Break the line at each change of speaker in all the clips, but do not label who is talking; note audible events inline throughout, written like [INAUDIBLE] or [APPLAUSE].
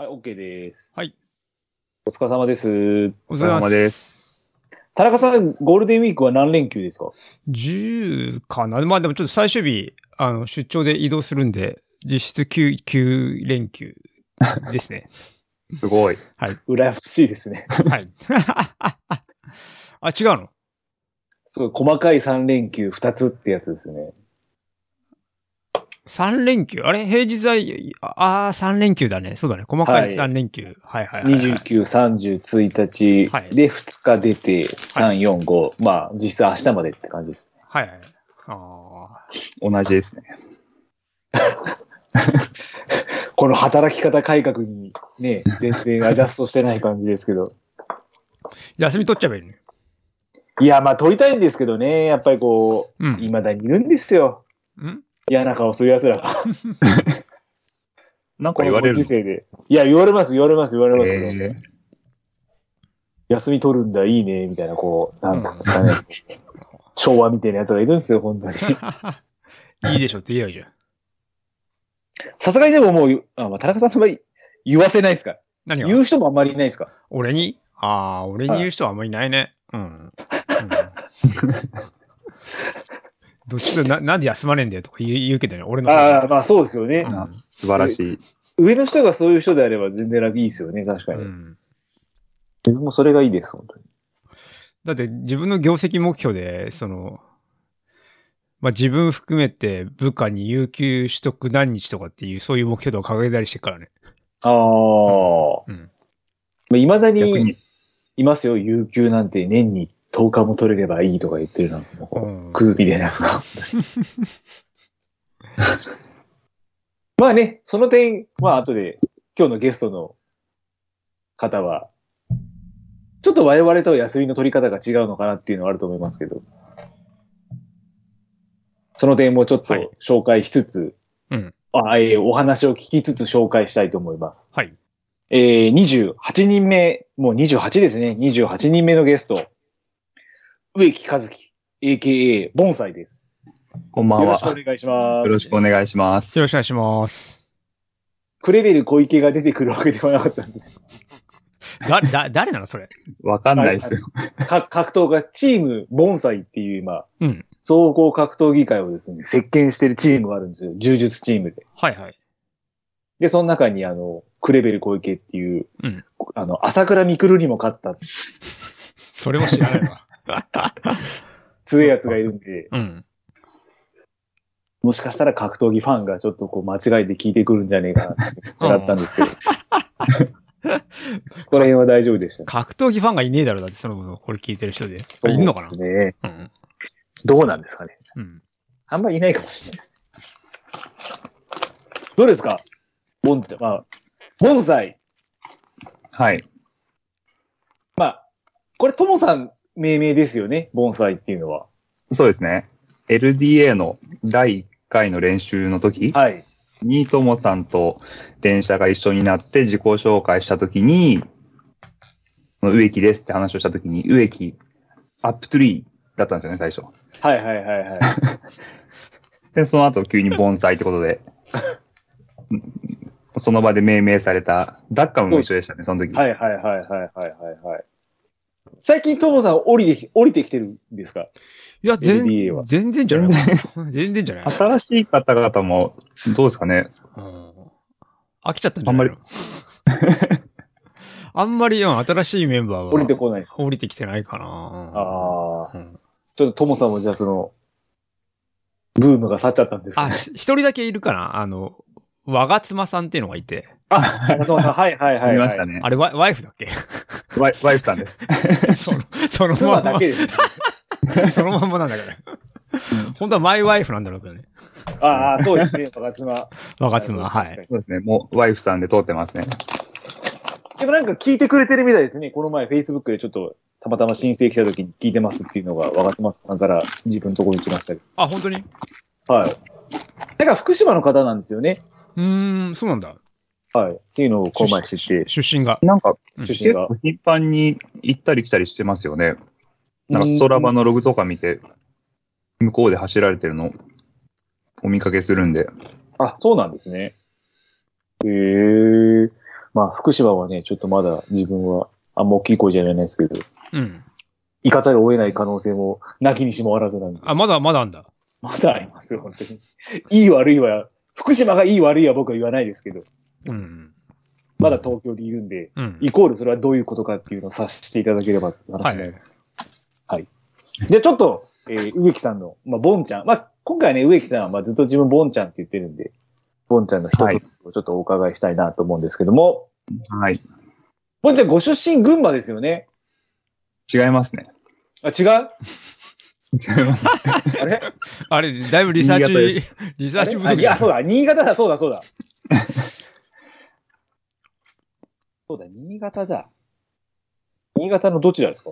OK です。
はい。
お疲れ様です。
お疲。
れ様です
田中さん、ゴールデンウィークは何連休ですか
10かなまあでもちょっと最終日、あの、出張で移動するんで、実質 9, 9連
[LAUGHS]
休ですね。
すごい。
羨ましいですね。
はい。 [LAUGHS] あ、違うの
すごい細かい3連休2つってやつですね。
?3 連休あれ平日は、ああ、3連休だね。そうだね。細か
はい
い3連休。はい、はい、はいはい
29、30、1日、
はい
で2日出て、3、4、5。まあ、実質明日までって感じです。
はいはい。あ
同じですね。
この働き方改革にね、全然アジャストしてない感じですけど。
ー休み取っちゃえばいいね。
いや、まあ、取りたいんですけどね。やっぱりこ
う
う、
ん。
未だにいるんですよ。
うん [LAUGHS]
嫌な顔する奴らが。 [LAUGHS]
なん
こ
か言わ
の
れ
ご
る
時世で。いや、言われます、言われます、言われますよ。
えー
休み取るんだ、いいね、みたいな、こう、なんていうんですかね。 [LAUGHS] 昭和みたいなやつがいるんですよ、本当に。
いいでしょって言えばいいじゃん。
さすがにでももう、あまあ、田中さんの場合、言わせないですか
何が
言う人もあんまりいないですか
俺にああ、俺に言う人はあんまりいないね。う
[LAUGHS]
ん。うんどっちかな、なんで休まねえんだよとか言う言うけどね、俺の方が。
ああ、まあそうですよね。
素晴らしい。
上の人がそういう人であれば全然楽いいですよね、確か
うん
に。
うん
自分もそれがいいです、本当に。
だって自分の業績目標で、その、まあ、自分含めて部下に有給取得何日とかっていう、そういう目標とか掲げたりしてっからね。
ああ、
うん。
まあ、未だ
逆
に
に。
いますよ、有給なんて年に10日も取れればいいとか言ってるなんて、もう
うん
クズみたいなやつが。まあね、その点、まあ後で、今日のゲストの方は、ちょっと我々とは休みの取り方が違うのかなっていうのはあると思いますけど、その点もちょっと
はい
紹介しつつ、
うん
あえーお話を聞きつつ紹介したいと思います。
はい。
えー、28人目、もう28ですね、28人目のゲスト、植木和樹、AKA、盆栽です。
こんばん
よろ
は
し。くお願いします。
よろしくお願いします。
よろしくお願いします。
クレベル小池が出てくるわけではなかったん
[LAUGHS]
ですね。
だ、だ、誰なのそれ。
わかんないですよ。
か格闘家、チーム盆栽っていう今、
うん。
総合格闘技会をですね、席巻してるチームがあるんですよ。柔術チームで。
はいはい。
で、その中にあの、クレベル小池っていう、
うん
あの、朝倉未来にも勝った
それも知らないわ。
強いやつがいるんで、 [LAUGHS]
うん。
もしかしたら格闘技ファンがちょっとこう間違えて聞いてくるんじゃねえかなって狙ったんですけど。こ [LAUGHS] こら辺は大丈夫でしたね。
格闘技ファンがいねえだろ、だってその、これ聞いてる人で。いんのかな
そうですね。
うん。
どうなんですかね。
うん。
あんまりいないかもしれないです。どうですかボンちゃん、まあ、盆栽。
はい。
まあ、これ、ともさん命名ですよね、盆栽っていうのは。
そうですね。LDA の第1回の練習の時
はい。
に、ともさんと電車が一緒になって自己紹介した時に、その植木ですって話をした時に、植木、アップトゥリーだったんですよね、最初。
はいはいはいはい。
で、その後急に盆栽ってことで、 [LAUGHS] その場で命名された、ダッカムも一緒でしたね、その時。
はいはいはいはいはいはいはい。最近、ともさん降りてき、降りてきてるんですか
いや、全
LDA は
全然じゃない。
[LAUGHS]
全然じゃない。
新しい方々も、どうですかね。
うん飽きちゃったんじゃない
[LAUGHS]
のあんまり、うん新しいメンバーは
降りてこないです。
降りてきてないかな。
ああ。
うん
ちょっとともさんもじゃあその、ブームが去っちゃったんです
あ、
か
し一人だけいるかなあの、わが妻さんっていうのがいて。
あ、ともさん、はいはいはい、はい。
見ましたね。
あれ、ワイワイフだっ
[LAUGHS]
け
ワイワイフさんです。
その、その
妻
ま
だけ
[LAUGHS]
です、ね。
ま、そのまんまなんだけど。本当はマイワイフなんだろうけどね。
ああ、そうですね、若妻。
わが妻、は
確か
い。
に。
そうですね。もう、ワイフさんで通ってますね。
でもなんか聞いてくれてるみたいですね。この前、Facebook でちょっと、たまたま申請来た時に聞いてますっていうのが、若妻さんから自分のところに来ましたけ
あ、本当に
ど。はい。なんか福島の方なんですよね。
うーん、そうなんだ。
はい。っていうのをこの前知って、
出身が。
なんか、
出
出
結
身が
構。頻繁に行ったり来たりしてますよね。なんか、ストラバ
の。
のログとか見て、向こうで走られてるの、お見かけするんで。
あ、そうなんですね。へえ。まあ、福島はね、ちょっとまだ自分は、あんま大きい声じゃ言えないですけど、
うん。
行かざるを得ない可能性も、なきにしもあらずなんで、
あ、まだまだあんだ。
まだありますよ、本当に。いい悪いは、福島がいい悪いは僕は言わないですけど、
うん。
まだ東京にいるんで、
うん。
イコールそれはどういうことかっていうのを察していただければって話になります。はい。じゃあちょっと、えー植木さんの、まあ、ボンちゃん。まあ、今回ね、植木さんは、まあ、ずっと自分ボンちゃんって言ってるんで、ボンちゃんの一言をちょっとお伺いしたいなと思うんですけども、
はい。
ボンちゃんご出身群馬ですよね
違いますね。
あ、違う
[LAUGHS] 違います。
あれ
あれ、だいぶリサー
新潟で
チ、リサーチ不
あ
足
い
じゃ
や、
ん
そうだ、新潟だ、そうだ、そうだ。 [LAUGHS] そうだ、新潟だ。新潟のどちらですか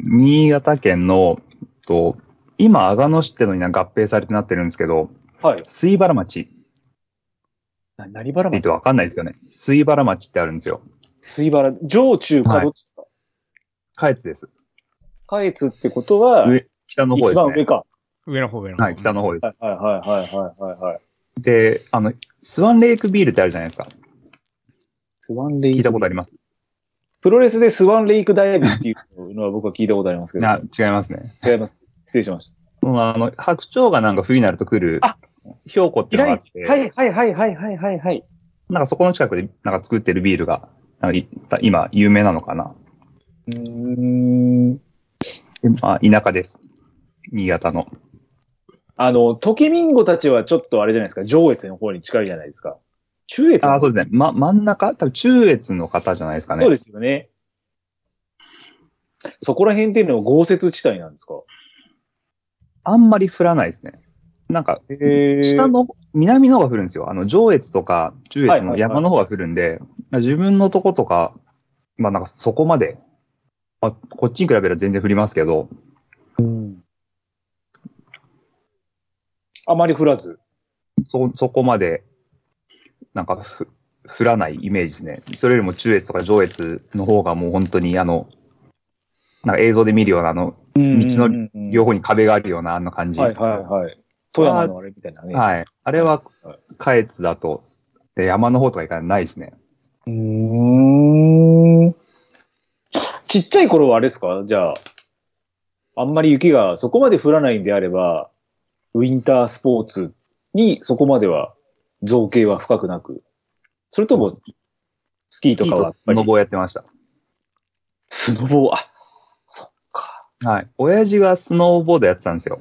新潟県の、と今、阿賀野市ってのになんか合併されてなってるんですけど、
はい。
水原町って
な何原
言ってわ
町
かんないですよね。水原町ってあるんですよ。
水原。上中か
はい
どっちですか
下越です。
下越ってことは、
上、北の方
一
です
番上
ね。
か。
上の方、上の方。
はい、北の方です。
はいはいはいはいはいはい。
で、あの、スワンレイクビールってあるじゃないですか。
スワンレイク。
聞いたことあります。
プロレスでスワンレイクダイビングっていうのは僕は聞いたことありますけど、
な違いますね。
違います。失礼しました。
そのあの、白鳥がなんか冬になると来る
あ、
氷庫っていうのがあっ
は
て、
いはいはいはいはいはいはい。
なんかそこの近くでなんか作ってるビールが、なんかい今、有名なのかな。
うーん。
でまあ、田舎です。新潟の。
あの、トキミンゴたちはちょっとあれじゃないですか、上越の方に近いじゃないですか。中越
あ
の
あ、
方
そうですね。ま、真ん中多分中越の方じゃないですかね。
そうですよね。そこら辺っていうのは豪雪地帯なんですか
あんまり降らないですね。なんか、下の、南の方が降るんですよ。あの、上越とか、中
はいはい
越
は
の
い
山の方が降るんで、自分のとことか、まあなんかそこまで、まあ、こっちに比べれば全然降りますけど、
うんあまり降らず。
そ、そこまで、なんかふ、降らないイメージですね。それよりも中越とか上越の方がもう本当にあの、なんか映像で見るようなあの、
道
の両
方
方に壁があるようなあんな感じ。
はいはいはい。富山のあれみたいなね。
はい。あれは
はい、
下越だと、で山の方とか行かないですね。
うーん。ちっちゃい頃はあれですかじゃあ、あんまり雪がそこまで降らないんであれば、ウィンタースポーツにそこまでは造形は深くなく。それとも、スキーとかはやっ
ス
ぱ
ノ
り、
ボーやってました。
スノボー、あ、そっか。
はい。親父がスノーボードやってたんですよ。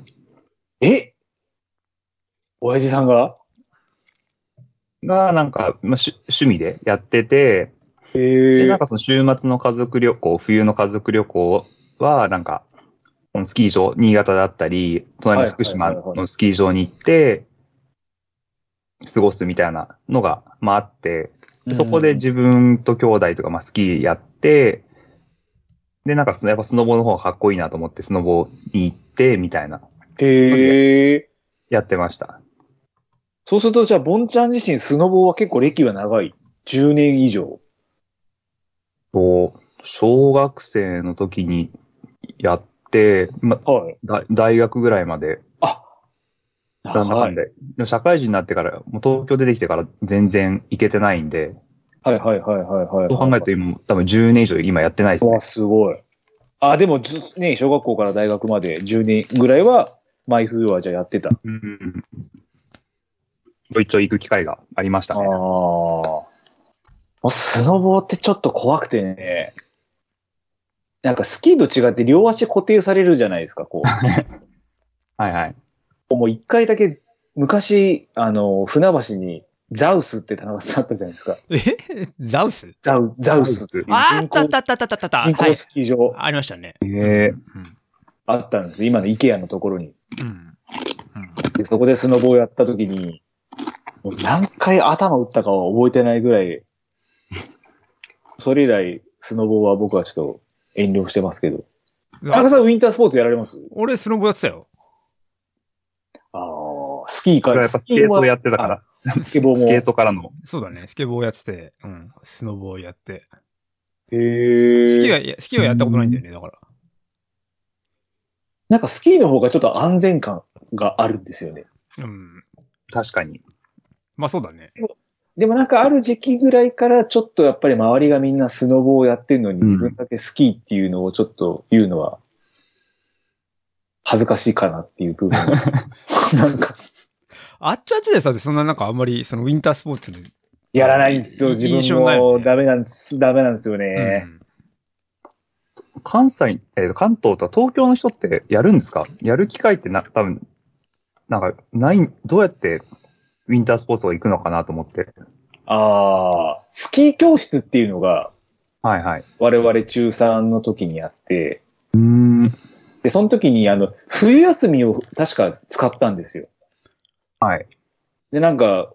え親父さんが
が、なんか、まあ、し趣味でやってて、
え
でな
ー
ん、かその週末の家族旅行、冬の家族旅行は、なんか、このスキー場、新潟だったり、隣の福島
はいはいはいは
のスキー場に行って、過ごすみたいなのが、まああって、でそこで自分と兄弟とか、まあ、スキーやって、で、なんかその、やっぱスノボの方がかっこいいなと思って、スノボに行って、みたいな、
へえ。
やってました。
そうすると、じゃあ、ボンちゃん自身、スノボーは結構歴は長い。10年以上。
こう小学生の時にやって、ま、
はい。
だ大学ぐらいまで、
あ
なんだかんで。でも社会人になってから、もう東京出てきてから全然行けてないんで、
はいはいはいはいはい。
そう考えると今、多分10年以上今やってないです
う
ね
わ、。すごい。あ、でもず、ね、小学校から大学まで10年ぐらいは、毎冬はじゃあやってた。
うん。ちょいちょい行く機会がありました
あ
ね。
あ。スノボーってちょっと怖くてね。なんかスキーと違って両足固定されるじゃないですか、こう。
はいはい。
もう一回だけ、昔、あの、船橋にザウスって田中さんあったじゃないですか。
え [LAUGHS] ザウス
ザウ、ザウスっていう人工
あーあったあったあったあったあった。
人
は
工
い。
スキー場、
ありましたね。
え
あったんですよ今の IKEA のところに。
うん。うん。うん
で、そこでスノボをやったときに、もう何回頭打ったかは覚えてないぐらい、それ以来、スノボは僕はちょっと遠慮してますけど。田中さん、ウィンタースポーツやられます
俺、スノボやってたよ。
ああ、スキー
そ
か
れは
ら。
やっぱスケートをやってた
ら
か。
あスケボ
ら、
ー
ス
も。
ケートからの。
そうだね。スケボーやってて、うん。スノボーやって。
へえ。
スキーはや、スキーはやったことないんだよね、だから。
なんかスキーの方がちょっと安全感があるんですよね。
うん。
確かに。
まあそうだね。
でもなんかある時期ぐらいからちょっとやっぱり周りがみんなスノボをやってるのに
うん
自分だけスキーっていうのをちょっと言うのは恥ずかしいかなっていう部
[LAUGHS]
分。なんか
あっちあっちでさ、そんななんかあんまり、そのウィンタースポーツで。
やらないんですよ、自
印
分
象ないよ
も。
ね
ダメなんです、ダメなんですよね。
うん
関西、えー関東とか東京の人ってやるんですかやる機会ってな、多分、なんか、ない、どうやってウィンタースポーツを行くのかなと思って。
ああ、スキー教室っていうのが
はいはい。
我々中3の時にあって、
うーん。
で、その時にあの、冬休みを確か使ったんですよ。
はい。
で、なんか、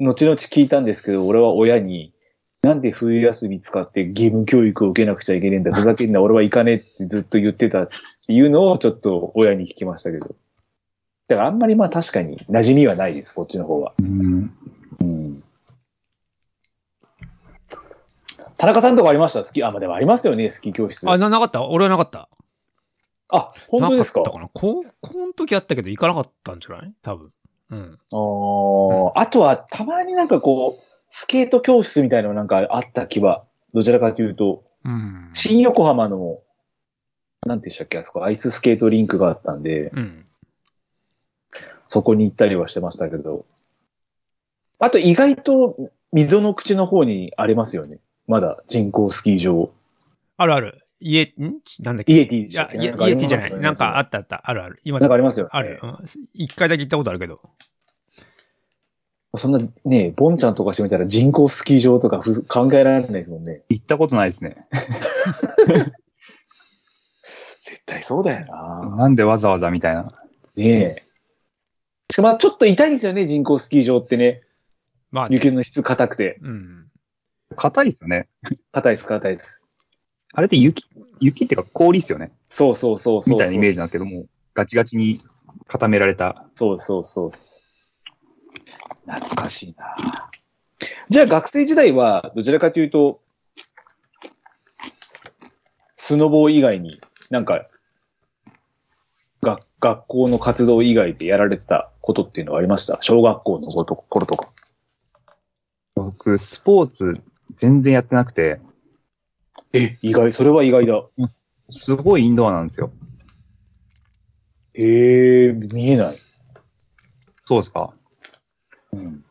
後々聞いたんですけど、俺は親に、なんで冬休み使って義務教育を受けなくちゃいけねえんだ、ふざけんな、俺は行かねえってずっと言ってたっていうのをちょっと親に聞きましたけど。だからあんまりまあ確かに馴染みはないです、こっちの方は。
うーん。
うん。田中さんとかありました好き、あ、まあでもありますよね、スキー教室。
あ、
あ、
な、なかった俺はなかった。
本当ですか
なったかな高校の時あったけど、行かなかったんじゃない多分。うん。
あーあとは、たまになんかこう、スケート教室みたいなのなんかあった気は、どちらかというと、
うん。
新横浜の、なんて言うんでしたっけ、あそこアイススケートリンクがあったんで、
うん。
そこに行ったりはしてましたけど。あと意外と溝の口の方にありますよね。まだ人工スキー場。
あるある。家、んなんだっけ
イエティで
い
したっ
や、
け
いや
か
イエティじゃな
ありますよ
い。
ね
なんかあったあった。あるある。今
なんかありますよね。
ある。うん一回だけ行ったことあるけど。
そんなね、ボンちゃんとかしてみたら人工スキー場とかふず考えられないですもんね。
行ったことないですね。
絶対そうだよな。
なんでわざわざみたいな。
ねえ。しかもまあちょっと痛いんですよね、人工スキー場ってね。
まあ、ね、
雪の質硬くて。
うん。
硬いですよね。
硬いです、硬いです。
あれって雪、雪っていうか氷ですよね。
そうそうそうそうそう。
みたいなイメージなんですけども、ガチガチに固められた。
そうそうそうです。懐かしいな。じゃあ学生時代はどちらかというと、スノボー以外に、なんか、が学校の活動以外でやられてたことっていうのはありました小学校の頃と頃とか。
僕、スポーツ全然やってなくて、
え意外、それは意外だ。
すごいインドアなんですよ。
ええ見えない。
そうですか。
うん。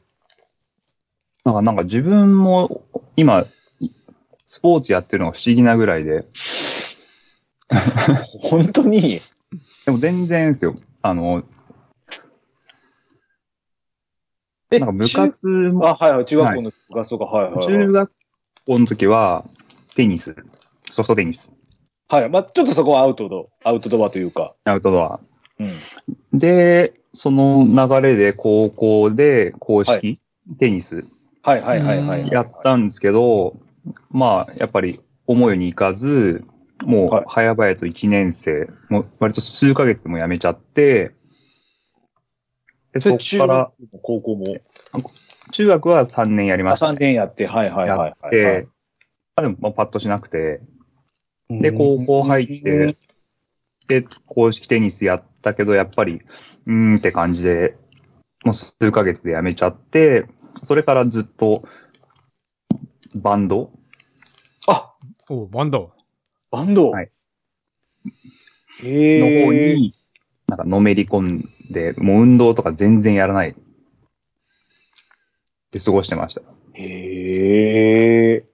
なんか、なんか自分も今、スポーツやってるのが不思議なぐらいで、
本当に、
でも全然ですよ。あの、
え
なんか部
中
活も、
あ、はいはい、中学校の部活とか、はいはい、はい。
中学校の時は、テニス、ソフトテニス、
はい、まあちょっとそこはアウトドア、アウトドアというか。
アウトドア。
うん。
で、その流れで高校で公式、
は
テニス
はいはいはいはい。
やったんですけど、まあ、やっぱり思うようにいかず、も
はいう
早々と1年生、もう割と数ヶ月も辞めちゃって、で
そ
そ
れ
こ
中
か
学
ら
も、高校も。
中学は3年やりました
3年やって、はいはいはいはい、はい。
で、あでもまあパッとしなくて、で、
うん
高校入って、、で、公式テニスやったけど、やっぱり、うーんって感じで、もう数ヶ月で辞めちゃって、それからずっと、バンド
あ
おバンド。
バンド
はいの
へ
方
え。
に、なんかのめり込んで、もう運動とか全然やらない。で、過ごしてました。
へえ。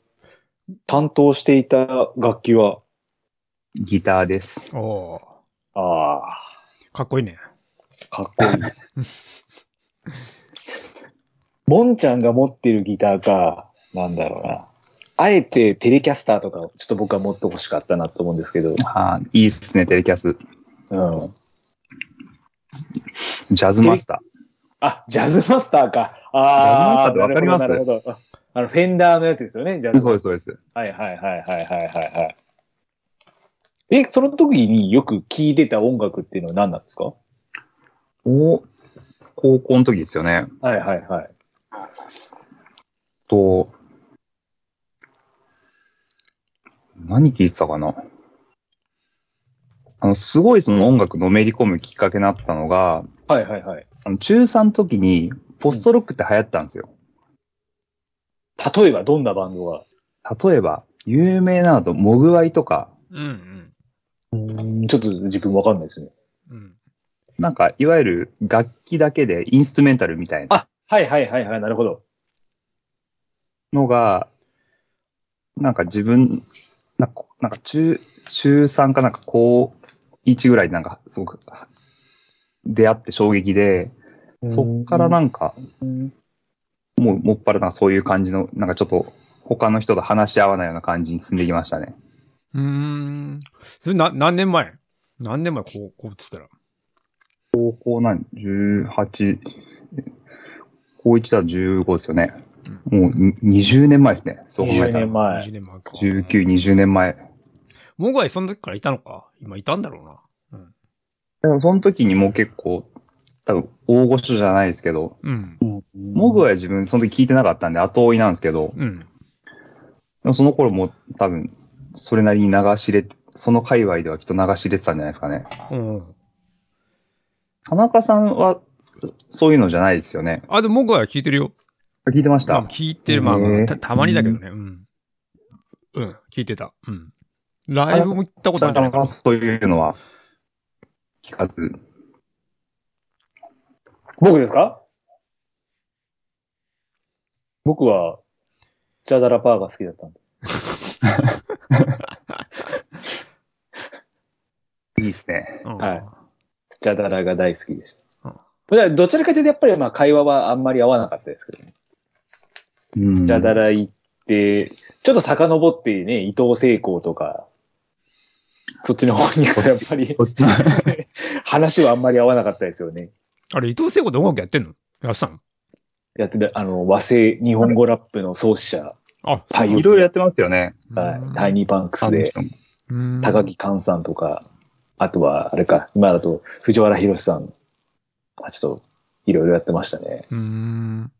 担当していた楽器は、
ギターです。
おお
あ
ーかっこいいね。
あ、かっこいい。
[LAUGHS]
ボンちゃんが持ってるギターか、なんだろうな。あえてテレキャスターとかをちょっと僕は持ってほしかったなと思うんですけど。
あーいいっすね、テレキャス。
うん。
ジャズマスタ
あ、ジャズマスターか。ああ、
ジャズマスターってわかりま
な
す
るほどなるほどあの、フェンダーのやつですよね、ジャ
ー。
ズ。
そうです、そうです。
はいはいはいはいはいはいはい。え、その時によく聴いてた音楽っていうのは何なんですか
お高校の時ですよね。
はいはいはい。
と、何聞いてたかなあの、すごいその音楽のめり込むきっかけになったのが、
はいはいはい。
あの中3の時にポストロックって流行ったんですよ。
例えばどんなバンドが、
例えば、有名なのだと、モグワイとか、
うん
うんちょっと自分わかんないですね。
うん。うん。
なんか、いわゆる楽器だけでインストゥメンタルみたいな
あ、はいはいはいはい、なるほど。
のが、なんか自分、なんかなんか中、中3かなんか高1ぐらいでなんか、すごく、出会って衝撃で、そっからなんか、
うん、
もうもっぱらなんかそういう感じの、なんかちょっと、他の人と話し合わないような感じに進んでいきましたね。
うーん。それな、何年前何年前高校っつったら。
高校なん、18、高1だと15ですよね。もう20年前ですね。そう考え
20
たら
年。前。
20年前か。
19、20年前。
もぐわいその時からいたのか今いたんだろうな。
でもその時にもう結構、多分大御所じゃないですけど、
うん。
モグ
は
は自分その時聞いてなかったんで後追いなんですけど、
うん。
でもその頃も多分それなりに流し入れ、その界隈ではきっと流し入れてたんじゃないですかね。
うん。
田中さんはそういうのじゃないですよね。
あ、でももぐわいは聞いてるよ。
聞いてまし
ま
た、
あ、聞いてる。まあ、
へえ
たたまにだけどね。うん。うん。聞いてた。うん。ライブも行ったことあるじ
なんか
ゃない
な
かな
か。そういうのは聞かず。
僕ですか僕は、ジャダラパーが好きだったんで。
いいですね。
うん
はいジャダラが大好きでした。
うん
だからどちらかというと、やっぱりまあ会話はあんまり合わなかったですけどね。
うん
ジャダラ行って、ちょっと遡ってね、伊藤聖光とか、そっちの方に行くとやっぱり
こ
[LAUGHS]
っちの
話はあんまり合わなかったですよね。
あれ、伊藤聖子で音楽やってんのやってたの
やってた、あの、和製日本語ラップの創始者、
あ、
パイオ
いろいろやってますよね。
はい、タイニーパンクスで、
うん
高木寛さんとか、あとは、あれか、今だと藤原博さん、あちょっと、いろいろやってましたね。
うーん。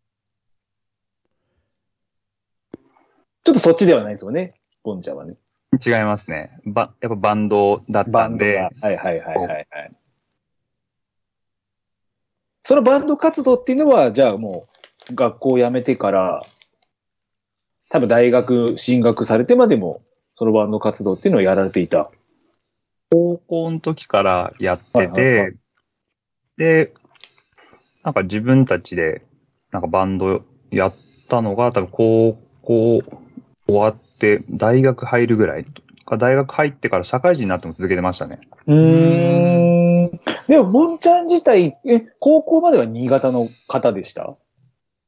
ちょっとそっちではないですよね、ボンちゃんはね。
違いますね。ば、やっぱバンドだったんで
が。はいはいはいはい、はい。そのバンド活動っていうのは、じゃあもう、学校を辞めてから、多分大学進学されてまでも、そのバンド活動っていうのをやられていた。
高校の時からやって
はいはいは
て、で、なんか自分たちで、なんかバンドやったのが、多分高校終わって、大学入るぐらいか、大学入ってから社会人になっても続けてましたね。
う
ー
ん。でも、ボンちゃん自体、え、高校までは新潟の方でした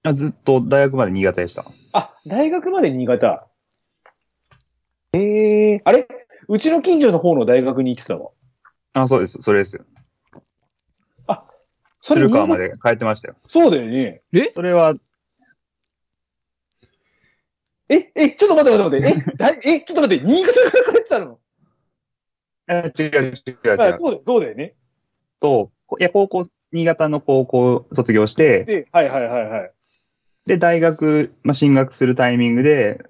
あずっと大学まで新潟でした。
あ、大学まで新潟。ええあれうちの近所の方の大学に行ってたわ。
あ、そうです、それですよ。
そ
鶴川
新潟
まで帰ってましたよ。
そうだよね。
それは、
え、え、ちょっと待って待って待って。え、だいえ、ちょっと待って、新潟から帰ってたの
え違う違う違
あ
う
そうだよ、そうだよね。
と、いや、高校、新潟の高校卒業して、
で、はいはいはいはい。
で、大学、まあ、進学するタイミングで、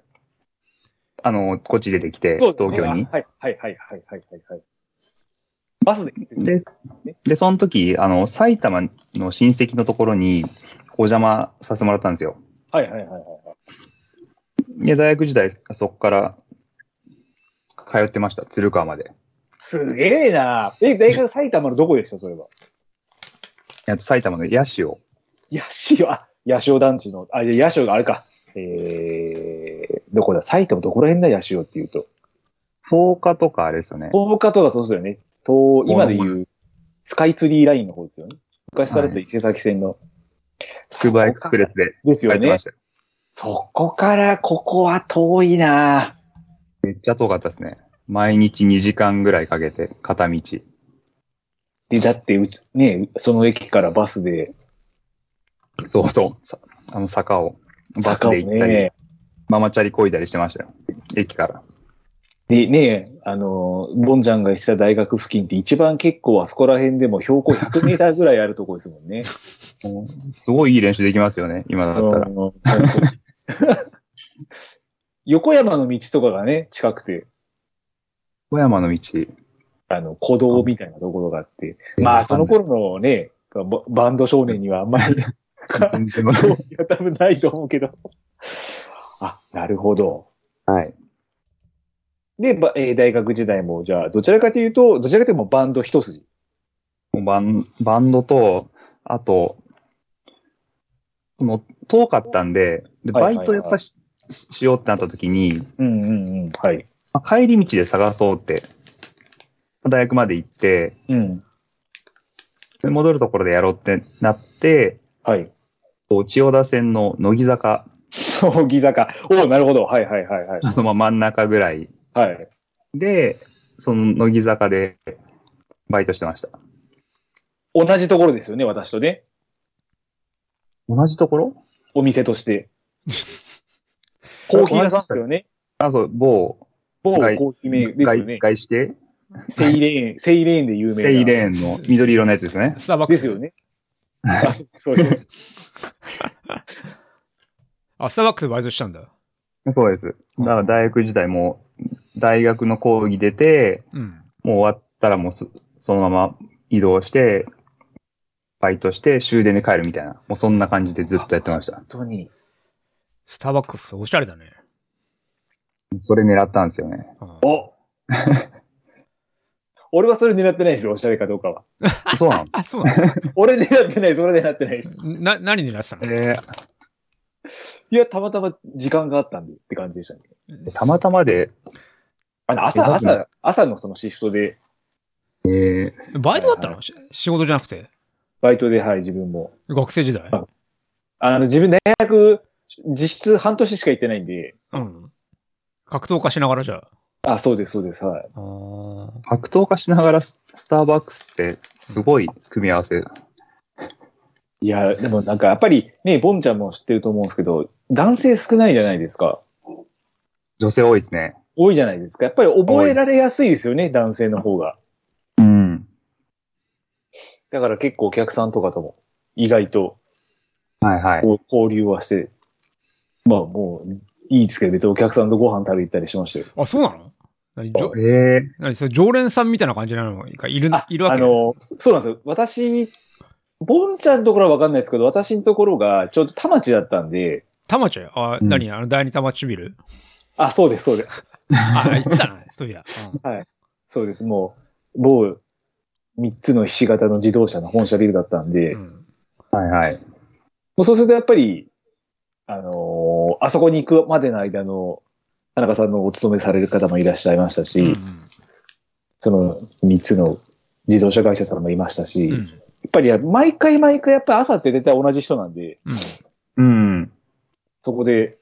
あの、こっち出てきて、
そう
東
だよね
京に
あ。はいはいはいはいはいはいはい。バスで行ってる。
で、で、その時、あの、埼玉の親戚のところにお邪魔させてもらったんですよ。
はいはいはいはい。
で、大学時代、そこから通ってました。鶴川まで。
すげえなえ、大学埼玉のどこでした、それは。
えっと埼玉の八潮。
八潮、あ、八潮団地の、あ、いや八潮があれか。えー、どこだ埼玉どこら辺だ、八潮っていうと。
草加とかあれですよね。
東カとかそうですよね。と、今で言う、スカイツリーラインの方ですよね。昔されてた伊勢崎線の。
つくばエクスプレスで
です
通
よ
って
ね
まし。たよ。
そこから、ここは遠いな
めっちゃ遠かったですね。毎日2時間ぐらいかけて、片道。
で、だって、うち、ね、その駅からバスで、
そうそう。さあの坂を、バス
坂を
で行ったり。
ね、
ママチャリこいだりしてましたよ。駅から。
で、ね、あの、ボンちゃんがした大学付近って一番結構あそこら辺でも標高100メーターぐらいあるとこですもん
[LAUGHS]
ね。
すごいいい練習できますよね、今だったら。
うん [LAUGHS] 本当に横山の道とかがね、近くて、
小山の道。
あの、古道みたいなところがあって、まあ、その頃のね、バ
[LAUGHS]
バンド少年にはあんまり、 [LAUGHS]
全然わかんない
興味が多分ないと思うけど、あ、なるほど。
はい。
で、ばえー大学時代も、じゃあ、どちらかというと、どちらかというともうバンド一筋。
もうバンバンドと、あと、その遠かったんで、で
はいは
バ
いはい
イトやっぱし,、しようってなった時に、
うんうんうん。はい。
まあ帰り道で探そうって、大学まで行って、
うん。
で戻るところでやろうってなって、
はい。
こう千代田線の乃木坂
そう、ギザか。おおなるほど。はいはいはいはい。
のまあ真ん中ぐらい
はい。
で、その乃木坂でバイトしてました。
同じところですよね、私とね。
同じところ
お店として。 [LAUGHS] コーヒー屋さんですよね。
あ、そう、某
某コ
外
ーヒーメーカーですよ
外
ね。
外資系
セイレーン、セイレーンで有名な。
ペイレーンの緑色のやつですね。
スターバック
で
ス。
すよね。
はい
あ、そうそうそう。
あ、スターバックスでバイトしたんだ。
そうです。だから大学時代も、大学の講義出て、
うん。
もう終わったらもうそそのまま移動して、バイトして終電で帰るみたいな、もうそんな感じでずっとやってました
本。当に。
スターバックス、おしゃれだね。
それ狙ったんですよね。
うん
お俺はそれ狙ってないですよ、おしゃれかどうかは。
そうなの
[LAUGHS]
あ、そうなの
俺狙ってないです、俺狙ってないです。
な、何狙ってたの
え
いや、たまたま時間があったんでって感じでしたね。
ーたまたまで、
あの
え
朝、
マジ
朝、朝のそのシフトで、
えー、
バイトだったのし仕事じゃなくて。
バイトで、はい、自分も。
学生時代
ああの、自分大学、実質半年しか行ってないんで、
うん。格闘家しながらじゃあ。
あ、そうです、そうです、はい。
あー
格闘家しながらススターバックスってすごい組み合わせ。
いや、でもなんかやっぱりね、ボンちゃんも知ってると思うんですけど、男性少ないじゃないですか。
女性多いですね。
多いじゃないですか。やっぱり覚えられやすいですよね、男性の方が。
うん。
だから結構お客さんとかとも意外と
はいはい。
こう交流はして、まあもういいですけど、別にお客さんとご飯食べ行ったりしましたよ。
あ、そうなの何じょ
ええ
何それ常連さんみたいな感じなのがいる
あ、
[LAUGHS] いるわけ
あの、そそうなんですよ。私、ボンちゃんのところはわかんないですけど、私のところがちょっと田町だったんで、
田町あ、
うん
何あの、第二田町ビル
あ、そうです、そうです。
あ、言ってたな、 [LAUGHS] そういや。うん
そうです。もう、某3つのひし形の自動車の本社ビルだったんで、
う
も
ん
はいはい。
うそうするとやっぱり、あのーあそこに行くまでの間の、田中さんのお勤めされる方もいらっしゃいましたし、
うん
その3つの自動車会社さんもいましたし、
う
やっ
ん
ぱり毎回毎回やっぱり朝って絶対同じ人なんで、
うん
うん。
そこで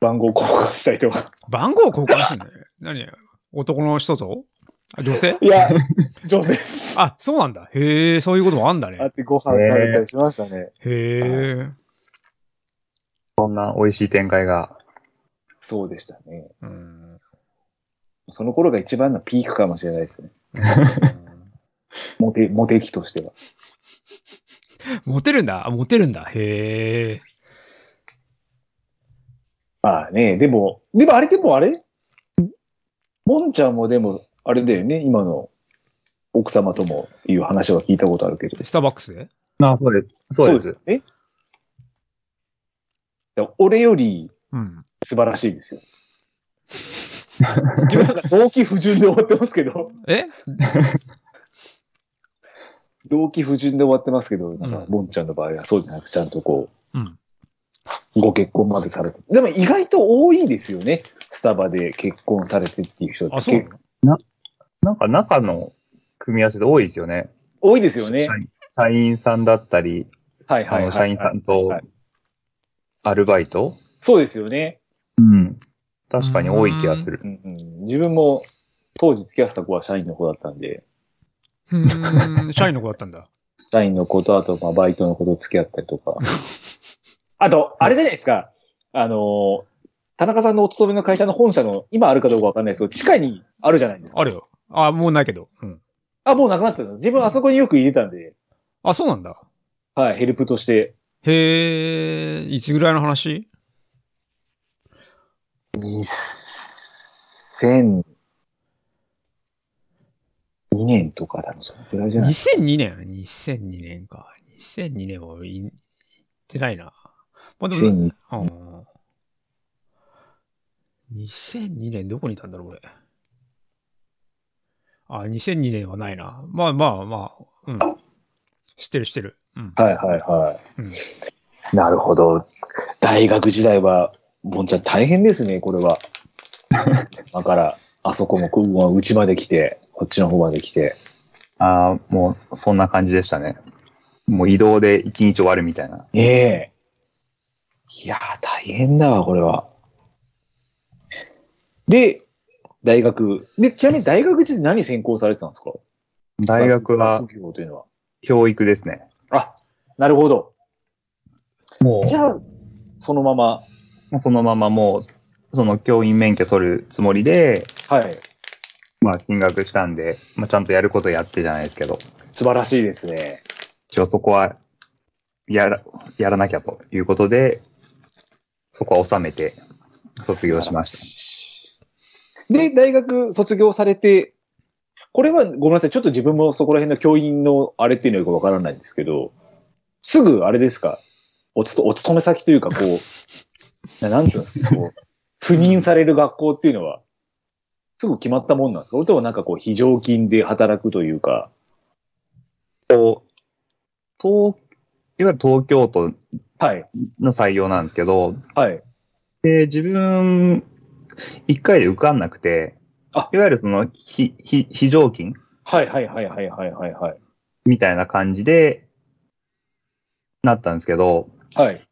番号交換したりとか。
番号交換するんだよ。 [LAUGHS] 何男の人とあ女性
い [LAUGHS] や、女性
あ、そうなんだ。へえ、そういうこともあんだ
あ
ね
っ。てご飯食べたりしましたね。
へえ。
そんな美味しい展開が。
そうでしたね。
うん
その頃が一番のピークかもしれないですね。 [LAUGHS] モテ、モテ期としては。
モテるんだ。あモテるんだ。へえ。
まあね、でも、でもあれでもあれもんちゃんもでも、あれだよね、今の奥様ともっていう話は聞いたことあるけど。
スターバックスで
あそうです。そうです。
えだから俺より
うん。
素晴らしい [LAUGHS] ですよ。自分なんか動機不順で終わってますけど、
え
動機不順で終わってますけど、なんか
う、ん
ボンちゃんの場合はそうじゃなく、ちゃんとこ
うん。
う、ご結婚までされて。でも意外と多いですよね。スタバで結婚されてっていう人って
あ、そうな
結構
の
なんか中の組み合わせで多いですよね。
多いですよね
社。員社員さんだったり、
はい
あ
はいはい、は
の
い。
社員さんと
はい
アルバイト。
そうですよね、
うん。確かに多い気がする
う。んうん。自分も当時付き合ってた子は社員の子だったんで、
うーん。社員の子だったんだ。
社員の子とあとまあバイトの子と付き合ったりとか。あと、あれじゃないですか。あのー田中さんのお勤めの会社の本社の、今あるかどうかわかんないですけど、地下にあるじゃないですか。
あるよ。あ、もうないけど。うん。
あ、もうなくなってたの。自分あそこによく入れたんで、
あ、そうなんだ。
はい、ヘルプとして。
へえ、いつぐらいの話
2002年とか多分そのぐらいじゃない
?2002 年 ?2002 年か。2002年はい行ってないな。まあでも、
2002
うん2002年どこにいたんだろう、俺。あ、2002年はないな。まあまあまあ、うん。知ってる知ってる。 [LAUGHS] うん。
はいはいは
う
い。
ん
なるほど。大学時代は、ボンちゃん大変ですね、これは。だから、あそこも、こううちまで来て、こっちの方まで来て。
ああ、もうそんな感じでしたね。もう移動で一日終わるみたいな。
ねえ。いやー、大変だわ、これは。で、大学。で、ちなみに大学時代何専攻されてたんですか
大学は
学業というのは。
教育ですね。
あ、なるほど。
も
じゃあ、そのまま。
う、そのままもう、その教員免許取るつもりで、
はい。
まあ進学したんで、まあちゃんとやることやってじゃないですけど、
素晴らしいですね。
一応そこは、やら、やらなきゃということで、そこは収めて、卒業しました。
た。で、大学卒業されて、これはごめんなさい。ちょっと自分もそこら辺の教員のあれっていうのよくわからないんですけど、すぐあれですかおつと、お勤め先というか、こう、ななんていうん [LAUGHS] ですか、こう、赴任される学校っていうのは、すぐ決まったもんなんですかそれともなんかこう、非常勤で働くというか、
東、いわゆる東京都
はい、
の採用なんですけど、
はい、
で、自分、一回で受かんなくて、
あ
いわゆるその、ひ、ひ、非常勤
はい、はい、はい、はい、はい、はい、はい、
みたいな感じで、なったんですけど、
はい。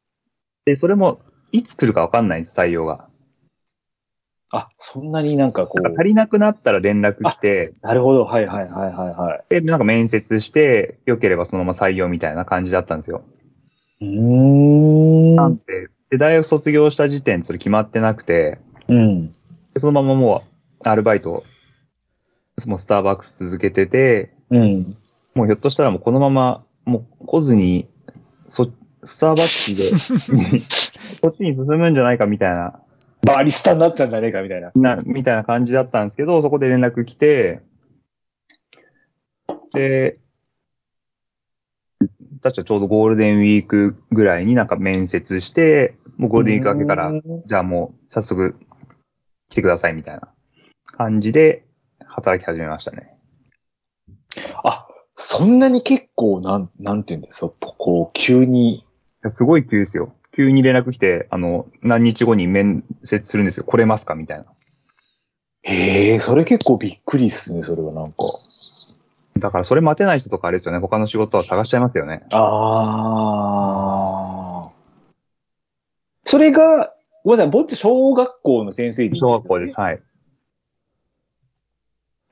で、それも、いつ来るかわかんないんです、採用が。
あ、そんなになんかこ
なんか
う
足、りなくなったら連絡来て、
なるほど、はい、はい、はい、はい、は
で、なんか面接して、良ければそのまま採用みたいな感じだったんですよ。
い。うーん。
なんで、で大学卒業した時点、それ決まってなくて、
うん。
でそのままもう、アルバイト、もうスターバックス続けてて、
うん。
もうひょっとしたらもうこのまま、もう来ずに、そ、スターバックスで、そっちに進むんじゃないかみたいな、
バリスタになっちゃうんじゃねえかみたいな。
な、みたいな感じだったんですけど、そこで連絡来て、で、確かちょうどゴールデンウィークぐらいになんか面接して、もうゴールデンウィーク明けから
う、ん
じゃあもう早速来てくださいみたいな感じで働き始めましたね。
あ、そんなに結構、なん、なんていうんですか、こう、急に。
いやすごい急ですよ。急に連絡来て、あの、何日後に面接するんですよ。来れますかみたいな。
へえ、それ結構びっくりっすね、それはなんか。
だからそれ待てない人とかあれですよね。他の仕事は探しちゃいますよね。
ああ。それが、ごめんなさい、ぼっち小学校の先生に。
小学校です。。はい。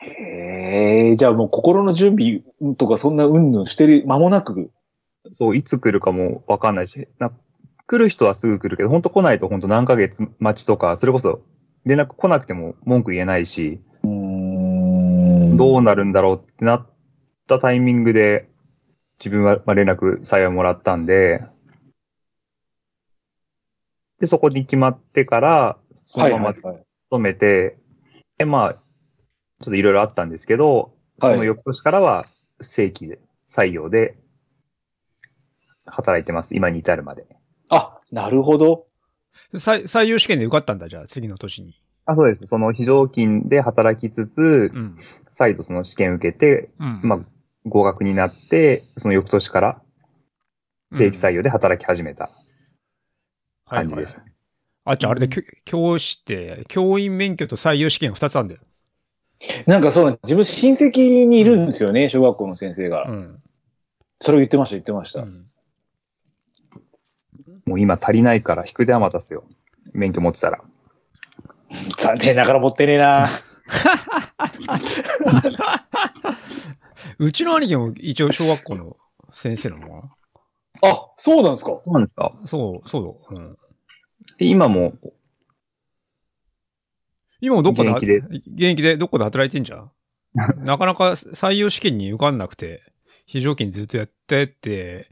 へえ、じゃあもう心の準備とかそんなうんぬんしてる間もなく。
そう、いつ来るかもわかんないし、な来る人はすぐ来るけど、本当来ないと本当何ヶ月待ちとか、それこそ連絡来なくても文句言えないし、
うーん
どうなるんだろうってなったタイミングで、自分はまあ連絡幸いもらったんで、で、そこに決まってから、そ
はい
の
は
ま
い
ま
はい。
勤めて、で、まあ、ちょっといろいろあったんですけど、
はい
その翌年からは正規で、採用で、働いてます。今に至るまで。
あ、なるほど。
採採用試験で受かったんだ、じゃあ、次の年に。
あ、そうです。その非常勤で働きつつ
う、ん。
再度その試験受けて、
うん。
まあ、合格になって、その翌年から正規採
用
用で働き始めた感じです。
あ、じゃああれで、きょ教師って、教員免許と採用試験が2つあるんだよ。
なんかそうなんです。自分親戚にいるんですよね、小学校の先生が。
うん。
それを言ってました、言ってました。
うん
もう今足りないから引く手余ったっすよ。免許持ってたら。
残念ながら持ってねえな。
うちの兄貴も一応小学校の先生なのか
あ、そうなんですか。
そうなんですか
なそう、そうだ。うん。
今も、
今もどっかで、
現役で
現役でどっかで働いてんじゃん。なかなか採用試験に受かんなくて、非常勤ずっとやってて、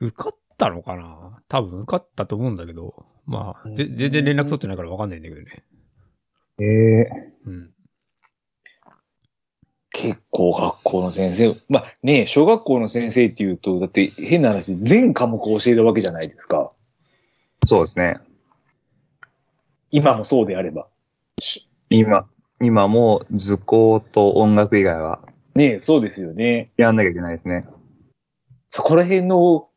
受かったのかな多分受かったと思うんだけど、まあ、ぜ
うん
全然連絡取ってないからわかんないんだけどね。
ええ [LAUGHS]
うん。
結構学校の先生。まあねえ、小学校の先生っていうと、だって変な話、全科目教えるわけじゃないですか。
そうですね。
今もそうであれば。
今、今も図工と音楽以外は
ねえ、そうですよね。
やんなきゃいけないですね。
そこら辺の、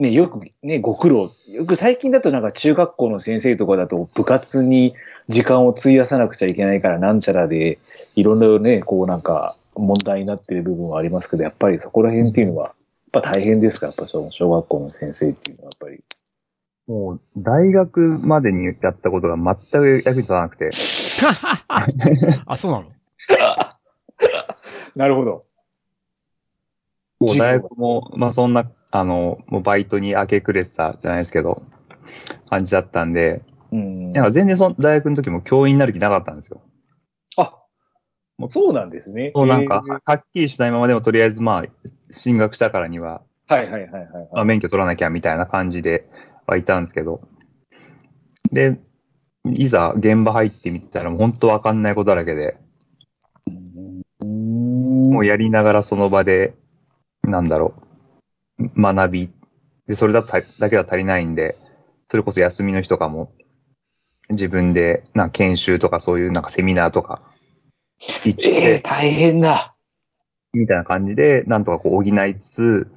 ね、よくね、ご苦労。よく最近だとなんか中学校の先生とかだと部活に時間を費やさなくちゃいけないからなんちゃらで、いろんなね、こうなんか問題になってる部分はありますけど、やっぱりそこら辺っていうのは、やっぱ大変ですかやっぱその小学校の先生っていうのはやっぱり。
もう、大学までにやったことが全く役に立たなくて。
あ、そうなの
なるほど。
もう大学も、まあそんな、あの、もうバイトに明け暮れてたじゃないですけど、感じだったんで、
うん。
なんか全然その大学の時も教員になる気なかったんですよ。
あ、もうそうなんですね。
そうなんか
えー、
はっきりしないままでもとりあえずまあ、進学したからには、
はいはいはいはい
まあ、
はい。
免許取らなきゃみたいな感じではいたんですけど。で、いざ現場入ってみたらもう本当わかんないことだらけで、
も
もうやりながらその場で、なんだろう、学び。で、それだとただけだと足りないんで、それこそ休みの日とかも、自分で、なんか研修とかそういうなんかセミナーとか、行っ
ええ
て、
大変だ。
みたいな感じで、なんとかこう補いつつ、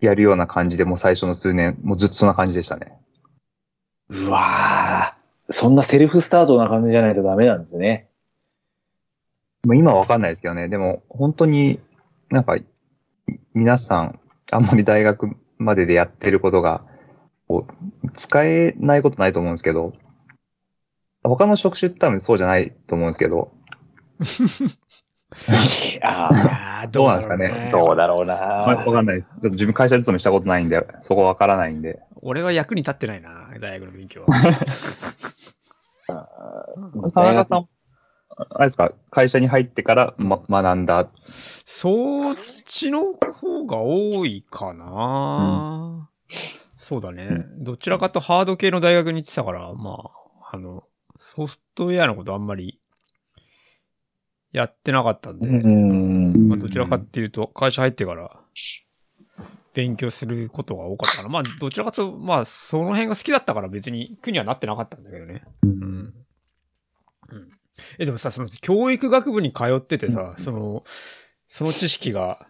やるような感じで、もう最初の数年、もうずっとそんな感じでしたね。
うわーそんなセルフスタートな感じじゃないとダメなんですね。
まあ今はわかんないですけどね、でも本当になんか、い皆さん、あんまり大学まででやってることが、こう使えないことないと思うんですけど、他の職種って多分そうじゃないと思うんですけど、
あ
ああ、
どうなんですかね
あ、
だろ
[LAUGHS] どうだろう
まあわ、
な。
かんないです。ちょっと自分会社勤めしたことないんで、そこわからないんで。
俺は役に立ってないな、大学の勉強は。
田中さん、あれですか、会社に入ってから、ま、学んだ。
そっちの方が多いかな、そうだね。どちらかとハード系の大学に行ってたから、まあ、あの、ソフトウェアのことあんまりやってなかったんで、
うん。
まあ、どちらかっていうと、会社入ってから勉強することが多かったな。まあ、どちらかというと、まあ、その辺が好きだったから別に苦にはなってなかったんだけどね。うん。うん。え、でもさ、その教育学部に通っててさ、その、その知識が、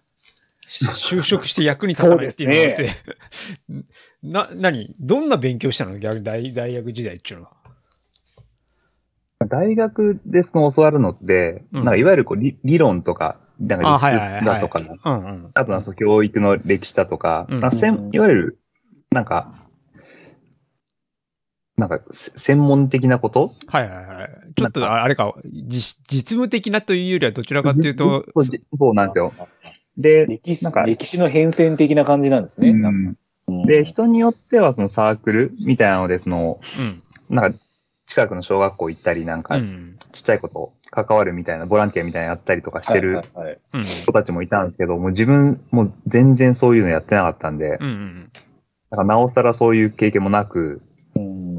し就職して役に立たないっていうのがあって、 [LAUGHS] な、何どんな勉強したの逆に大大学時代っていうのは。
大学でその教わるのって、
うん
なんかいわゆるこう理理論とか、なん
あ
か
はい
理
はいはい
屈だとか、
うんうん。
あとはその教育の歴史だとか、
うん
なんかせ
うん
んいわゆる、なんか、なんかせ専門的なこと
はいはいはい。ちょっと、ああれか、実実務的なというよりはどちらかというと、
そうじそうなんですよ。。で、
歴史
なんか
歴史の変遷的な感じなんですね。
う
なん
ん
か
で、、人によってはそのサークルみたいなので、その、
うん。
なんか近くの小学校行ったり、なん
う
か
ん。
ちっちゃいこと関わるみたいな、ボランティアみたいなのやったりとかしてる
はいはいはい
うん。
子たちもいたんですけど、もう自分も全然そういうのやってなかったんで、
うんうん。
なんかなおさらそういう経験もなく、
うん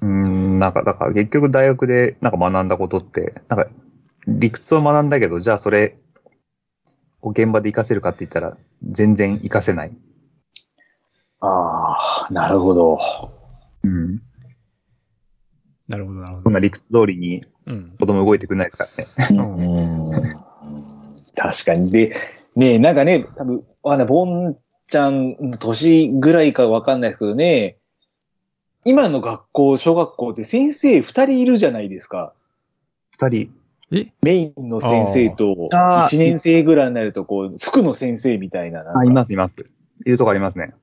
うーん、なんか、だから結局大学でなんか学んだことって、なんか理屈を学んだけど、じゃあそれを現場で活かせるかって言ったら、全然活かせない。
ああ、なるほど。
うん。
なるほど、なるほ
そん
ど。
な理屈通りに
うん。
子供動いてくれないですからね。
うん確かに。で、ねえ、なんかね、多分あの、ボンちゃんの年ぐらいかわかんないですけどね、今の学校、小学校って先生二人いるじゃないですか。
二人。
え
メインの先生と、
あー
一年生ぐらいになると、こう、副の先生みたいななんか
あ、います、います。いるとこありますね。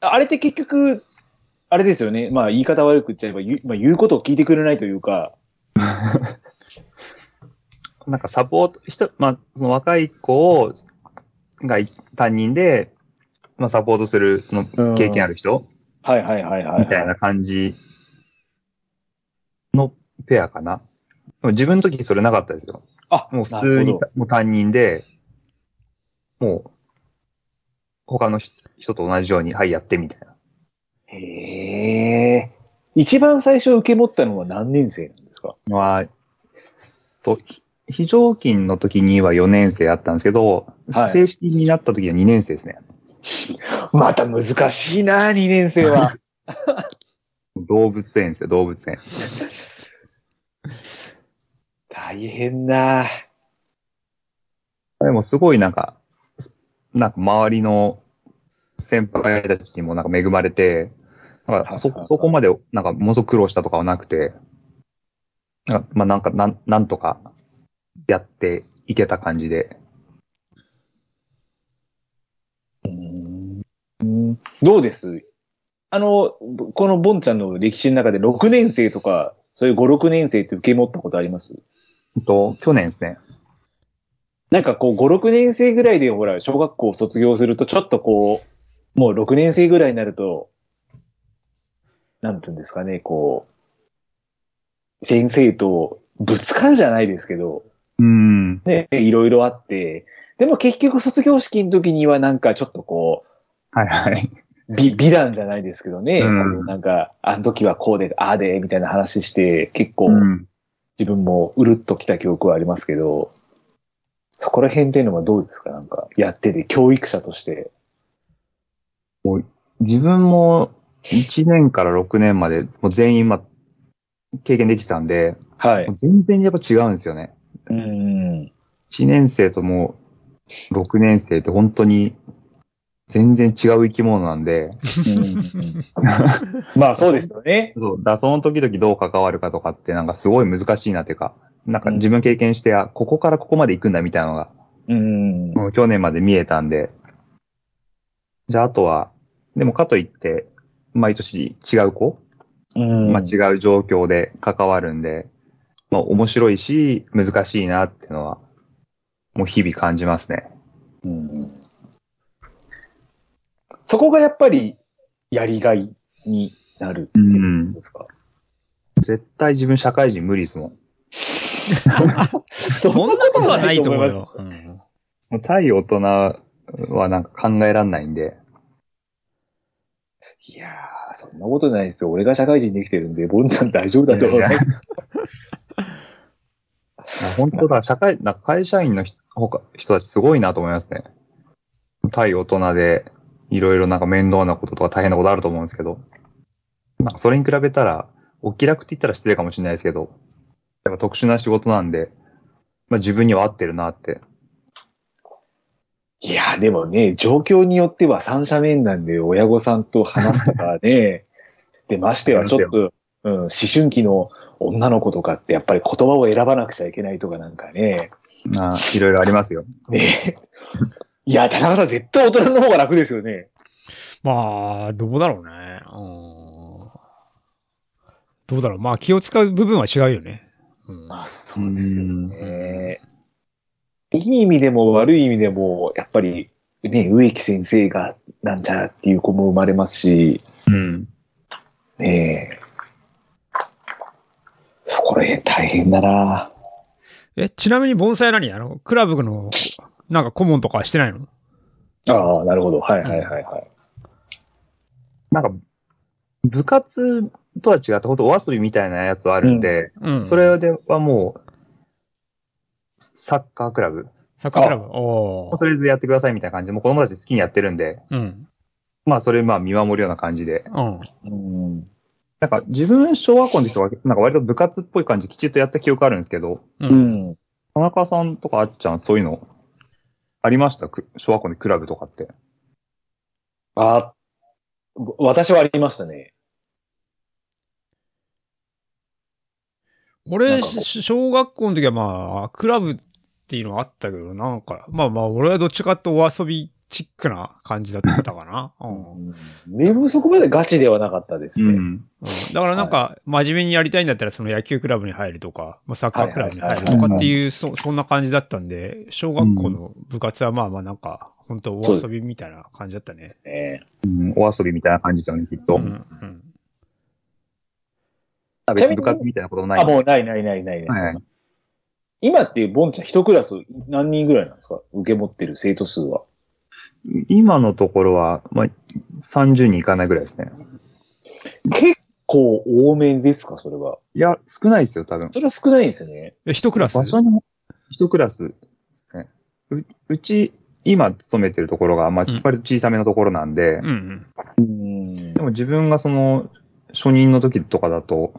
あれって結局、あれですよね。まあ、言い方悪く言っちゃえば、言う,、まあ、言うことを聞いてくれないというか、
なんかサポート、人、まあ、その若い子を、がい担任で、まあ、サポートする、その経験ある人
はいはいはいはい、はい。
みたいな感じのペアかな。でも自分の時それなかったですよ。
あ、
もう普通に
なるほど
もう担任で、もう他の人人と同じように、はい、やってみたいな。
へえ。一番最初受け持ったのは何年生なんですか
は、と、ひ非常勤の時には4年生あったんですけど、
はい
正式になった時は2年生ですね。
[LAUGHS] また難しいな、2年生は。
動物園ですよ、動物園。
大変だ。
でもすごいなんか、なんか周りの先輩たちにもなんか恵まれて、なんかそ、そこまでなんかものすごく苦労したとかはなくて、なんかまあなんかなん、なんとかやっていけた感じで。
うんどうですあの、このボンちゃんの歴史の中で6年生とか、そういう5、6年生って受け持ったことあります
ほんと、去年ですね。
なんかこう、5、6年生ぐらいで、ほら、小学校を卒業すると、ちょっとこう、もう6年生ぐらいになると、なんていうんですかね、こう、先生とぶつかるじゃないですけど、
うん。
ね、いろいろあって、でも結局卒業式の時にはなんかちょっとこ
はいはい。
う、美、美談じゃないですけどね、
うん
こうなんか、あの時はこうで、ああで、みたいな話して、結構、
うん。
自分もうるっときた記憶はありますけど、そこら辺っていうのはどうですかなんか、やってて、教育者として。
自分も1年から6年まで、もう全員、まあ、経験できてたんで、
はい
もう。全然やっぱ違うんですよね。
うん。
1年生ともう6年生って本当に全然違う生き物なんで、
[LAUGHS]
まあ、そうですよね。
そうだからその時々どう関わるかとかってなんかすごい難しいなっていうか、なんか自分経験して、あ、ここからここまで行くんだみたいなのが、
うん。
もう去年まで見えたんで、じゃああとは、でもかといって、毎年違う子
うん。
まあ、違う状況で関わるんで、まあ、面白いし、難しいなっていうのは、もう日々感じますね。
うんそこがやっぱり、やりがいになるっていうんですか、
絶対自分社会人無理ですもん。
そ
そんなことはないと思う
いま
[LAUGHS]
よ。うん
もう対大人はなんか考えらんないんで。
す。いやー、そんなことないですよ。俺が社会人できてるんで、ボンちゃん大丈夫だと思う。
いやいやまあ本当だ、社会、なんか会社員の人他人たちすごいなと思いますね。対大人で、いろいろなんか面倒なこととか大変なことあると思うんですけど、なんかそれに比べたら、お気楽って言ったら失礼かもしれないですけど、やっぱ特殊な仕事なんで、まあ自分には合ってるなって。
いや、でもね、状況によっては三者面談で親御さんと話すとか [LAUGHS] ね、で、ましてはちょっと、うん、思春期の女の子とかってやっぱり言葉を選ばなくちゃいけないとかなんかね、
まあ、いろいろありますよ。
ねいや、田中さん絶対大人の方が楽ですよね。
まあ、どうだろうね。うんどうだろう。まあ、気を使う部分は違うよね。うん
あ、そ
そうですよね
ね。いい意味でも悪い意味でも、やっぱりね、植木先生がなんちゃらっていう子も生まれますし、
うん。
ねえ。そこら辺大変だな
え、ちなみに盆栽何あの、クラブの、なんか顧問とかはしてないの
ああ、なるほど。はいはいはいはい。
なんか、部活とは違って、ほんとお遊びみたいなやつはあるんで、
うん。
それではもう、サッカークラブ
サッカークラブ。お
とりあえずやってくださいみたいな感じで、もう子供たち好きにやってるんで、
ーうん。
まあそれまあ見守るような感じで。
うん。
うん。
なんか自分小学校の時は、なんか割と部活っぽい感じきちっとやった記憶あるんですけど、
う。
うんん。
田中さんとかあっちゃんそういうのありましたく小学校のクラブとかって。
あ、ぼ私はありましたね。なん
俺、
かこう
し小学校の時はまあ、クラブっていうのはあったけど、なんか、まあまあ、俺はどっちかってお遊びチックな感じだったかな。う。
うん
うん。
でもそこまでガチではなかったですね。
だからなんか、真面目にやりたいんだったら、その野球クラブに入るとか、まあ、サッカークラブに入るとかっていう、そそんな感じだったんで、小学校の部活はまあまあなんか、本当お遊びみたいな感じだったね。
ね
うん。お遊びみたいな感じですよね、きっと。
うんうん。
なんか別に部活みたいなこともない。
あ、もうないないないないない。
はい
今ってボンちゃん一クラス何人ぐらいなんですか受け持ってる生徒数は。
今のところは、まあ、30人いかないぐらいですね。
結構多めですかそれは。
いや、少ないですよ、多分。
それは少ないんですよね。
え、一クラス
場所に、一クラスですね、ううち、今勤めてるところが、まあ
うん、
割と小さめのところなんで、
うんうん。
うん
で。も自分がその、初任の時とかだと、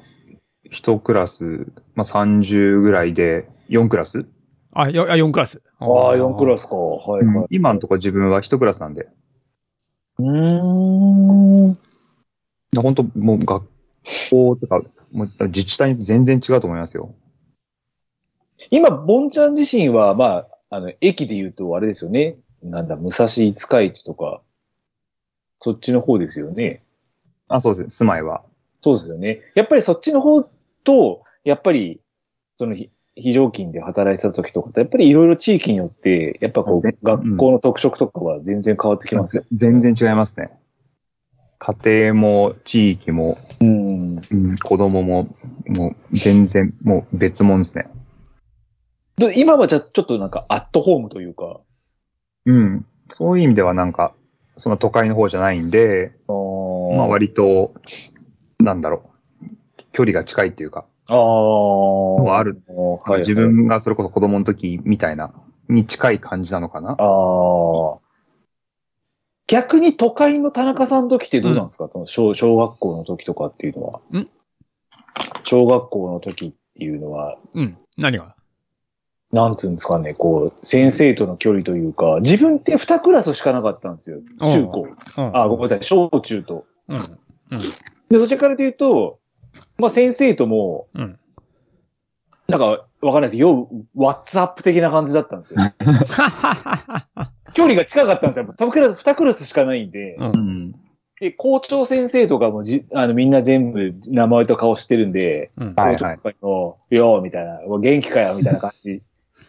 一クラス、まあ、30ぐらいで、4クラス、
あ、よあ4クラス。あ
ああ、4クラ
ス。
スか。はいはい。
今のところ自分は一クラスなんで、
うーん。
本当もう学校とか、もう自治体に全然違うと思いますよ。
今、ボンちゃん自身は、まあ、あの、駅で言うと、あれですよね。なんだ、武蔵五日市とか、そっちの方ですよね。
あ、そうですね、住まいは。
そうですよね。やっぱりそっちの方と、やっぱり、その、ひ非常勤で働いてた時とかと、やっぱりいろいろ地域によって、やっぱこ
うん
う、学校の特色とかは全然変わってきますよ。
全然違いますね。家庭も地域も、
うん。
うん子供も、もう全然、もう別物ですね。
で今はじゃあちょっとなんか、アットホームというか、
うん。そういう意味ではなんか、そんな都会の方じゃないんで、
あー
まあ割と、なんだろう、距離が近いっていうか、
あー。
はある
はいはい
自分がそれこそ子供の時みたいな、に近い感じなのかな。
ああ。逆に都会の田中さんの時ってどうなんですか、その小小学校の時とかっていうのは。
ん
小学校の時っていうのは、
うん。何が
なんつうんですかね、こう、先生との距離というか、自分って2クラスしかなかったんですよ。中高。
うん
あ、ごめんなさい、小中と。
うん。
で、どちらからというと、まあ先生とも、
うん。
なんか、わかんないですけど、要、ワッツアップ的な感じだったん [LAUGHS] ですよ。距離が近かったんですよ。多分クラス、2クラスしかないんで。
う。
うんん。
で、校長先生とかもじ、あの、みんな全部名前と顔してるんで、
うん。
はい
校長先輩の、よーみたいな、お元気かよ、みたいな感じ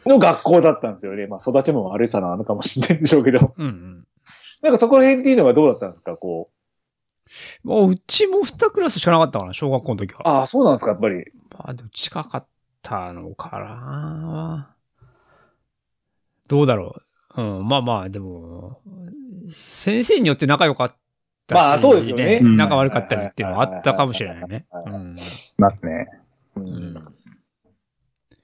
の学校だったんですよね。まあ、育ちも悪いさなあのかもしれないんでしょうけど。 [LAUGHS]
うんうん。
なんかそこら辺っていうのはどうだったんですか、こう。
もううちも2クラスしかなかったかな、小学校の時は。
ああ、そうなんですか、やっぱり。
まあ、でも近かったのかな。どうだろう。うん、まあまあ、でも、先生によって仲良かったし、
まあそうですよね
うん
仲悪かったりっていうのはあったかもしれないね。
はいは
うん
ますね。
うん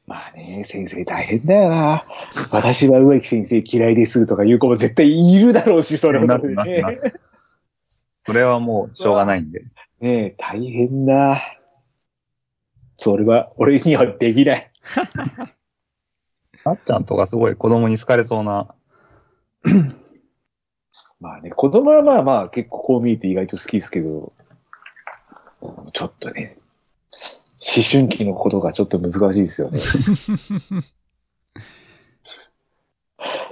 まあね、先生大変だよな。私は植木先生嫌いですとか言う子も絶対いるだろうし、それはそれで
な
ね。
ななそれはもうしょうがないんで。
ねえ、大変だ。それは俺にはできない。
なっちゃんとかすごい子供に好かれそうな。
まあね、子供はまあまあ結構こう見えて意外と好きですけど、ちょっとね、思春期のことがちょっと難しいですよね。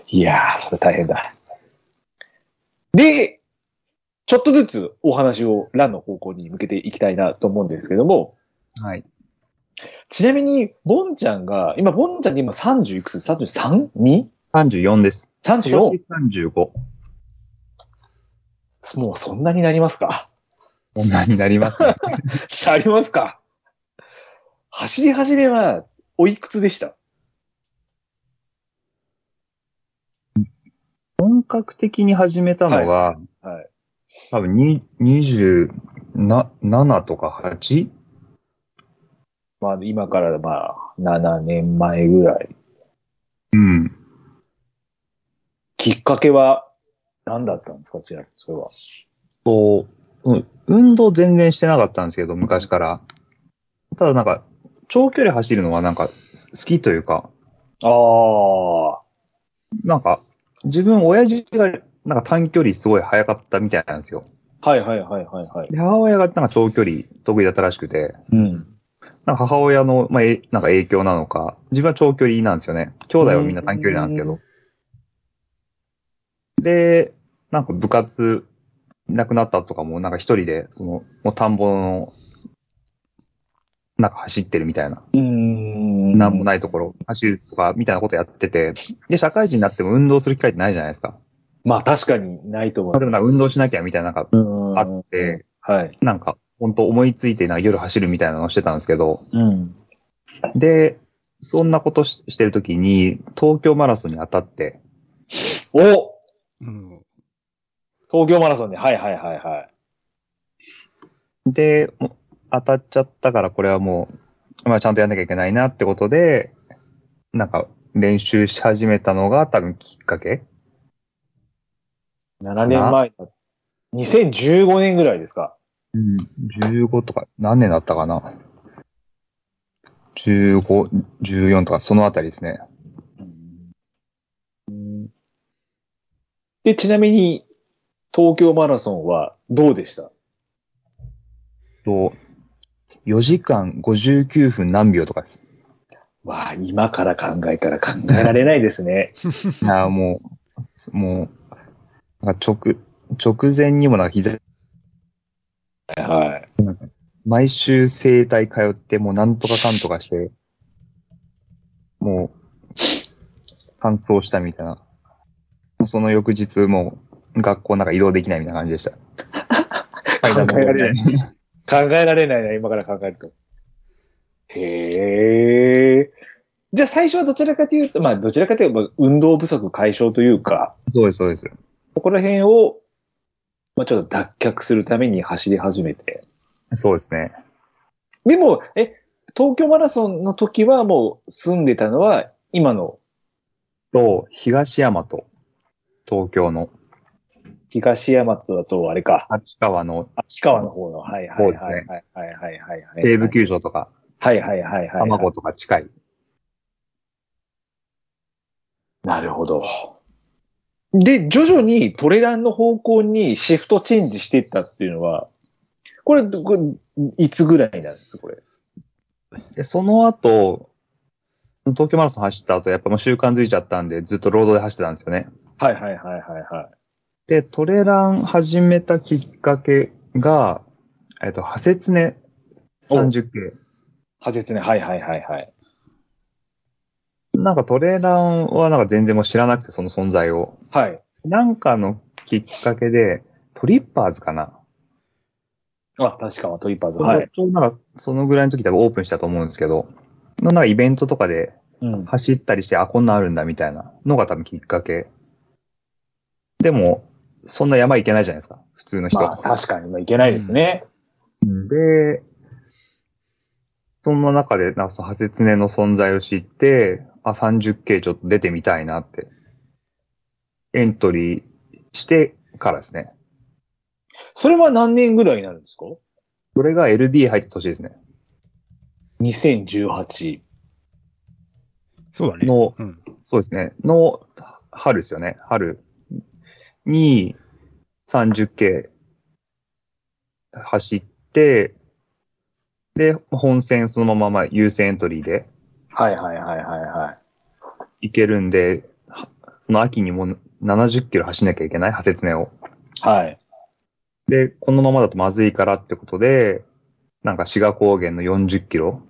いやー、それ大変だ。で、ちょっとずつお話をランの方向に向けていきたいなと思うんですけども、
はい。
ちなみに、ボンちゃんが、今、ボンちゃんで今30いくつ ?33?2?34?
34です。今年35。
もうそんなになりますか
女になりますね。
なりますか走り始めは、おいくつでした
本格的に始めたのが、
いはい
多分に27とか 8?
まあ、今から、まあ、7年前ぐらい。
うん。
きっかけは、何だったんですかちなみに、それは。
と、うん運動全然してなかったんですけど、昔から。ただなんか、長距離走るのはなんかす好きというか、
ああ。
なんか、自分、親父がなんか短距離すごい速かったみたいなんですよ。
はいはいはいはいはい。
で母親がなんか長距離得意だったらしくて、
うん。
なんか母親の、まあ、えなんか影響なのか、自分は長距離なんですよね。兄弟はみんな短距離なんですけど。で、なんか部活いなくなったとかも、なんか一人で、その、もう田んぼの、なんか走ってるみたいな、
うーん。
なんもないところ、走るとか、みたいなことやってて、で、社会人になっても運動する機会ってないじゃないですか。
まあ、確かにないと思
でもなんか運動しなきゃみたいな、なんか
う。うん
あって、
はい。
なんか、本当思いついて、なんか夜走るみたいなのをしてたんですけど、
うん。
で、そんなことししてるときに、東京マラソンに当たって、
お
うん
東京マラソンね。はいはいはいはい。
で、もう当たっちゃったから、これはもう、まあちゃんとやんなきゃいけないなってことで、なんか、練習し始めたのが多分きっかけ
7年前だ。2015年ぐらいですか。
うん、15とか、何年だったかな。15、14とか、そのあたりですね。
うんで、ちなみに、東京マラソンはどうでした
と、4時間59分何秒とかです。
わあ、今から考えたら考えられないですね。
いや、もう、もう、なんか直、直前にもなんか膝、
[LAUGHS] はい。
毎週整体通って、もうなんとかかんとかして、もう、完走したみたいな。その翌日、もう、学校なんか移動できないみたいな感じでした。
考えられ
ない。
考えられないな、今から考えると。へえ。じゃあ最初はどちらかというと、まあどちらかというと、まあ運動不足解消というか、
そうです、そうです。
そこら辺を、まあちょっと脱却するために走り始めて。
そうですね。
でも、え、東京マラソンの時はもう住んでたのは今の
と、東山と、東京の
東大和だとあれか、
立川の
秋川の方の、はいはいはいはいはいはいはいはい。
西部球場とか、
はいはいはいはい。
卵とか近い。
なるほど。で、徐々にトレランの方向にシフトチェンジしていったっていうのは、これ、どこれいつぐらいなんですこれ。
で、その後、東京マラソン走った後、やっぱもう習慣づいちゃったんで、ずっとロードで走ってたんですよね。
はいはいはいはいは
で、トレラン始めたきっかけが、えっと、ハセツネ 30K。
い。派切ね。はいはいはいはい。
なんかトレランはなんか全然もう知らなくて、その存在を。
はい。
なんかのきっかけで、トリッパーズかな。
あ、確かはトリッパーズ。はい。
ちょうどなんか、そのぐらいの時多分オープンしたと思うんですけど、のなんかイベントとかで
うん。
走ったりして、あ、こんなんあるんだみたいなのが多分きっかけ。でも、そんな山行けないじゃないですか、普通の人。
まあ確かに、まあいけないですね。
で、そんな中で、なんかその、ハセツネの存在を知って、あ、30K ちょっと出てみたいなって、エントリーしてからですね。
それは何年ぐらいになるんですか
それが LD 入った年ですね。
?2018。
そうだね。
の
うん。
そうですね。の、春ですよね。春に 30K 走って、で、本戦そのまままあ優先エントリーで
はいはいはいはいはい。
行けるんで、はその秋にもう70キロ走んなきゃいけない、ハセツネを。
はい。
で、このままだとまずいからってことで、なんか志賀高原の40キロ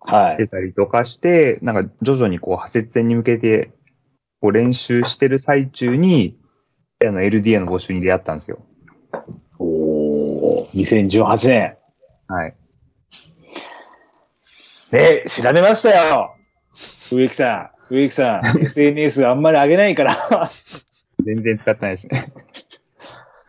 は
出
い。
たりとかして、なんか徐々にこう、派切に向けて、こう練習してる最中に、あの LDA の募集に出会ったんですよ。
おー、2018年。
はい。
ねえ、調べましたよ植木さん、植木さ
[LAUGHS]
ん、SNS あんまり上げないから。
全然使ってないです [LAUGHS] ね。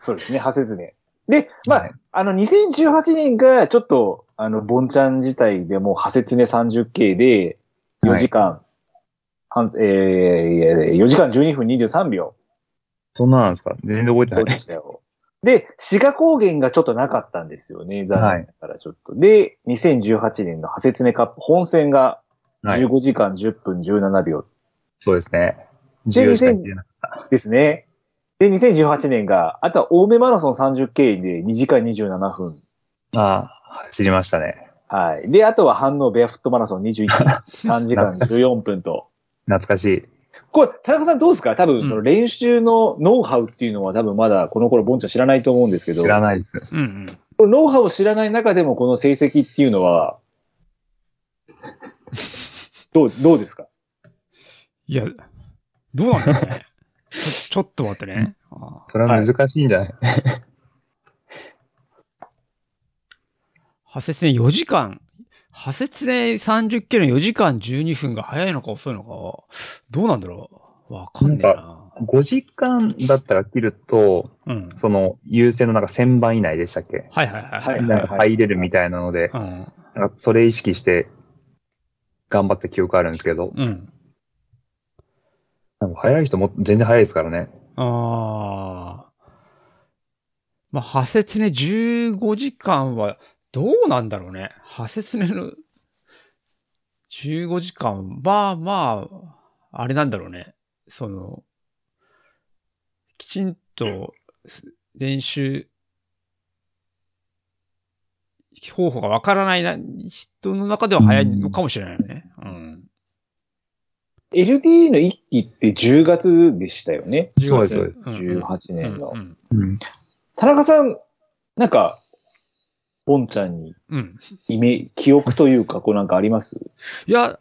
そうですね、はせずね。で、まあ、
はい
あの、2018年がちょっと、あの、ボンちゃん自体でもう、はせつね 30K で、4時間、半えー、4時間12分23秒
そんななんですか全然覚えて
取
な
り
い
ま。したよ。で、志賀高原がちょっとなかったんですよね、残
は
念
い
だからちょっと。で、2018年のハセツネカップ本戦が
はい。
15時間10分17秒
そうですね。
で
14しか行ってなかっ
ですね。で、2018年が、あとは青梅マラソン 30K で2時間27分。
たああ、走りましたね。
はい。で、あとは反応ベアフットマラソン21、3時間14分
[LAUGHS]
と。
懐かしい。
これ、田中さんどうですか多
う
分、
ん
その練習のノウハウっていうのは多分まだこの頃ボンちゃん知らないと思うんですけど、
知らないです。
うんうん。
このノウハウを知らない中でもこの成績っていうのは、どう、どうですか
いや、どうなんだろうね。ちょ、ちょっと待ってね。あー
それは難しいんじゃない、
派切ね4時間。派切ね30キロの4時間12分が早いのか遅いのか、どうなんだろう。わかんねえな。
?5 時間だったら切ると、
うん。
その優先のなんか1000番以内でしたっけ
はいはいはいはい。
なんか入れるみたいなので、
うん。
なんかそれ意識して頑張った記憶あるんですけど、
うん。
なんか早い人も全然早いですからね。
ああ。まあ、派切ね15時間はどうなんだろうね。派切ねの15時間、まあまあ、あれなんだろうね。その、きちんとす練習方法がわからないな人の中では早いのかもしれないよね。うん。
LDA の一期って10月でしたよね。
そうですそうです
ん
18年の。
うん
うん。
田中さん、なんか、ボンちゃんに
うん。
イメ、記憶というか、こうなんかあります
いや、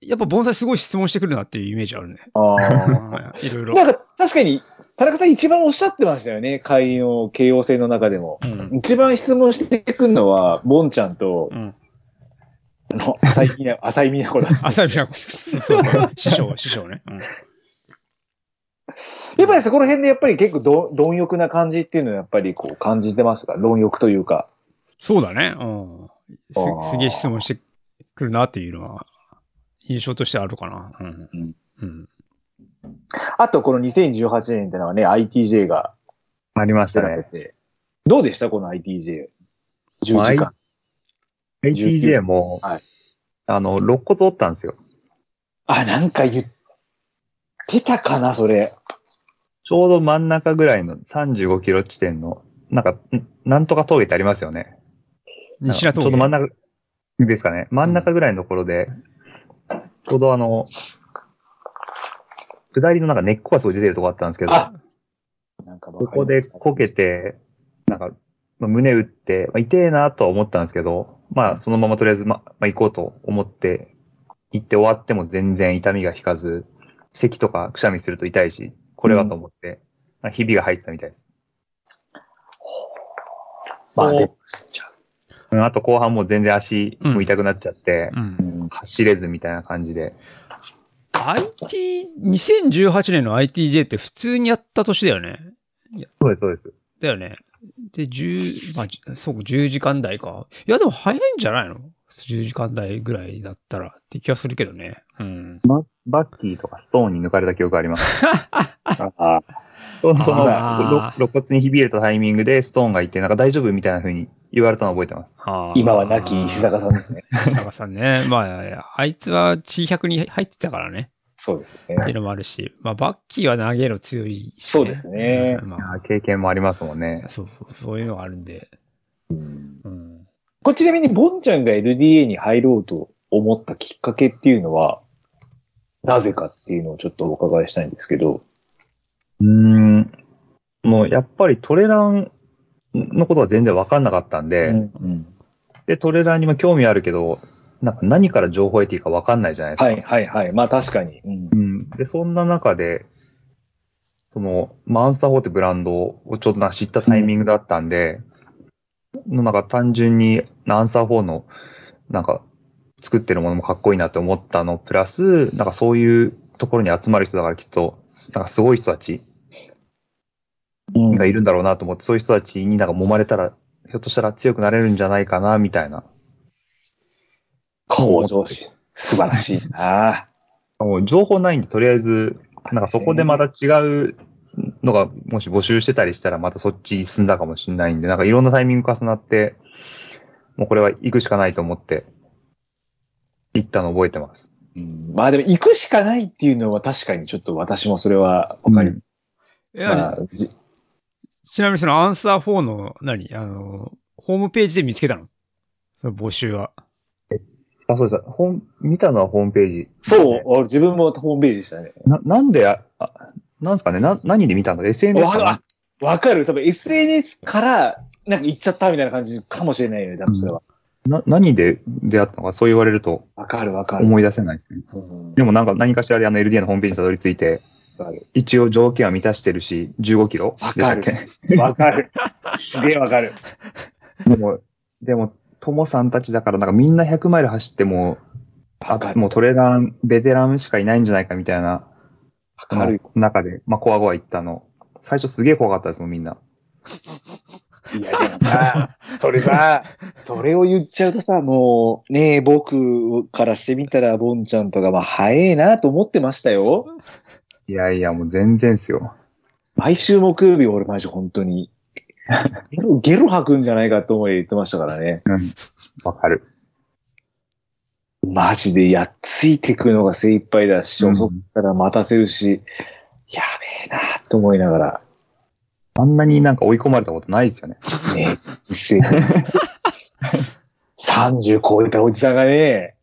やっぱ盆栽すごい質問してくるなっていうイメージあるね。
ああ。
はいいろい
[LAUGHS]
ろ。
なんか、確かに、田中さん一番おっしゃってましたよね。会員を慶応戦の中でも。
うん。
一番質問してくるのは、ボンちゃんと、
うん。
あの、浅井美奈浅井美奈子だっつって
浅井美奈子。そうそう。師匠、師匠ね。うん。
やっぱりそこら辺でやっぱり結構ど貪欲な感じっていうのはやっぱりこう感じてますか貪欲というか。
そうだね。うん。
あー
すすげえ質問してくるなっていうのは、印象としてあるかな。うん。
うん
うん。
あとこの2018年ってのはね、ITJ が
ありまし
出
た
られ
ね。
て。どうでしたこの ITJ。10時
ま
間
あ。ITJ も、
はい
あの、肋骨折ったんですよ。
あ、なんか言ってたかなそれ。
ちょうど真ん中ぐらいの35キロ地点の、なんか、んなんとか峠ってありますよね。
西田
ちょう
峠
ど真ん中ですかね。真ん中ぐらいのところで、ちょうどあの、下りのなんか根っこがすごい出てるとこあったんですけど、
あなんかわ
こ
かりま
こですこけて、なんか、まあ胸打って、まあ、痛えなとは思ったんですけど、まあそのままとりあえず、ま、まあ行こうと思って、行って終わっても全然痛みが引かず、咳とかくしゃみすると痛いし、これはと思って、まあひびが入ってたみたいです。
まあでも
うんあと後半もう全然足も痛くなっちゃって、
うん
う。ん
走れずみたいな感じで。
IT、2018年の ITJ って普通にやった年だよね。
そうです、そうです。
だよね。で、10、まあじ、そうか、10時間台か。いや、でも早いんじゃないの ?10 時間台ぐらいだったらって気はするけどね。うん。
バッキーとかストーンに抜かれた記憶があります。
あ
[LAUGHS] その、その
あー
肋骨にひび入れたタイミングでストーンがいて、なんか大丈夫みたいな風に言われたのを覚えてます。
あー
今は亡き石坂さんですね。
石坂さんね。 [LAUGHS] まあ、あいつは G100 に入ってたからね。
そうですね
っ。ていうのもあるし、まあ、バッキーは投げろ強いし、ね。
そうですね
うんま
あー経験もありますもんね
あ、。そうそう、そういうのがあるんで。
うん
うん。
これちなみに、ボンちゃんが LDA に入ろうと思ったきっかけっていうのは、なぜかっていうのをちょっとお伺いしたいんですけど。
うーん。もうやっぱりトレランのことは全然わかんなかったんで、
うん
で、トレランにも興味あるけど、なんか何から情報を得ていいかわかんないじゃないですか。
はいはいはい。まあ確かに。うん
うん。で、そんな中で、その、マンサホーってブランドをちょっとな知ったタイミングだったんで、なんか単純に、アンサー4の、なんか、作ってるものもかっこいいなって思ったの、プラス、なんかそういうところに集まる人だからきっと、なんかすごい人たち
うん
がいるんだろうなと思って、そういう人たちになんか揉まれたら、ひょっとしたら強くなれるんじゃないかな、みたいな。
向上心。素晴らしいな。
もう情報ないんで、とりあえず、なんかそこでまた違うのが、もし募集してたりしたら、またそっち進んだかもしれないんで、なんかいろんなタイミング重なって、もうこれは行くしかないと思って、行ったの覚えてます。
うんまあでも行くしかないっていうのは確かにちょっと私もそれはわかります。
い
ま
や
あ、じ
ちなみにそのアンサー4の何、あの、ホームページで見つけたのその募集は。
あ、そうです。ほん見たのはホームページ。
そう、俺自分もホームページでしたね。
ななんで、あなんですかねな何で見たの ?SNS か
わ
な
わかる多分 SNS からなんか行っちゃったみたいな感じかもしれないよね、多分それは。
な何で出会ったのか、そう言われると
わかるわかる。
思い出せないですね。
うん
でもなんか何かしらであの LDA のホームページにたどり着いて、
わかる
一応条件は満たしてるし、15キロ
わ
で
か
したっ
る
け。
わかる。すげえわかる。
でも、でも、ともさんたちだから、なんかみんな100マイル走っても、
わかる。
もうトレーラー、ベテランしかいないんじゃないかみたいな、
わかる。
中で、まあ、コワゴワ行ったの。最初すげえ怖かったですもん、みんな。
いや、でもさ、それさ、それを言っちゃうとさ、もう、ねえ、僕からしてみたら、ボンちゃんとか、まあ、早えなと思ってましたよ。
いやいや、もう全然ですよ。
毎週木曜日、俺マジ本当に、ゲロ、ゲロ吐くんじゃないかと思い言ってましたからね。
わかる。
マジで、やっついてくのが精一杯だし、
うん
遅くから待たせるし、やべえなと思いながら、
あんなになんか追い込まれたことないですよね。
ね、一斉に30超えたおじさんがね、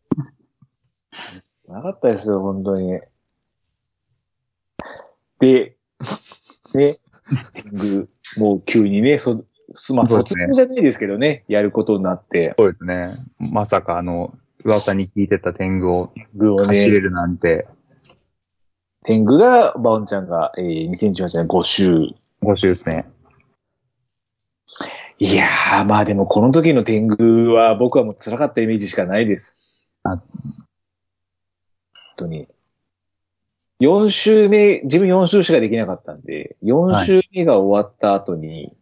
なかったですよ、本当に。で、で、天狗、もう急にね、そ、すまあ、
そうです
卒
ね
業じゃないですけどね、やることになって、
そうですね。まさかあの、噂に聞いてた天狗を
天狗を
走れ
ね、
るなんて、
天狗が、バオンちゃんが、えー、2018年5周。
5周ですね。
いやー、まあでもこの時の天狗は僕はもう辛かったイメージしかないです。
あ
本当に。4週目、自分4週しかできなかったんで、4週目が終わった後に、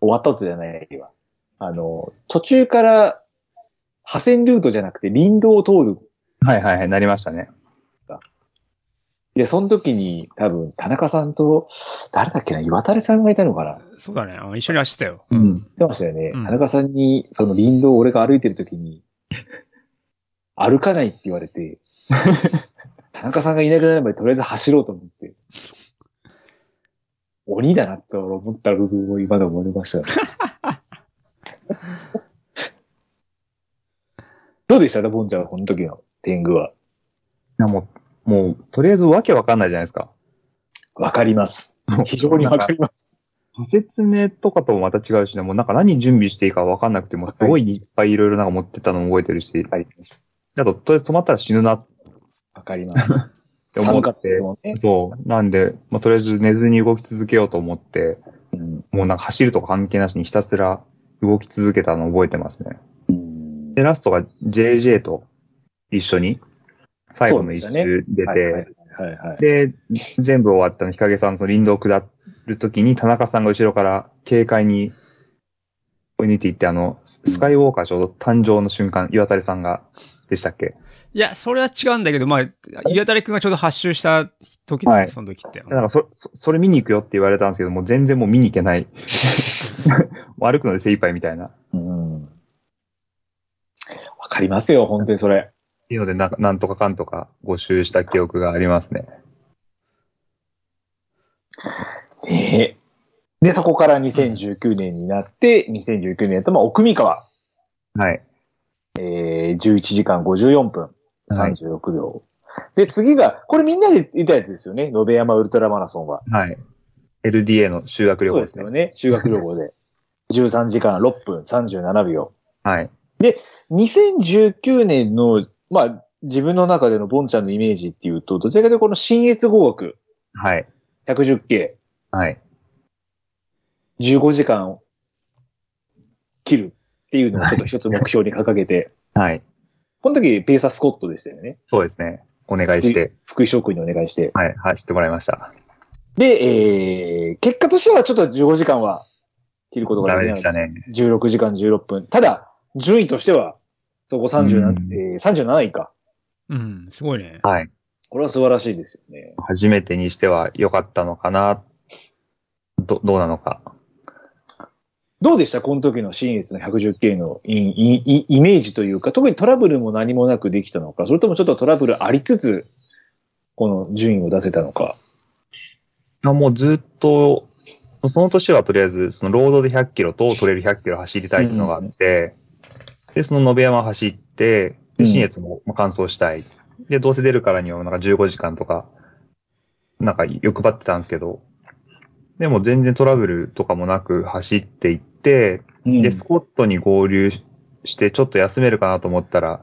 終わった後じゃないわ。あの、途中から、破線ルートじゃなくて林道を通る。
はいはいはい、なりましたね。
で、その時に多分田中さんと、誰だっけな、岩垂さんがいたのかな
そうだね。あの一緒に走ったよ。
うん。
言ってましたよね。
うん
田中さんに、その林道を俺が歩いてる時に、 [LAUGHS] 歩かないって言われて、田中さんがいなくなるまでとりあえず走ろうと思って、鬼だなって俺思った部分を今で思いましたね。どうでしたね、ボンちゃんはこの時の天狗は。
いやもう、もう、とりあえずわけわかんないじゃないですか。
わかります。非常にわかります。
説明とかともまた違うしね、もうなんか何準備していいかわかんなくて、もうすごいいっぱいいろいろなんか持ってったのも覚えてるし、
わかります。
あと、とりあえず止まったら死ぬなっ
わかります。
て思
寒
っ
かったです
て、
もんね。
そう。なんで、まあ、とりあえず寝ずに動き続けようと思って、
うん
もうなんか走るとか関係なしにひたすら動き続けたのを覚えてますね。
うん
で、ラストが JJ と一緒に、最後の一
そうで
周出て、
はいはいはいはい。
で、全部終わったの、日陰さんのその林道を下るときに、田中さんが後ろから軽快に追い抜いていって、あの、ススカイウォーカーちょうど誕生の瞬間、岩谷さんが、でしたっけ
いや、それは違うんだけど、まあ、岩谷くんがちょうど発注した時だね、
はい
その時って。
なんかそ、そそれ見に行くよって言われたんですけど、もう全然もう見に行けない。 [LAUGHS] もう歩くので精一杯みたいな。っ
うんわかりますよ、本当にそれ。
ていうので、なんかなんとかかんとか、募集した記憶がありますね。
ええで、そこから2019年になって、2019年と、まあ、奥三河、
はい。
えー、11時間54分、
はい
36秒。で、次が、これみんなでいたやつですよね、野辺山ウルトラマラソンは。
はい。LDA の修学旅
そう
行
で
ですす
よ
ね。
ね、修学旅行 [LAUGHS] で。13時間6分37秒。
はい。
2019年の、まあ、自分の中でのボンちゃんのイメージっていうと、どちらかというとこの新越合学
はい。
110系。
はい。
15時間を切るっていうのをちょっと一つ目標に掲げて、 [LAUGHS]
はい。
この時ペーサー・スコットでしたよね。
そうですね。お願いして、
福井職員にお願いして。
はい。走ってもらいました。
で、えー、結果としてはちょっと15時間は切ることが
ダ
で
メ
きな
で
い。
したね。
16時間16分。ただ、順位としては、そこ37、
うん
えー37位か。
うん、すごいね。
はい。
これは素晴らしいですよね。
初めてにしては良かったのかな。ど、どうなのか。
どうでしたこの時の新越の 110K のインインインイメージというか、特にトラブルも何もなくできたのか、それともちょっとトラブルありつつ、この順位を出せたのか。
いやもうずっと、その年はとりあえず、そのロードで100キロとトレイル100キロ走りたいっていうのがあって、で、その野辺山走って、
うん
で、新越もまあ完走したい。で、どうせ出るからには、なんか15時間とか、なんか欲張ってたんですけど、でも全然トラブルとかもなく走っていって、
うん
で、スコットに合流しして、ちょっと休めるかなと思ったら、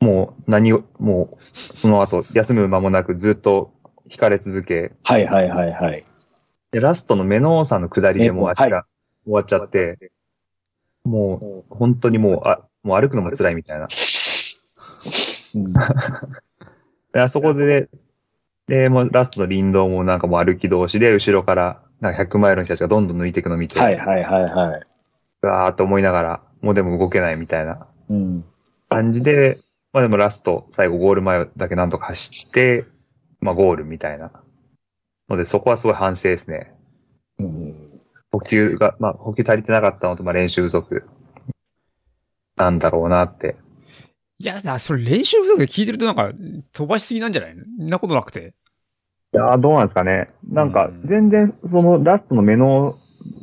もう何を、もう、その後、休む間もなくずっと引かれ続け、
はいはいはいはい。
で、ラストのメノーさんの下りでもう
メノー
足が終わっちゃって、もう本当にもう、あ、もう歩くのも辛いみたいな。
うん
で、あそこで、で、もうラストの林道もなんかもう歩き通しで、後ろから、なんか100マイルの人たちがどんどん抜いていくのを見て、
はいはいはいはい。
うわーっと思いながら、もうでも動けないみたいな
うん。
感じで、まあでもラスト、最後ゴール前だけなんとか走って、まあゴールみたいな。ので、そこはすごい反省ですね。
うん
途給が、まあ、補給足りてなかったのと、まあ、練習不足なんだろうなって。
いや、だそれ練習不足で聞いてるとなんか飛ばしすぎなんじゃないんなことなくて。
いやーどうなんですかね。なんか
うん、
全然、その、ラストのメノ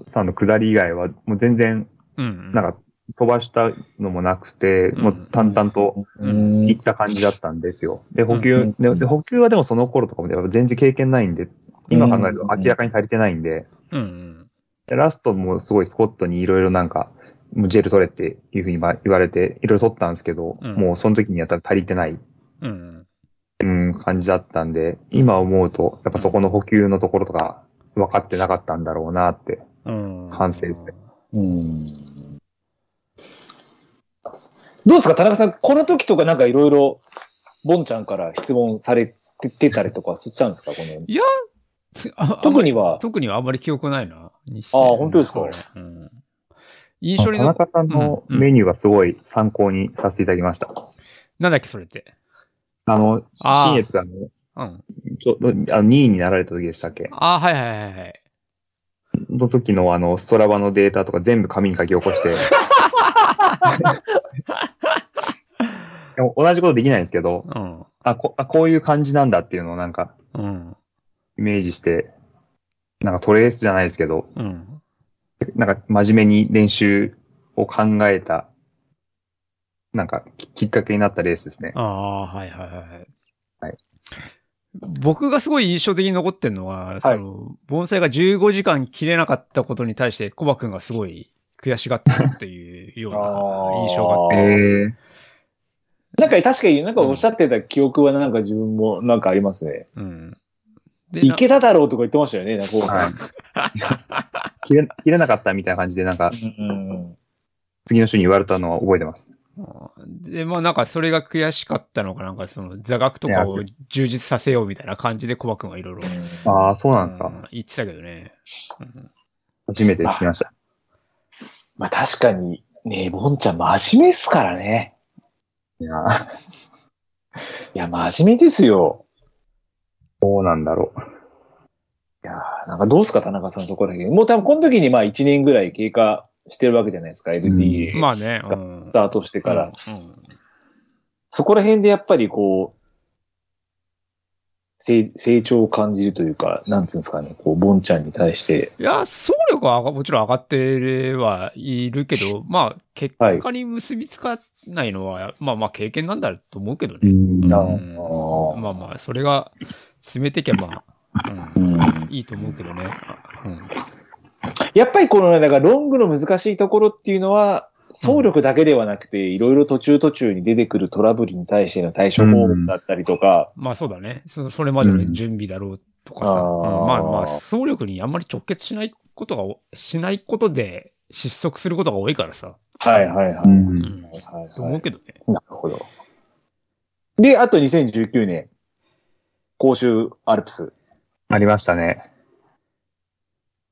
さんの下り以外は、もう全然、
うん。
なんか、飛ばしたのもなくて、
うん
もう淡々と
うん
いった感じだったんですよ。で、補給、
うん
でで補給はでもその頃とかもやっぱ全然経験ないんで、今考えると明らかに足りてないんで、
うんうん。
でラストもすごいスコットにいろいろなんか、もうジェル取れっていうふうにま言われて、いろいろ取ったんですけど、
うん
もうその時には多分足りてない、
うんうん。
うん、感じだったんで、今思うと、やっぱそこの補給のところとか、分かってなかったんだろうなって。
うん
反省ですね。
うんどうですか、田中さん、この時とかなんかいろいろ、ボンちゃんから質問されてたりとかしたんですか、この
あ
特
に、
には。
特にはあんまり記憶ないな。あ
あ本当ですか
うん。印
田
象に残っ
中さんのメニューはすごい参考にさせていただきました。
なんだっけ、それって。
あの、
あー
新越あ
う
の、
ん。
ちょあの2位になられた時でしたっけ
ああ、はいはいはいはい。
の時のあの、ストラバのデータとか全部紙に書き起
[LAUGHS]
こして。でも同じことできないんですけど、
うん。
あこあ、こういう感じなんだっていうのをなんか、
うん。
イメージして、なんかトレースじゃないですけど、
うん。
なんか真面目に練習を考えた、なんかききっかけになったレースですね。
ああ、はいはいはいはい。
はい
僕がすごい印象的に残ってるのは、その、盆栽が15時間切れなかったことに対して、コバくんがすごい悔しがってるっていうような
あー
印象があっ
え
て。
ー、
なんか確かになんかおっしゃってた記憶はなんか自分もなんかありますね。
うん。で
池田だろうとか言ってましたよね、なんかこう [LAUGHS]
はい。切れ、切れなかったみたいな感じで、なんか、
うん
次の週に言われたのは覚えてます。
で、まあなんかそれが悔しかったのか、なんかその座学とかを充実させようみたいな感じでコバくんはいろいろ
ああ、そうなんですか。
うん言ってたけどね。うん
初めて聞きました。
まあ確かに、ねボンちゃん真面目っすからね。
いやー
いや、真面目ですよ。
どうなんだろう。
いやーなんかどうすか、田中さん、そこだけ。もう多分この時にまあ1年ぐらい経過してるわけじゃないですか、LDA
まあね。う
が
ん
スタートしてから。
うん
そこら辺でやっぱりこう、成成長を感じるというか、なんつうんですかね、こう、ボンちゃんに対して。
いや、総力はもちろん上がってはいるけど、まあ、結果に結びつかないのは、まあまあ経験なんだと思うけどね。
ん
う
あ
ん
ー
まあまあ、それが詰めてけば、
う
う
んん
いいと思うけどね。うん
やっぱりこの、なんかロングの難しいところっていうのは、総力だけではなくて、いろいろ途中途中に出てくるトラブルに対しての対処方法だったりとか、
まあそうだね。そそれまでの準備だろうとかさ。
うん
うん
あー
まあまあ、総力にあんまり直結しないことがお、しないことで失速することが多いからさ。
はいはいはい。
うん
うん。
はいはい
と思うけどね。
なるほど。で、あと2019年、甲州アルプス
ありましたね。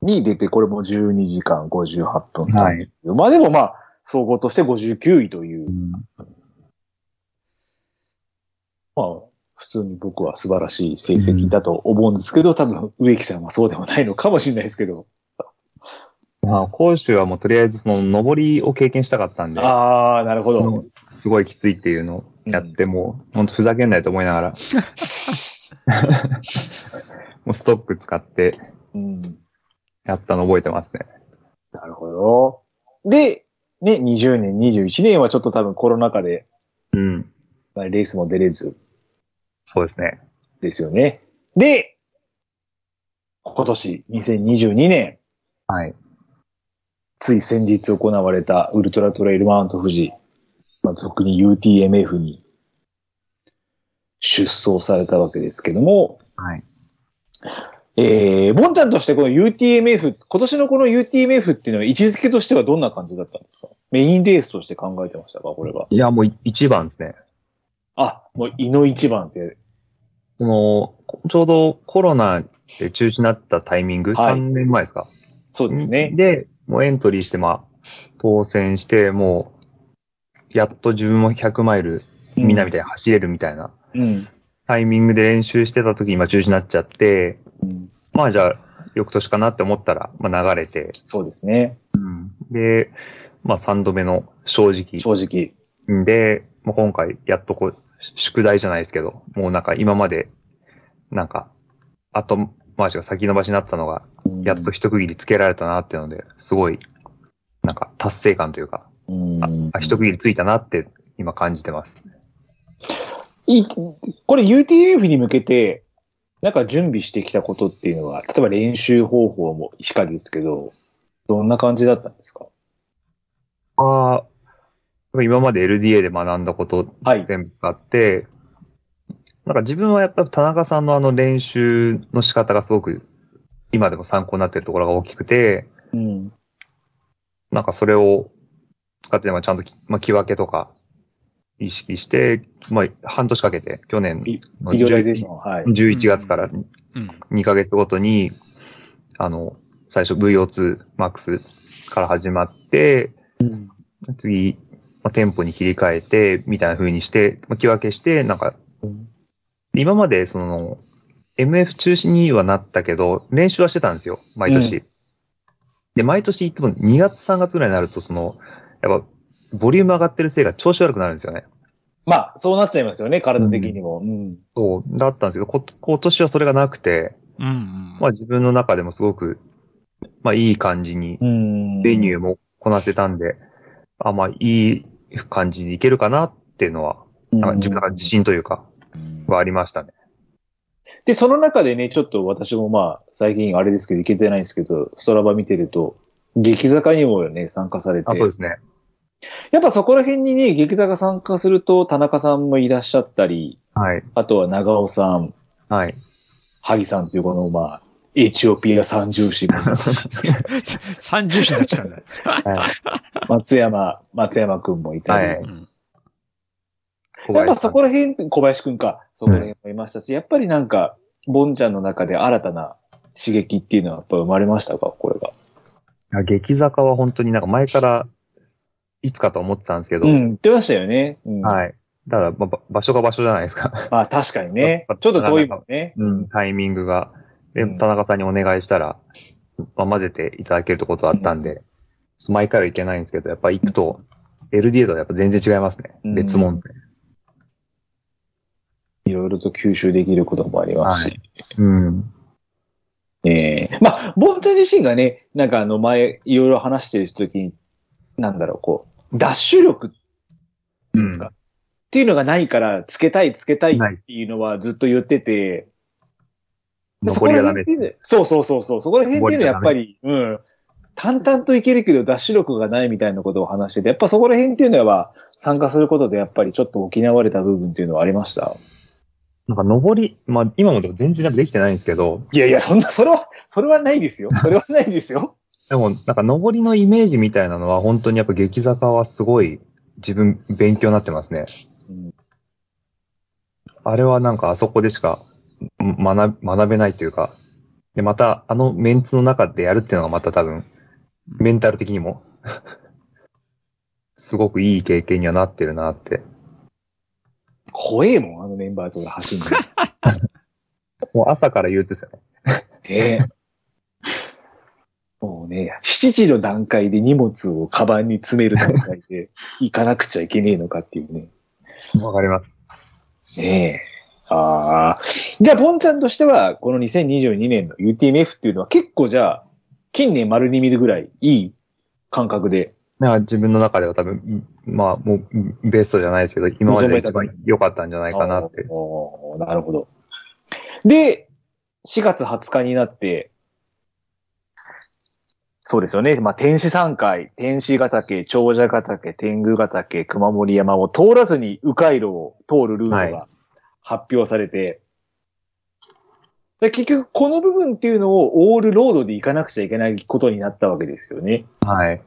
に出て、これも12時間58分30秒。
はい
まあでもまあ、総合として59位という、まあ、普通に僕は素晴らしい成績だと思うんですけど、多分植木さんはそうでもないのかもしれないですけど。
まあ、講習はもうとりあえずその上りを経験したかったんで、
ああ、なるほど。
すごいきついっていうのをやって、もう本当ふざけんないと思いなが [LAUGHS] ら、もうストック使って
うん、
やったの覚えてますね。
なるほど。で、ね、20年、21年はちょっと多分コロナ禍で、
うん。
まあレースも出れず、
そうですね。
ですよね。で、今年2022年、
はい。
つい先日行われたウルトラトレイルマウント富士、まあ、俗に UTMF に出走されたわけですけども、
はい。
えー、ボンちゃんとしてこの UTMF、今年のこの UTMF っていうのは位置づけとしてはどんな感じだったんですかメインレースとして考えてましたかこれは。
いや、もうい一番ですね。
あ、もう井の一番って。
この、こちょうどコロナで中止になったタイミング、
はい
3年前ですか
そうですね。
で、もうエントリーして、まあ、当選して、もう、やっと自分も100マイル、みんなみたいに走れるみたいな
うん。
タイミングで練習してた時、今中止になっちゃって、
うん。
まあじゃあ、翌年かなって思ったら、まあ、流れて、
そうですね。
で、まあ、3度目の正直
正直。
で、まあ、今回やっとこう、し宿題じゃないですけど、もうなんか今まで、なんか、後回しが先延ばしになってたの
う
が、
ん
やっと一区切りつけられたなっていうので、すごい、なんか達成感というか、
うん
あ、あ一区切りついたなって今感じてます。
いいこれ UTF に向けて、なんか準備してきたことっていうのは、例えば練習方法もしかりですけど、どんな感じだったんですか
は、今まで LDA で学んだこと
はい。
全部あって、なんか自分はやっぱり田中さんのあの練習の仕方がすごく今でも参考になってるところが大きくて、
うん。
なんかそれを使って、まあちゃんとき、まあ、木分けとか意識して、まあ、半年かけて、去年の
ビデオライゼーシ
10
ョン。はい。
11月から
うん。
2ヶ月ごとに、あの、最初 VO2MAX から始まって、
うん
次、まあ、店舗に切り替えて、みたいな風にして、まあ、木分けして、なんか、
うん
今までその、MF 中止にはなったけど、練習はしてたんですよ、毎年。で、毎年いつも2月3月ぐらいになると、その、やっぱ、ボリューム上がってるせいが調子悪くなるんですよね。
まあ、そうなっちゃいますよね、体的にも。うん。
そう、だったんですけど、こ今年はそれがなくて、
うんうん。
まあ自分の中でもすごく、まあいい感じに
うん。
メニューもこなせたんで、あ、まあいい感じにいけるかなっていうのは、なんか自分の中で自信というか、はありましたね。
で、その中でね、ちょっと私もまあ、最近あれですけど、行けてないんですけど、ストラバ見てると、激坂にもね、参加されて。
あ、そうですね。
やっぱそこら辺にね、劇座が参加すると、田中さんもいらっしゃったり、
はい。
あとは長尾さん、
はい。
萩さんっていうこの、まあ、エチオピア三重士、
[LAUGHS]
[LAUGHS]
三重視になっちゃったんだ。
松山、松山くんもいたり、
はい
うん
小
やっぱ
林さ
そ
ん
こら辺、小林くんか、そこら辺もいましたし、やっぱりなんか、ボンちゃんの中で新たな刺激っていうのはやっぱ生まれましたか、これが。
いや激坂は本当になんか前からいつかと思ってたんですけど、
うん、言ってましたよね。うん、
はい。ただ、まあば場所が場所じゃないですか。
まあ確かにね、ちょっと遠いもんね。
うん、 [LAUGHS] タイミングが。で、
うん
田中さんにお願いしたら、まあ、混ぜていただけるってことだったんで、毎回はいけないんですけど、やっぱ行くと、LDA とはやっぱ全然違いますね。
うん
別物で。
いろいろと吸収できることもありますし。
はいうん。
ええまあ、ボンちゃん自身がね、なんかあの前、いろいろ話してる時に、なんだろう、こう、ダッシュ力っていうんですか、
う
っていうのがないから、つけたいつけたいっ
ない
ていうのはずっと言ってて、でそこ
残り
ら
がダメ
辺っていうのそうそうそうそう、そこら辺っていうのはやっぱり、うん、淡々といけるけど、ダッシュ力がないみたいなことを話してて、やっぱそこら辺っていうのは、参加することでやっぱりちょっと補われた部分っていうのはありました。
なんか登り、まあ今もでも全然なんかできてないんですけど、
いやいや、そんな、それは、それはないですよ。それはないですよ。
でもなんか登りのイメージみたいなのは本当にやっぱ激坂はすごい自分勉強になってますね。
うん
あれはなんかあそこでしかん学学べないというか、で、またあのメンツの中でやるっていうのがまた多分、メンタル的にも、すごくいい経験にはなってるなって。
怖えもん、あのメンバーと俺走るの。
もう朝から憂鬱ですよね。
ええ。 [LAUGHS] もうね、7時の段階で荷物をカバンに詰める段階で行かなくちゃいけねえのかっていうね。
わかります。
ねえ。ああ。じゃあ、ボンちゃんとしては、この2022年の UTMF っていうのは結構じゃあ、近年丸に見るぐらいいい感覚で。
なんか自分の中では多分、まあもうベストじゃないですけど、今までで一番良かったんじゃないかなって。
おーなるほど。で、4月20日になって、そうですよね。まあ、天使山回、天使ヶ岳、長者ヶ岳、天狗ヶ岳、熊森山を通らずに迂回路を通るルート
は
が発表されて、で結局この部分っていうのをオールロードで行かなくちゃいけないことになったわけですよね。
はい。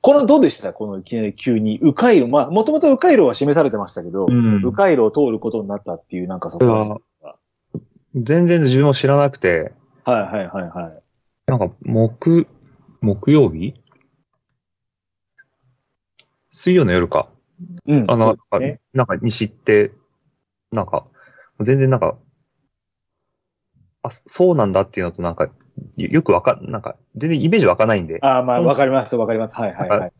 このどうでしたこのいきなり急に迂回路、まあ、もともと迂回路は示されてましたけど、
ん
迂回路を通ることになったっていう、なんかそこは。
全然自分も知らなくて、
はいはいはいはい。
なんか、木、木曜日水曜の夜か。
うん。
あ
そ
の
う、ですね。
なんか、に知って、なんか、全然なんか、あ、そうなんだっていうのとなんか、よよくわかん、なんか、全然イメージわかないんで、
ああ、まあ、わかります、わかります。はいはいはい。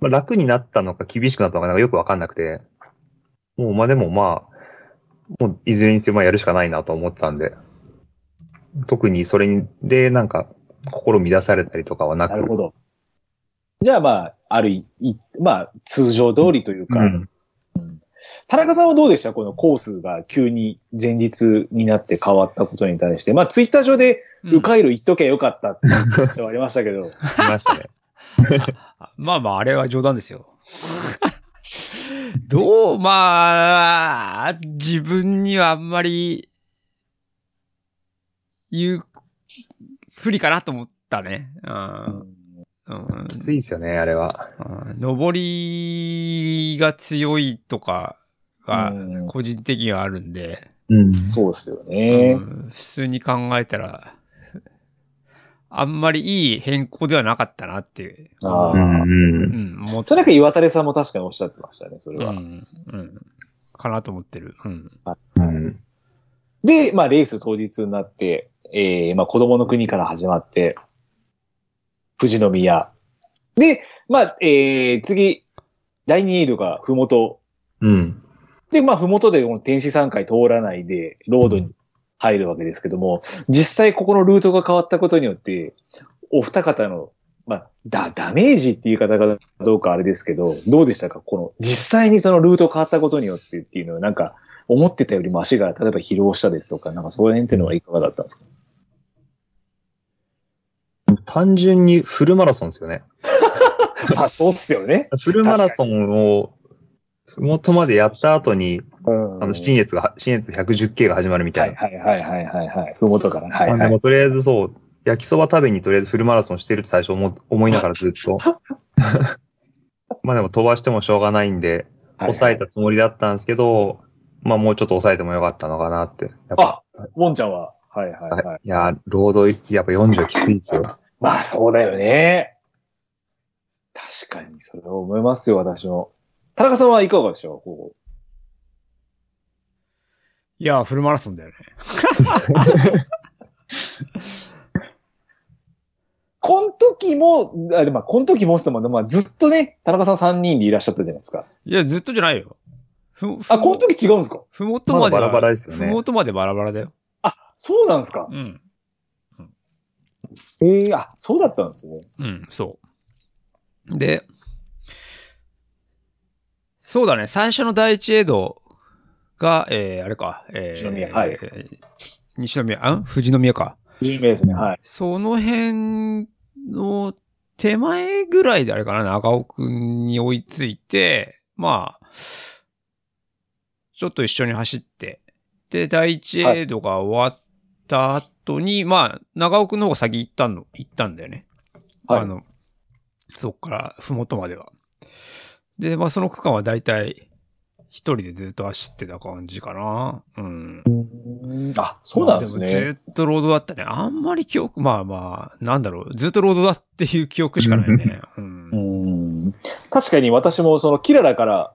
まあ、楽になったのか厳しくなったのかなんかよくわかんなくて、もうまあでもまあ、もういずれにせよまあやるしかないなと思ってたんで、特にそれにでなんか心乱されたりとかはなく、
なるほど。じゃあまあ、あるい、いまあ、通常通りというか、
うん、
田中さんはどうでしたこのコースが急に前日になって変わったことに対して。まあ、ツイッター上で、うかいる言っときゃよかったって言ってはありましたけ [LAUGHS] ど。
来ましたね。
まあまあ、あれは冗談ですよ。 [LAUGHS] どう、まあ、自分にはあんまり、言う、不利かなと思ったね。うん。うん
きついですよね、あれは。
うん上りが強いとかが
うん
個人的にはあるんで、
うん。
そうですよね
う。ん普通に考えたら、あんまりいい変更ではなかったなっていう。
ああ
うん
う、
うん
思っ
それなんか岩垂さんも確かにおっしゃってましたね、それ
う
は。
ん。うん。かなと思ってる。うん。
ん。
で、まあ、レース当日になって、えー、まあ、子供の国から始まって、富士宮。で、まあ、えー、次、第2エイドがふもと。
うん。
で、まあ、ふもとでこの天使3回通らないで、ロードに入るわけですけども、実際ここのルートが変わったことによって、お二方の、まあ、だ、ダメージっていう言い方がどうかあれですけど、どうでしたかこの、実際にそのルート変わったことによってっていうのは、なんか、思ってたよりも足が、例えば疲労したですとか、なんかそこら辺っていうのはいかがだったんですか
単純にフルマラソンですよね。
まあ、そうっすよね。
フルマラソンを、ふもとまでやった後に、
うん
あの、新越が、新越 110K が始まるみた
はいい
な。
はいはいはいはいはい。ふもとから。はい
まあ
は
で
い。
もとりあえずそう、焼きそば食べにとりあえずフルマラソンしてるって最初思思いながらずっと。 [LAUGHS] まあでも飛ばしてもしょうがないんで、抑えたつもりだったんですけど、まあもうちょっと抑えてもよかったのかなって。やっぱ
あ、もんちゃんは。はいはいはい。
いやー、労働、やっぱ40きつい [LAUGHS] ですよ。
まあそうだよね。確かに、それは思いますよ、私も。田中さんはいかがでしょうこ
いや、フルマラソンだよね。
うこの時も、あでまあ、この時もっつっても、まあ、ずっとね、田中さん3人でいらっしゃったじゃないですか。
いや、ずっとじゃないよ。ふ、ふ
あ、この時違うんですか
ふもとまでは
まだバラバラですよね
ふもとまでバラバラだよ。
そうなんですか
うん。
ええあ、そうだったんですね。
うん、そう。で、そうだね、最初の第一エイドが、えー、あれか、えー、
西宮はい
西宮、あん富士宮か。
有名ですね、はい。
その辺の手前ぐらいであれかな、長尾くんに追いついて、まあ、ちょっと一緒に走って、で、第一エイドが終わった後に、まあ、長尾くんの方が先行ったの、行ったんだよね。
はい
あの、そっから、ふもとまでは。で、まあ、その区間は大体、一人でずっと走ってた感じかな。うん。
あ、そうなんです
まあも
ね。
ずっとロードだったね。あんまり記憶、まあまあ、なんだろう。ずっとロードだっていう記憶しかないね。う。
うんん。確かに私も、その、キララから、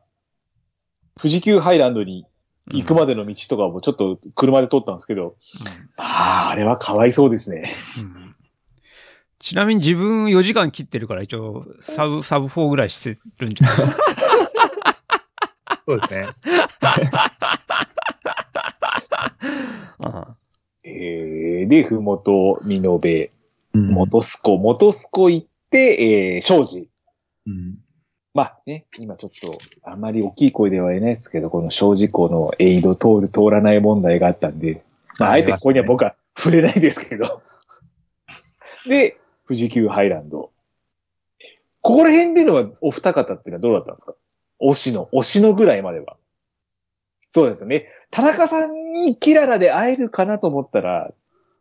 富士急ハイランドに行くまでの道とかをちょっと車で通ったんですけど、ああ、あれはかわいそうですね。
うんうんちなみに自分4時間切ってるから一応、サブ、サブ4ぐらいしてるんじ
[LAUGHS]
ゃない
そうですね。
うん
えー、で、ふもと、みのべ、
うん
もとすこ、もとすこ行って、えー、庄司。
うん
まあね、今ちょっと、あんまり大きい声では言えないですけど、この庄司湖のエイド通る通らない問題があったんで、まあ、あえてここには僕は触れないですけど。 [LAUGHS] で、富士急ハイランド。ここら辺でのは、お二方っていうのはどうだったんですか推しの、推しのぐらいまでは。そうですよね。田中さんにキララで会えるかなと思ったら、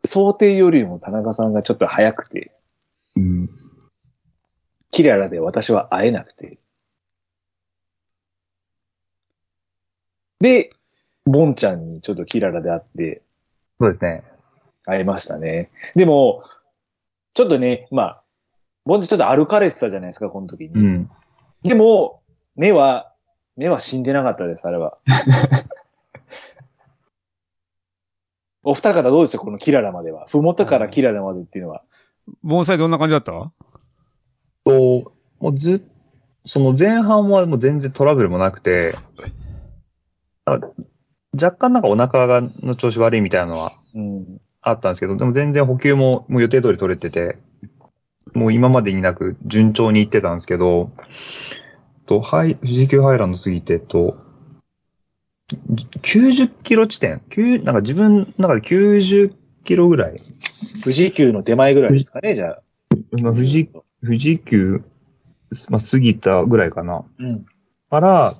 想定よりも田中さんがちょっと早くて、
[LAUGHS] うん
キララで私は会えなくて。で、ボンちゃんにちょっとキララで会って、
そうですね。
会えましたね。でも、ちょっとね、まあ、ボンちゃんちょっと歩かれてたじゃないですか、この時に。
うん。
でも、目は、
[LAUGHS]
目は死んでなかったです、あれは。お二方どうでしたこのキララまでは。ふもとからキララまでっていうのは。
盆栽どんな感じだった
と、もうずっその前半はもう全然トラブルもなくて、あ若干なんかお腹がの調子悪いみたいなのは
うん。
あったんですけど、でも全然補給ももう予定通り取れてて、もう今までになく順調にいってたんですけど、と、はい、富士急ハイランド過ぎてと、90キロ地点、9なんか自分の中で90キロぐらい、
富士急の手前ぐらいですかね、じゃあ。
まあ富士、富士急、まあ、過ぎたぐらいかな。
うん。
から、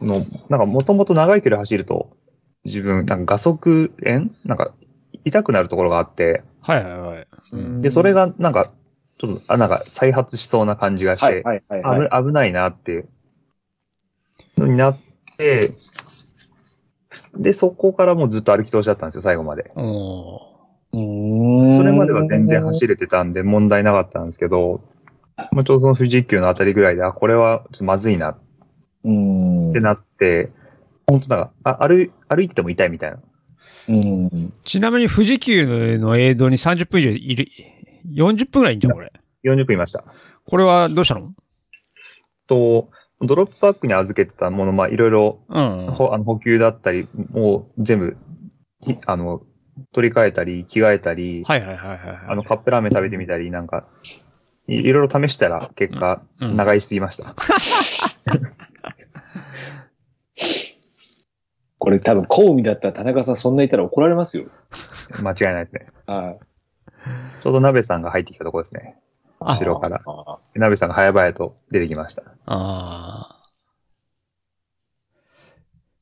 のなんかもともと長い距離走ると、自分、なんか画速炎なんか痛くなるところがあって、
はいはいはい。うん
で、それがなんか、ちょっと、あ、なんか再発しそうな感じがして、
はいはいはい、はい。
危危ないなって、のになって、で、そこからもうずっと歩き通しだったんですよ、最後まで。
おー
そ
それまでは全然走れてたんで問題なかったんですけど、まあ、ちょうどその富士急のあたりぐらいで、あ、これはちょっとまずいなっ
うん
てなって、本当だ、あ歩い歩いてても痛いみたいな。
うん。
ちなみに富士急の映像に30分以上いる、40分ぐらいいんじゃん、これ。
40分いました。
これはどうしたの
と、ドロップバッグに預けてたもの、まあ、いろいろ
うん。
ほあの補給だったり、もう全部、ひあの、取り替えたり、着替えたり、
はいはいはいはいはい。
あの、カップラーメン食べてみたり、なんか、いいろいろ試したら、結果、
うん
長いすぎました。
これ多分、コウミだったら田中さんそんな言ったら怒られますよ。
間違いないですね。
はい。
ちょうど鍋さんが入ってきたところですね。
あ
後ろから。
あ
で鍋さんが早々と出てきました。
ああ。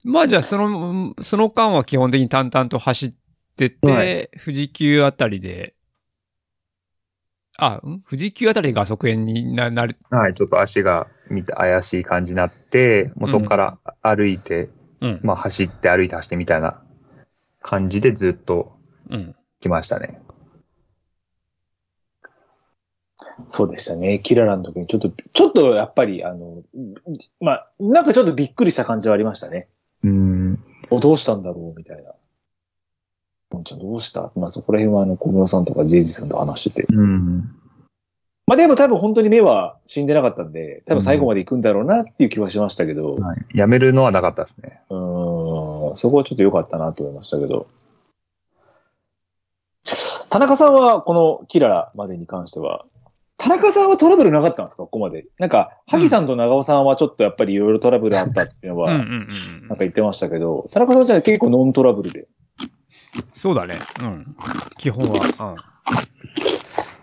まあじゃあ、その、その間は基本的に淡々と走ってて、
は
富士急あたりで、あ、ん富士急あたりが側縁にななる。
はい、ちょっと足が見て怪しい感じになって、もうそこから歩いて、
うん。
まあ走って歩いて走ってみたいな感じでずっと
うん。
来ましたね。
ーそうでしたね。キララの時にちょっと、ちょっとやっぱり、あの、まあ、なんかちょっとびっくりした感じはありましたね。
うん。
おどうしたんだろうみたいな。もんちゃんどうしたまあそこら辺はあの小室さんとかジェイジさんと話してて。
うん。
まあでも多分本当に目は死んでなかったんで、多分最後まで行くんだろうなっていう気はしましたけど、
はいやめるのはなかったですね。
うーん、そこはちょっと良かったなと思いましたけど。田中さんはこのキララまでに関しては、田中さんはトラブルなかったんですかここまで。なんか、萩さんと長尾さんはちょっとやっぱりいろいろトラブルあったっていうの
うんうん
は、
うん
なんか言ってましたけど、田中さんじゃあ結構ノントラブルで。
そうだね。うん。基本は。うん。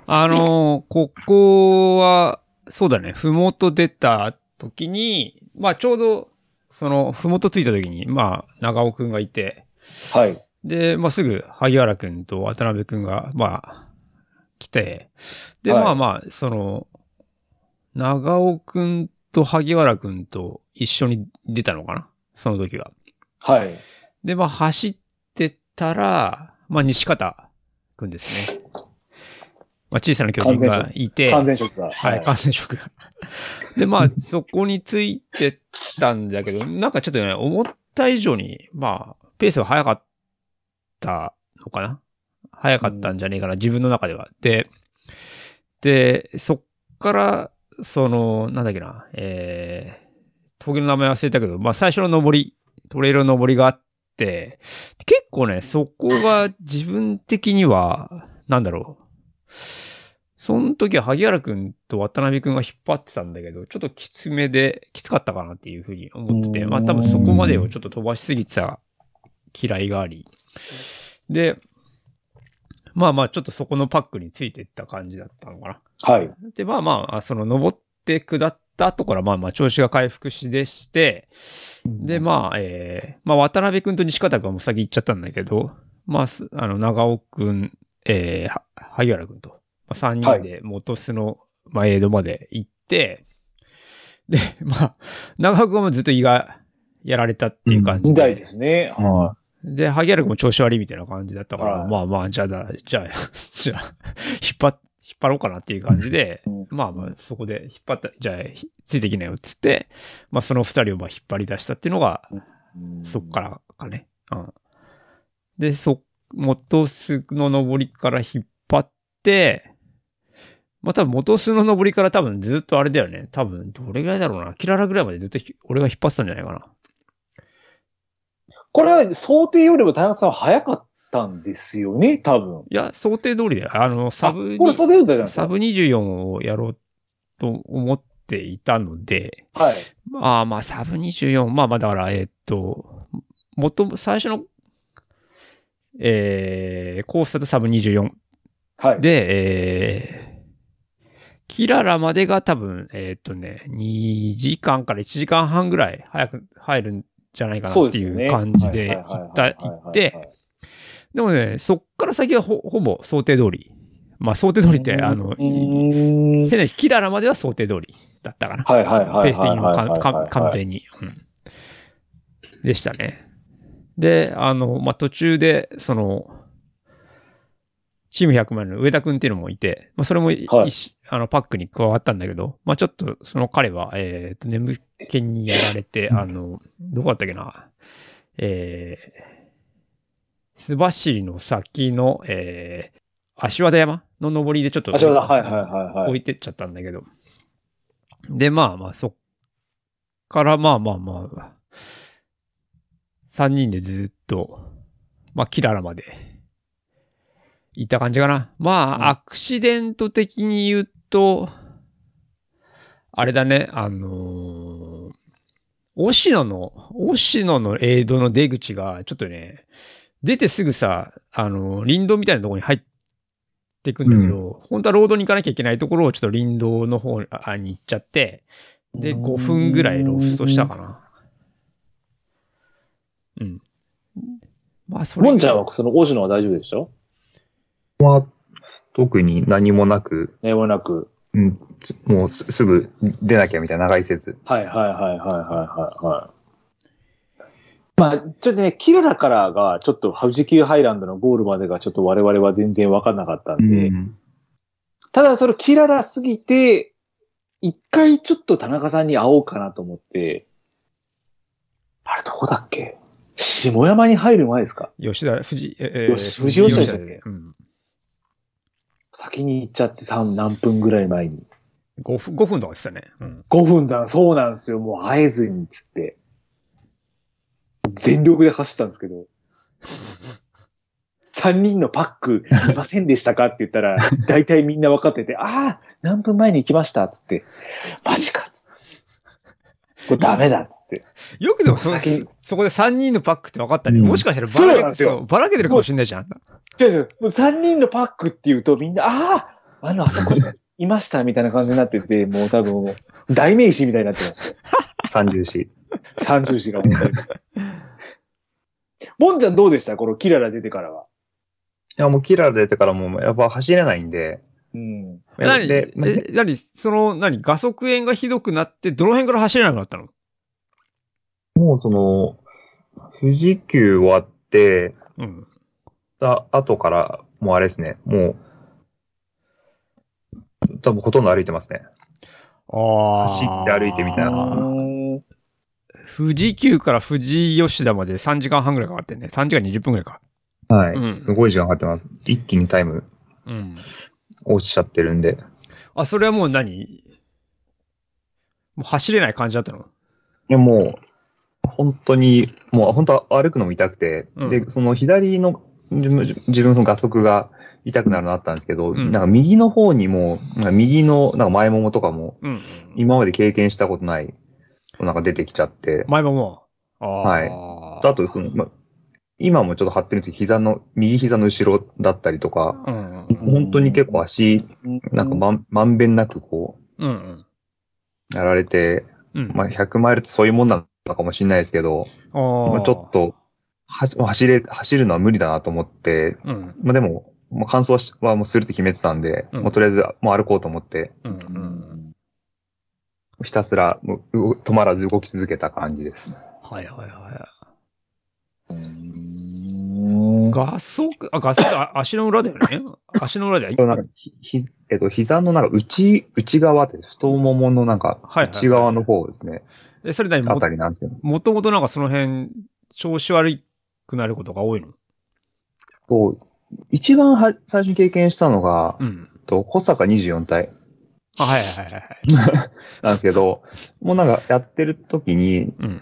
あのーここは、そうだね。ふもと出た時に、まあちょうど、その、ふもと着いた時に、まあ、長尾くんがいて、
はい。
で、まあ、すぐ、萩原くんと渡辺くんが、まあ、来て、で、
はい
まあまあ、その、長尾くんと萩原くんと一緒に出たのかなその時は。
はい。
で、まあ、走ってたら、まあ、西方くんですね。まあ、小さな巨人がいて、
完全食が。
はい、感染色が。で、ま [LAUGHS] あ、そこについてったんだけど、なんかちょっとね、思った以上に、まあ、ペースが速かったのかな速かったんじゃねえかな、自分の中では。で、で、そっから、その、なんだっけな、えー、峠の名前忘れたけど、まあ、最初の登り、トレイルの登りがあって、結構ね、そこが自分的には、なんだろう。その時は萩原くんと渡辺くんが引っ張ってたんだけど、ちょっときつめで、きつかったかなっていうふうに思ってて、まあ多分そこまでをちょっと飛ばしすぎてた嫌いがあり。で、まあまあちょっとそこのパックについていった感じだったのかな。
はい。
で、まあまあ、その、登って下った後から、まあまあ、調子が回復しでして、で、まあ、えー、まあ、渡辺くんと西方くんはもう先行っちゃったんだけど、まあ、すあの、長尾くん、えー、は萩原くんと、まあ、3人で元巣の、まあ、江戸まで行って、で、 [LAUGHS] まあ、長尾くんはもうずっと胃がやられたっていう感じ
2
で。
台ですね。は
で、萩原君も調子悪いみたいな感じだったから、
はい
まあまあ、じゃあ [LAUGHS] だ、じゃあ、じゃあ、引っ張っ、引っ張ろうかなっていう感じで、
うん
まあまあ、そこで引っ張った、じゃあ、ひついてきなよっつって、まあその二人をまあ引っ張り出したっていうのが、
い。
そっからかね。うん。で、そっ元巣の登りから引っ張って、まあ多分元巣の登りから多分ずっとあれだよね。多分どれぐらいだろうな。キララぐらいまでずっとひ俺が引っ張ってたんじゃないかな。
これは想定よりも田中さんは早かったんですよね、多分。
いや、想定通りだよ。あの、サブ
あこれ想定よりだよね。
サブ24をやろうと思っていたので、
はい。
まあまあサブ24、まあまあだから、えーっと、もっと最初の、えー、コースだとサブ24
はい。
で、えーキララまでが多分、えーっとね、2時間から1時間半ぐらい早く入るんじゃないかなっていう感じで行った、行って、、でもね、そっから先はほほぼ想定通り。まあ想定通りって、あの、変
変
なキララまでは想定通りだったかな。
はいはいはい。
ペース的にもかんかん完
に。
全に、うんでしたね。で、あの、まあ途中で、その、チーム100万の上田くんっていうのもいて、まあ、それもい、
はい
一緒あのパックに加わったんだけど、まあ、ちょっとその彼は、えっ、と、眠気にやられて、あの、どこだったっけな、えー、須走の先の、えー、足和田山の登りでちょっと、
あ、そうだ、はいはいはいは
置
い。
いてっちゃったんだけど。で、まあまあ、そっからまあまあまあ、3人でずっと、まあ、キララまで行った感じかな。まあ、
うん
アクシデント的に言うと、あれだね、あのー、押野の、押野のエイドの出口が、ちょっとね、出てすぐさ、あのー、林道みたいなところに入ってくんだけど、本当はロードに行かなきゃいけないところをちょっと林道の方にあに行っちゃって、で、5分ぐらいロフトしたかな。うん。まあ、それ。
ロンちゃんはその、大島は大丈夫でしょ
特に何もなく、
何もなく。
うん、つもうすすぐ出なきゃみたいな長いせず。
はいはいはいはいはいはい。はい。まあ、ちょっとね、キララからが、ちょっと、ハウジキューハイランドのゴールまでが、ちょっと我々は全然分かんなかったんで、
うん
ただ、そのキララすぎて、一回ちょっと田中さんに会おうかなと思って、あれどこだっけ下山に入る前ですか
吉田、藤、えー
吉藤吉田でしたっけ
吉田うん。
先に行っちゃって3何分ぐらい前に。
5分、5分とかでしたね。うん。
5分だ、そうなんですよ。もう会えずに、つって。全力で走ったんですけど。3人のパックいませんでしたかって言ったら、大体みんな分かってて、ああ、何分前に行きましたつって、マジかつってこれダメだつって。
よくでもそ、
先に
そこで3人のパックって分かったね。
うん
もしかしたら
そう
ば
なん
ら
で
け
す
て
よ
ばらけてるかもしれないじゃん。
違う違う。もう3人のパックっていうとみんな、あああの、あそこにいましたみたいな感じになってて、もう多分、代名詞みたいになってましたよ。
三重視。
三重詞が本当に。ボンちゃんどうでしたこのキララ出てからは。
いや、もうキララ出てからもうやっぱ走れないんで。
うん。
何
で
え、、何その、何画速炎がひどくなって、どの辺から走れなくなったの
もうその、富士急終わって、
うん。
た後から、もうあれですね、もう、多分ほとんど歩いてますね。
ああ。
走って歩いてみたいな
あー
う
富士急から富士吉田まで3時間半ぐらいかかってんね。3時間20分ぐらいか。
はい。
うん
すごい時間かかってます。一気にタイム
うん。
落ちちゃってるんで。
あ、それはもう何もう走れない感じだったの
でもう、本当に、もう本当は歩くのも痛くて、
うん
で、その左の、自分自分その画速が痛くなるのあったんですけど、
うん
なんか右の方にも、なんか右のなんか前ももとかも、
うんうん。
今まで経験したことない、なんか出てきちゃって、
前ももう。あ
はいあとその、ま、今もちょっと張ってるんですけど、膝の、右膝の後ろだったりとか、
と、うんうん。
うん
本当に結構足、なんかまんまんべんなくこ
うんうん。
う、やられて、
うん。
まあ、100マイルってそういうもんなのかもしれないですけど、
あー
まあ、ちょっ。と、はし走れ、走るのは無理だなと思って、
うん。
まあ、でも、まあ、完走はしはもうするって決めてたんで、
うん
もうとりあえずもう歩こうと思って、
うん
う
うん。
ん
ひたすらもうう止まらず動き続けた感じです。
はいはいは
うん
い。画速、あ、画速、あ足の裏だよ [LAUGHS] ね。足の裏だよ。
なんかひひえっと、膝のなんか内、内側って、太もものなんか
はいはい
内側の方ですね、
え、それ何
あ
も
たりなんですけど。
もともとなんかその辺、調子悪くなることが多いの
こう、一番は最初に経験したのが、
うん。
と保坂24体
あ、はいはいはいはい。
なんですけど、もうなんかやってる時に、
うん。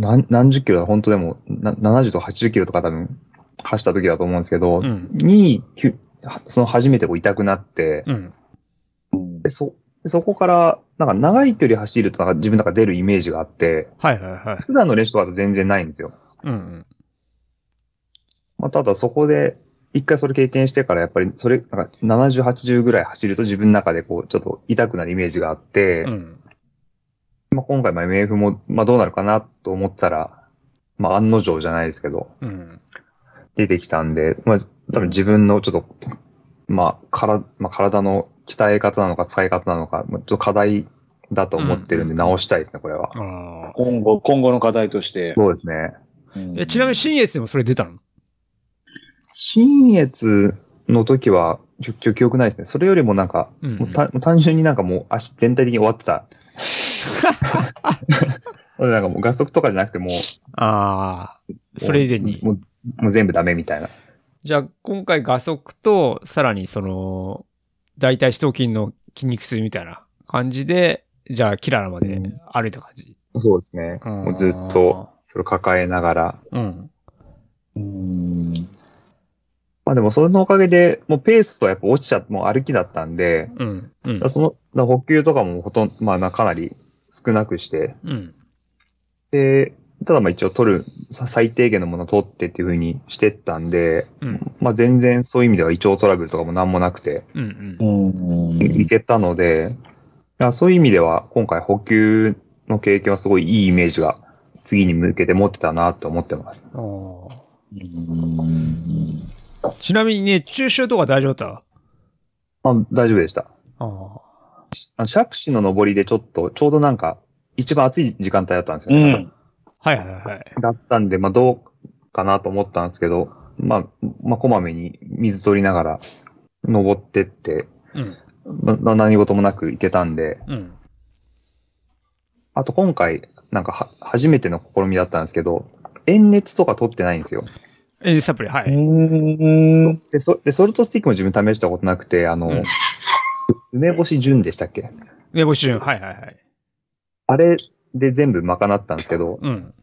何何十キロだ、本当でも、な70とか80キロとか多分、走った時だと思うんですけど、
うん。
に、きゅその初めてこう痛くなって、
うん。
でそそこから、なんか長い距離走るとなんか自分なんか出るイメージがあって、
はいはいはい。
普段の練習とかと全然ないんですよ。
うんうん。
まあ、ただそこで、一回それ経験してから、やっぱりそれ、なんか70、80ぐらい走ると自分の中でこう、ちょっと痛くなるイメージがあって、
うん。
まあ、今回、まあ MF も、まあ、どうなるかなと思ったら、まあ、案の定じゃないですけど、
うん。
出てきたんで、まあ、多分自分のちょっと、まあ、から、まあ、体の鍛え方なのか使い方なのか、まあちょっと課題だと思ってるんで
うん
直したいですね、これは。
ああ。
今後、今後の課題として。
そうですね。
うん
え、ちなみに、新越でもそれ出たの
新越の時は、ちょちょ記憶ないですね。それよりもなんか、
うんうん
もうたもう単純になんかもう足全体的に終わっ
[LAUGHS]
てた。なんかもう合足とかじゃなくてもう、
ああ。それ以前に。
もうもう全部ダメみたいな。
じゃあ、今回画速と、さらにその、大腿四頭筋の筋肉痛みたいな感じで、じゃあ、キララまで歩いた感じ。
そうですね。もうずっと、。それを抱えながら。
うん。
うん。
まあでも、そのおかげで、もうペースとやっぱ落ちちゃって、もう歩きだったんで、
うん。うん
だから。その、だから補給とかもほとんど、まあなかなり少なくして、
うん。
で、ただまあ一応取る、さ最低限のものを取ってっていう風にしてったんで、
うん。
まあ全然そういう意味では胃腸トラブルとかも何もなくて、
うん。
うん。
いけたので、あそういう意味では今回補給の経験はすごいいいイメージが次に向けて持ってたなと思ってます。
うん。ああ。
うん
ちなみに熱中症とか大丈夫だった
あ大丈夫でした。
あ
あの、釈子の上りでちょっと、ちょうどなんか、一番暑い時間帯だったんですよ
う
ね。
ん。
あ。はいはいはい。
だったんで、まあどうかなと思ったんですけど、まあ、まあこまめに水取りながら登ってって、
うん。
まあ、何事もなく行けたんで、
うん。
あと今回、なんかは、初めての試みだったんですけど、遠熱とか取ってないんですよ。
え、サプリ、は
う
い。
ん。
で、そでソルトスティックも自分試したことなくて、あの、
うん
梅干し純でしたっけ
梅干し順、はいはいはい。
あれで全部賄ったんですけど、
うん。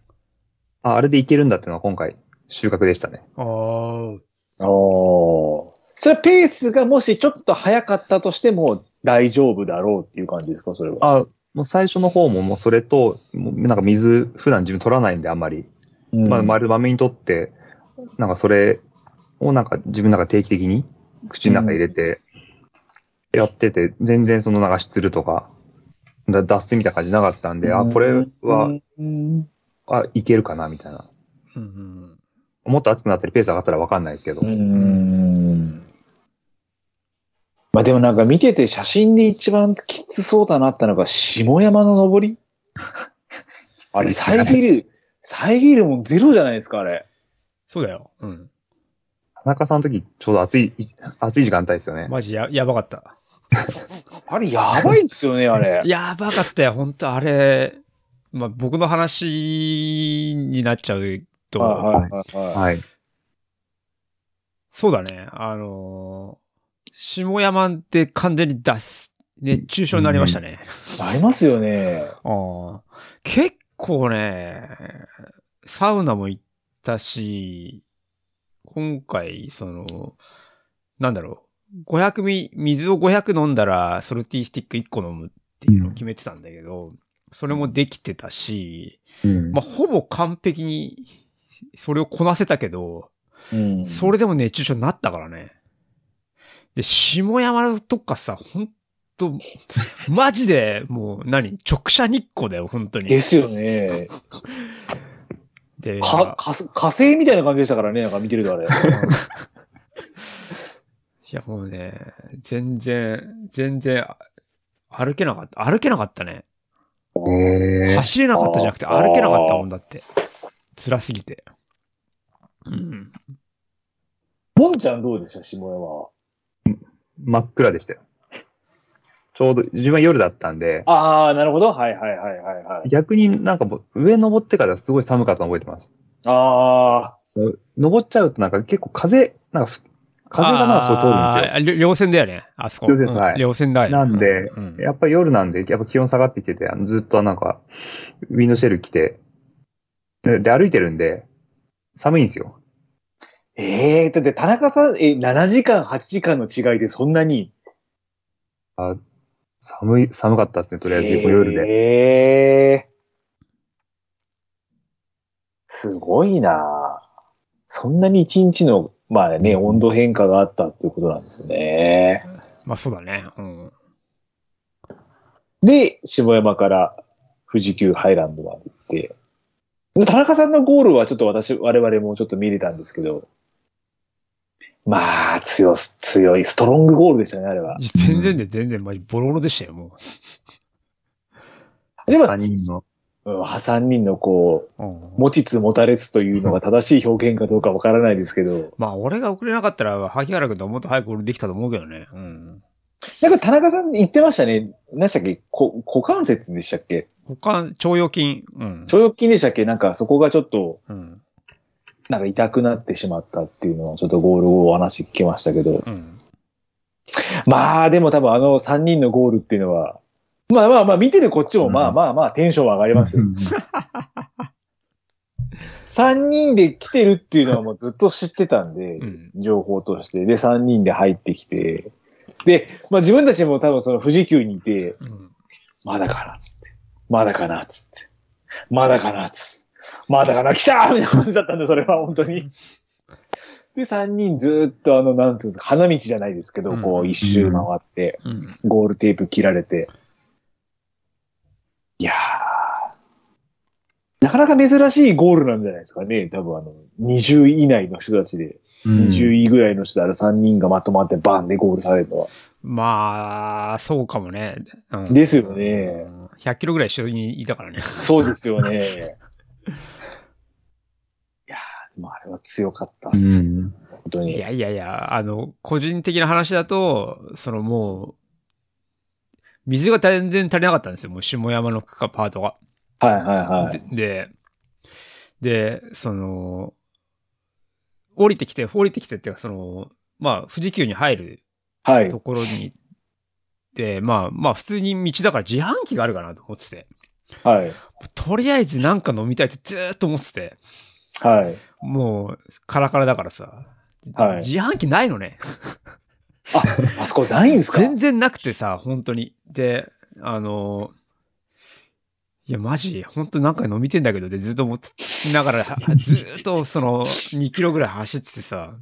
ああれでいけるんだっていうのは今回収穫でしたね。
ああ。
おーそれはペースがもしちょっと早かったとしても大丈夫だろうっていう感じですかそれは。
あ、もう最初の方ももうそれと、もうなんか水、普段自分取らないんであんまり。まあ、
ま
丸まめに取って、なんかそれをなんか自分の中で定期的に口の中に入れて、やってて、全然そのなんか失るとか、だ脱水みたいな感じなかったんで、あ、これは、、
うん
あ、いけるかな、みたいな。
うんうん。
もっと熱くなってるペース上がったらわかんないですけど
う。んまあでもなんか見てて写真で一番きつそうだなったのが下山の登り [LAUGHS] あれ遮る、遮るもんゼロじゃないですかあれ。
そうだよ。うん。
田中さんの時、ちょうど暑い、い暑い時間帯ですよね。
マジや、やばかった。
あれやばいっすよねあ [LAUGHS] れ。
やばかったよ、本当あれ。まあ、僕の話になっちゃうと、
はいはいはいはい
はい。
そうだね。あのー下山で完全に脱す、熱中症になりましたね。
ありますよね。
ああ結構ね、サウナも行ったし、今回、その、なんだろう、500ミ、水を500飲んだら、ソルティスティック1個飲むっていうのを決めてたんだけど、それもできてたし、
うん
まあ、ほぼ完璧に、それをこなせたけど、
うん
それでも熱中症になったからね。で、下山とかさ、ほんと、マジで、もう何、直射日光だよ、本当に。
ですよね。
で、
か、かす火星みたいな感じでしたからね、なんか見てるとあ [LAUGHS] れ。
うんいや、もうね、全然、全然、歩けなかった。歩けなかったね。
えー
走れなかったじゃなくて、
あー
歩けなかったもんだって。辛すぎて。うん。
もんちゃんどうでした、下山は。
真っ暗でしたよ。ちょうど、自分は夜だったんで、
ああ、なるほど。はいはいはいはいはい。
逆になんかもう上登ってからすごい寒かったの覚えてます。
ああ、
登っちゃうとなんか結構風、なんかふ風がなんかそう通るんですよ。
あーりょ稜線だよね、あそこ。
稜線ですはい
うん稜線だよ。
なんで
うん
やっぱり夜なんで、やっぱ気温下がってきてて、あのずっとなんか、ウィンドシェル着て、で、で歩いてるんで、寒いんですよ。
ええだって田中さん、え、7時間、8時間の違いでそんなに。
寒い、寒かったですね、とりあえず夜で。
ええすごいなそんなに一日の、まあね、温度変化があったっていうことなんですね。
まあそうだね。うん。
で、下山から富士急ハイランドまで行って、で田中さんのゴールはちょっと私、我々もちょっと見れたんですけど、まあ、強す、強い、ストロングゴールでしたね、あれは。
全然で全然、まあボロボロでしたよ、も
でも、
他人の。
うん、3人のこ
う。う
う、
ん
持ちつ持たれつというのが正しい表現かどうかわからないですけど、
まあ俺が遅れなかったら、萩原君ともっと早く俺できたと思うけどね。うん。
なんか田中さん言ってましたね。何でしたっけこ股関節でしたっけ
他、腸腰筋。うん。
腸腰筋でしたっけなんかそこがちょっと、
うん。
なんか痛くなってしまったっていうのはちょっとゴール後お話聞きましたけど。
うん。
まあでも多分あの3人のゴールっていうのは、まあまあまあ見てるこっちも
うん
まあまあまあテンションは上がりますよ。3人で来てるっていうのはもうずっと知ってたんで
う、ん。
情報として。で、3人で入ってきて。で、まあ自分たちも多分その富士急にいて、
うん
まだかなっつって。まだかなっつって。まだかなっつって。まだかな、来たーみたいな感じだったんで、それは本当に。で、3人ずーっとあの、なんつうんですか、花道じゃないですけど、
うん
こう、一周回って、
うん。
ゴールテープ切られて。いやー。なかなか珍しいゴールなんじゃないですかね。多分あの、20位以内の人たちで、
うん
20位ぐらいの人である3人がまとまってバンでゴールされるのは。
まあ、そうかもね。うん
ですよね。
うん100キロぐらい一緒にいたからね。
そうですよね。いやー、でもあれは強かったっす、
うん
本当
い
に。
やいやいや、あの、個人的な話だと、そのもう、水が全然足りなかったんですよ、もう下山の区間パートが。
はいはいはい。
で、で、でその、降りてきて、降りてきてっていうか、その、まあ、富士急に入る
はい。
ところに、で、まあ、まあ、普通に道だから自販機があるかなと思ってて、
はい。
とりあえずなんか飲みたいってずーっと思ってて、
はい。
もう、カラカラだからさ、
はい
自販機ないのね。
あそこないんですか
全然なくてさ、本当に。で、あの、いや、マジ、本当なんか飲みてんだけど、で、ずっと思ってながら、は [LAUGHS] ずーっとその、2キロぐらい走っててさ、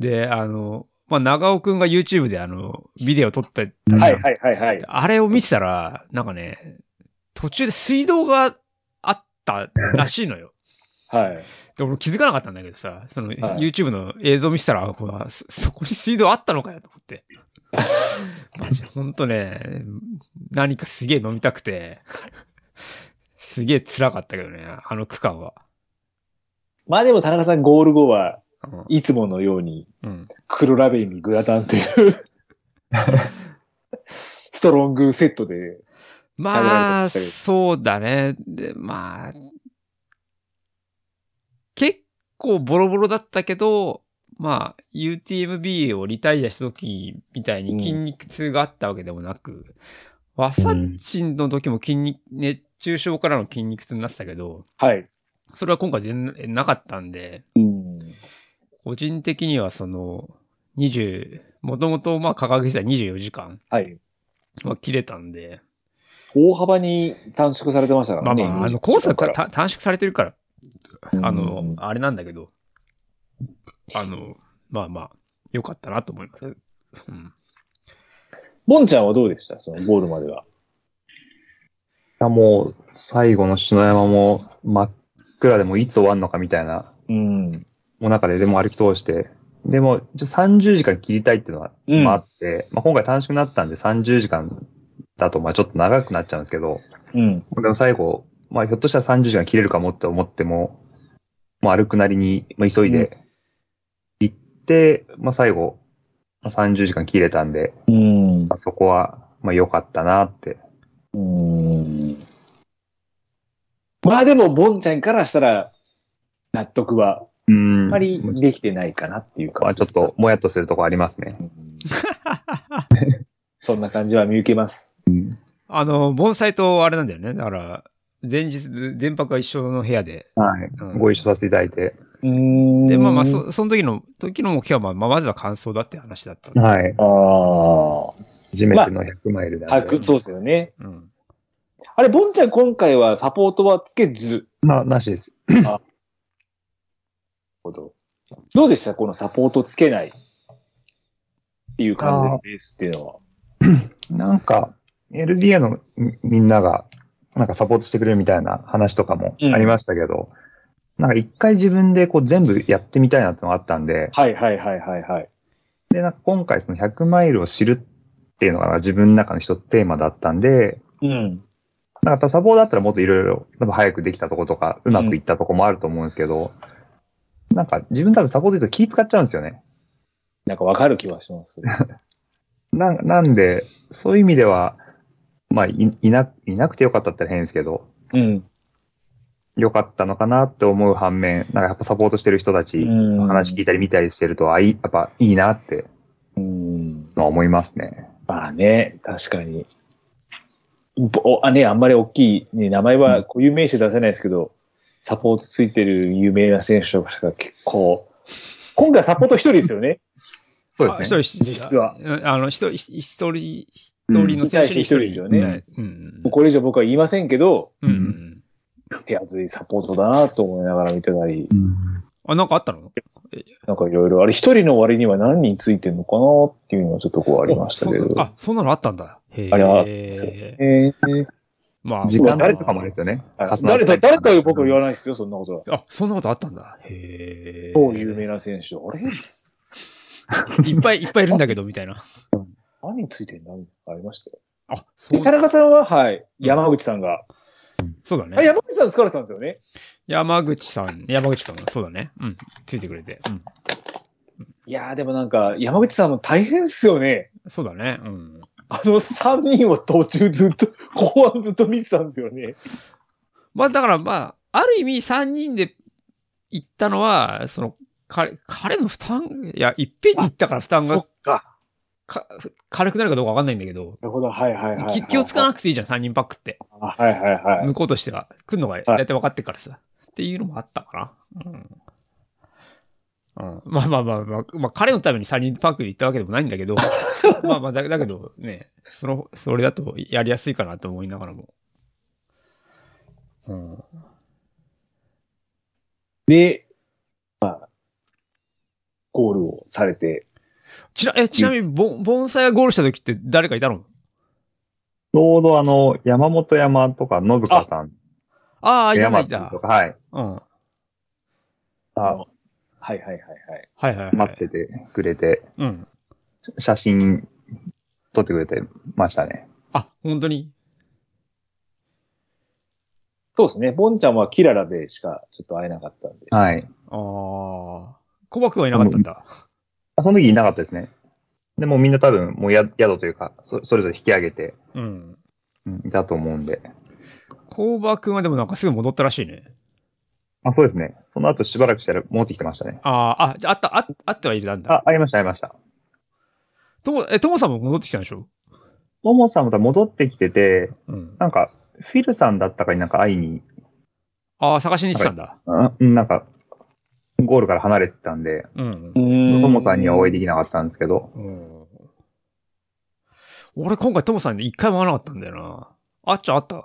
で、あの、まあ、長尾くんが YouTube であの、ビデオ撮ってたじゃ
は
ん
いはいはいはい。
あれを見てたら、なんかね、途中で水道があったらしいのよ。
はい。
で俺気づかなかったんだけどさ、その、
い
YouTube の映像見せたら、ほら、そそこに水道あったのかよと思って。マジ、ほんとね、何かすげえ飲みたくて、すげえ辛かったけどね、あの区間は。
まあでも田中さんゴール後は
うん
いつものように
うん。
黒ラベルにグラタンという
[LAUGHS]
ストロングセットで。
まあ、
食べられてましたけど
そうだね。で、まあ、結構ボロボロだったけど、まあ、UTMB をリタイアした時みたいに筋肉痛があったわけでもなく、ワサッチンの時も筋肉、熱中症からの筋肉痛になってたけど、
はい。
それは今回全然なかったんで、
うん。
個人的にはその、20、もともとまあ掲げてた24時間
はい。
は切れたんで、
大幅に短縮されてましたか
ま
らね。
あまあ、あの、コースは
か
た
ら
た短縮されてるから、あ
う
の
ん、
あれなんだけど、あの、まあまあ、良かったなと思います。うん。
ボンちゃんはどうでしたそのゴールまでは。
いやもう、最後の篠山も真っ暗でもういつ終わるのかみたいな、
うん。
もう中ででも歩き通して、でもじゃあ30時間切りたいっていうのは、
うん
まああって、まあ、今回短縮になったんで30時間だとまあちょっと長くなっちゃうんですけど、
うん。
でも最後、まあひょっとしたら30時間切れるかもって思っても、まあ歩くなりに、まあ、急いで行って、まあ最後、まあ、30時間切れたんで、
うん。
まあ、そこはまあ良かったなって。
うーんまあでも、ボンちゃんからしたら、納得は
うん。
あんまりできてないかなっていう
ま
か。
あちょっと、もやっとするとこありますね。
うん。そんな感じは見受けます。
あの、盆栽とあれなんだよね。だから、前日、前泊が一緒の部屋で。
はい。
うん
ご一緒させていただいて。
うーん。
で、まあまあ、そその時の、時の目標は、まあ、まあまずは感想だって話だった。
はい。
あ
初めての100マイルで
あ。はく、そうですよね。
うん。
あれ、ボンちゃん今回はサポートはつけず。
まあ、なしです。
どうでしたこのサポートつけないっていう感じのレースっていうのは。
なんか、LDA のみみんなが、なんかサポートしてくれるみたいな話とかもありましたけど、なんか一回自分でこう全部やってみたいなってのがあったんで、
はいはいはいはいはい。
で、なんか今回その100マイルを知るっていうのが自分の中の一つテーマだったんで、
うん。
なんかやっぱサポートだったらもっといろいろ、多分早くできたとことか、うまくいったとこもあると思うんですけど、なんか自分多分サポート言うと気使っちゃうんですよね。
なんかわかる気はします。
ななんで、そういう意味では、まあいいないなくてよかったったら変ですけど、
うん。
良かったのかなって思う反面、なんかやっぱサポートしてる人たちの話聞いたり見たりしてると、あ、いい、やっぱいいなって
うん。
のは思いますね。
まあね、確かに。ぼあね、あんまり大きい、ね、名前はこう有名詞出せないですけど、サポートついてる有名な選手とかが結構、今回サポート一人ですよね。
そうです
あ
ね。
一人、
実は
うん。あの、一人、一人、一人の選手
うん一対一
に一人。
一人ですよね
はいうん。
これ以上僕は言いませんけど、
うんうん。
手厚いサポートだなと思いながら見てたり、
あ、なんかあったの
なんかいろいろ、あれ一人の割には何人ついてるのかなっていうのはちょっとこうありましたけ
おそ
ど。
あ、そんなのあったんだ。へ
あれは
え。
えー
まあ、
時間誰とかもあれです
す
よね。
はい
重なっ
誰
た
と、
りか
誰とは僕は言わないですよ、そんなことは。
あ、そんなことあったんだ。へえ。
超有名な選手。あれ
いっぱいいっぱいいるんだけど、みたいな。
何ついてんだありましたよ。
あ、そ
で
う
田中さんは、はい、山口さんが。
そう
あ
だ
れ
ね。
山口さん疲れてたんですよね。
山口さん、山口君、そうだね。うん。ついてくれて。うん。
いやー、でもなんか、山口さんも大変っすよね。
そうだね。うん。
あの3人を途中ずっと、 [LAUGHS] 後半ずっと見てたんですよね。
まあ、だからまあ、ある意味3人で行ったのは、その、彼、彼の負担、いや、いっぺんに行ったから負担が
か。
か軽くなるかどうかわかんないんだけど、
なるほど、はいはいはい、はい。
気気をつかなくていいじゃん、3人パックって。
あはいはいはい。
向こうとしては、来るのが大体分かってっからさ。っていうのもあったかな。うん。うん、まあまあまあまあ、まあ、彼のためにサニーパークに行ったわけでもないんだけど、まあまあだ、だけどね、その、それだとやりやすいかなと思いながらも。うん。
で、まあ、ゴールをされて、
ちな、え、ちなみに、ぼん、盆栽がゴールした時って誰かいたの
ちょうどあの、山本山とか、信川さん、
ああ、いた
山
い
田
た
と。か、はい、
うん。は
あはいはいはいはい。
いはい、はい。
待っててくれて、
うん。
写真撮ってくれてましたね。
あ、本当に
そうですね。ボンちゃんはキララでしかちょっと会えなかったんで。
は
あ
い。
あ。コバくんはいなかったんだ。
その時いなかったですね。でもうみんな多分、もうや宿というかそ、それぞれ引き上げて、
うん。
うんいたと思うんで。
コバくんはでもなんかすぐ戻ったらしいね。
あ、そうですね。その後しばらくしたら戻ってきてましたね。
ああ、あ、じゃああった、ああってはいたんだ。
あ、ありました、ありました。
とも、え、ともさんも戻ってきたんでしょ
ももさんまた戻ってきてて、
うん。
なんか、フィルさんだったかになんか会いに、
ああ、探しに来たんだ。
あうんなんか、ゴールから離れてたんで、
うん
う。
と
ん
もさんにはお会いできなかったんですけど、
うん俺今回ともさんで一回も会わなかったんだよな。あっちゃんあった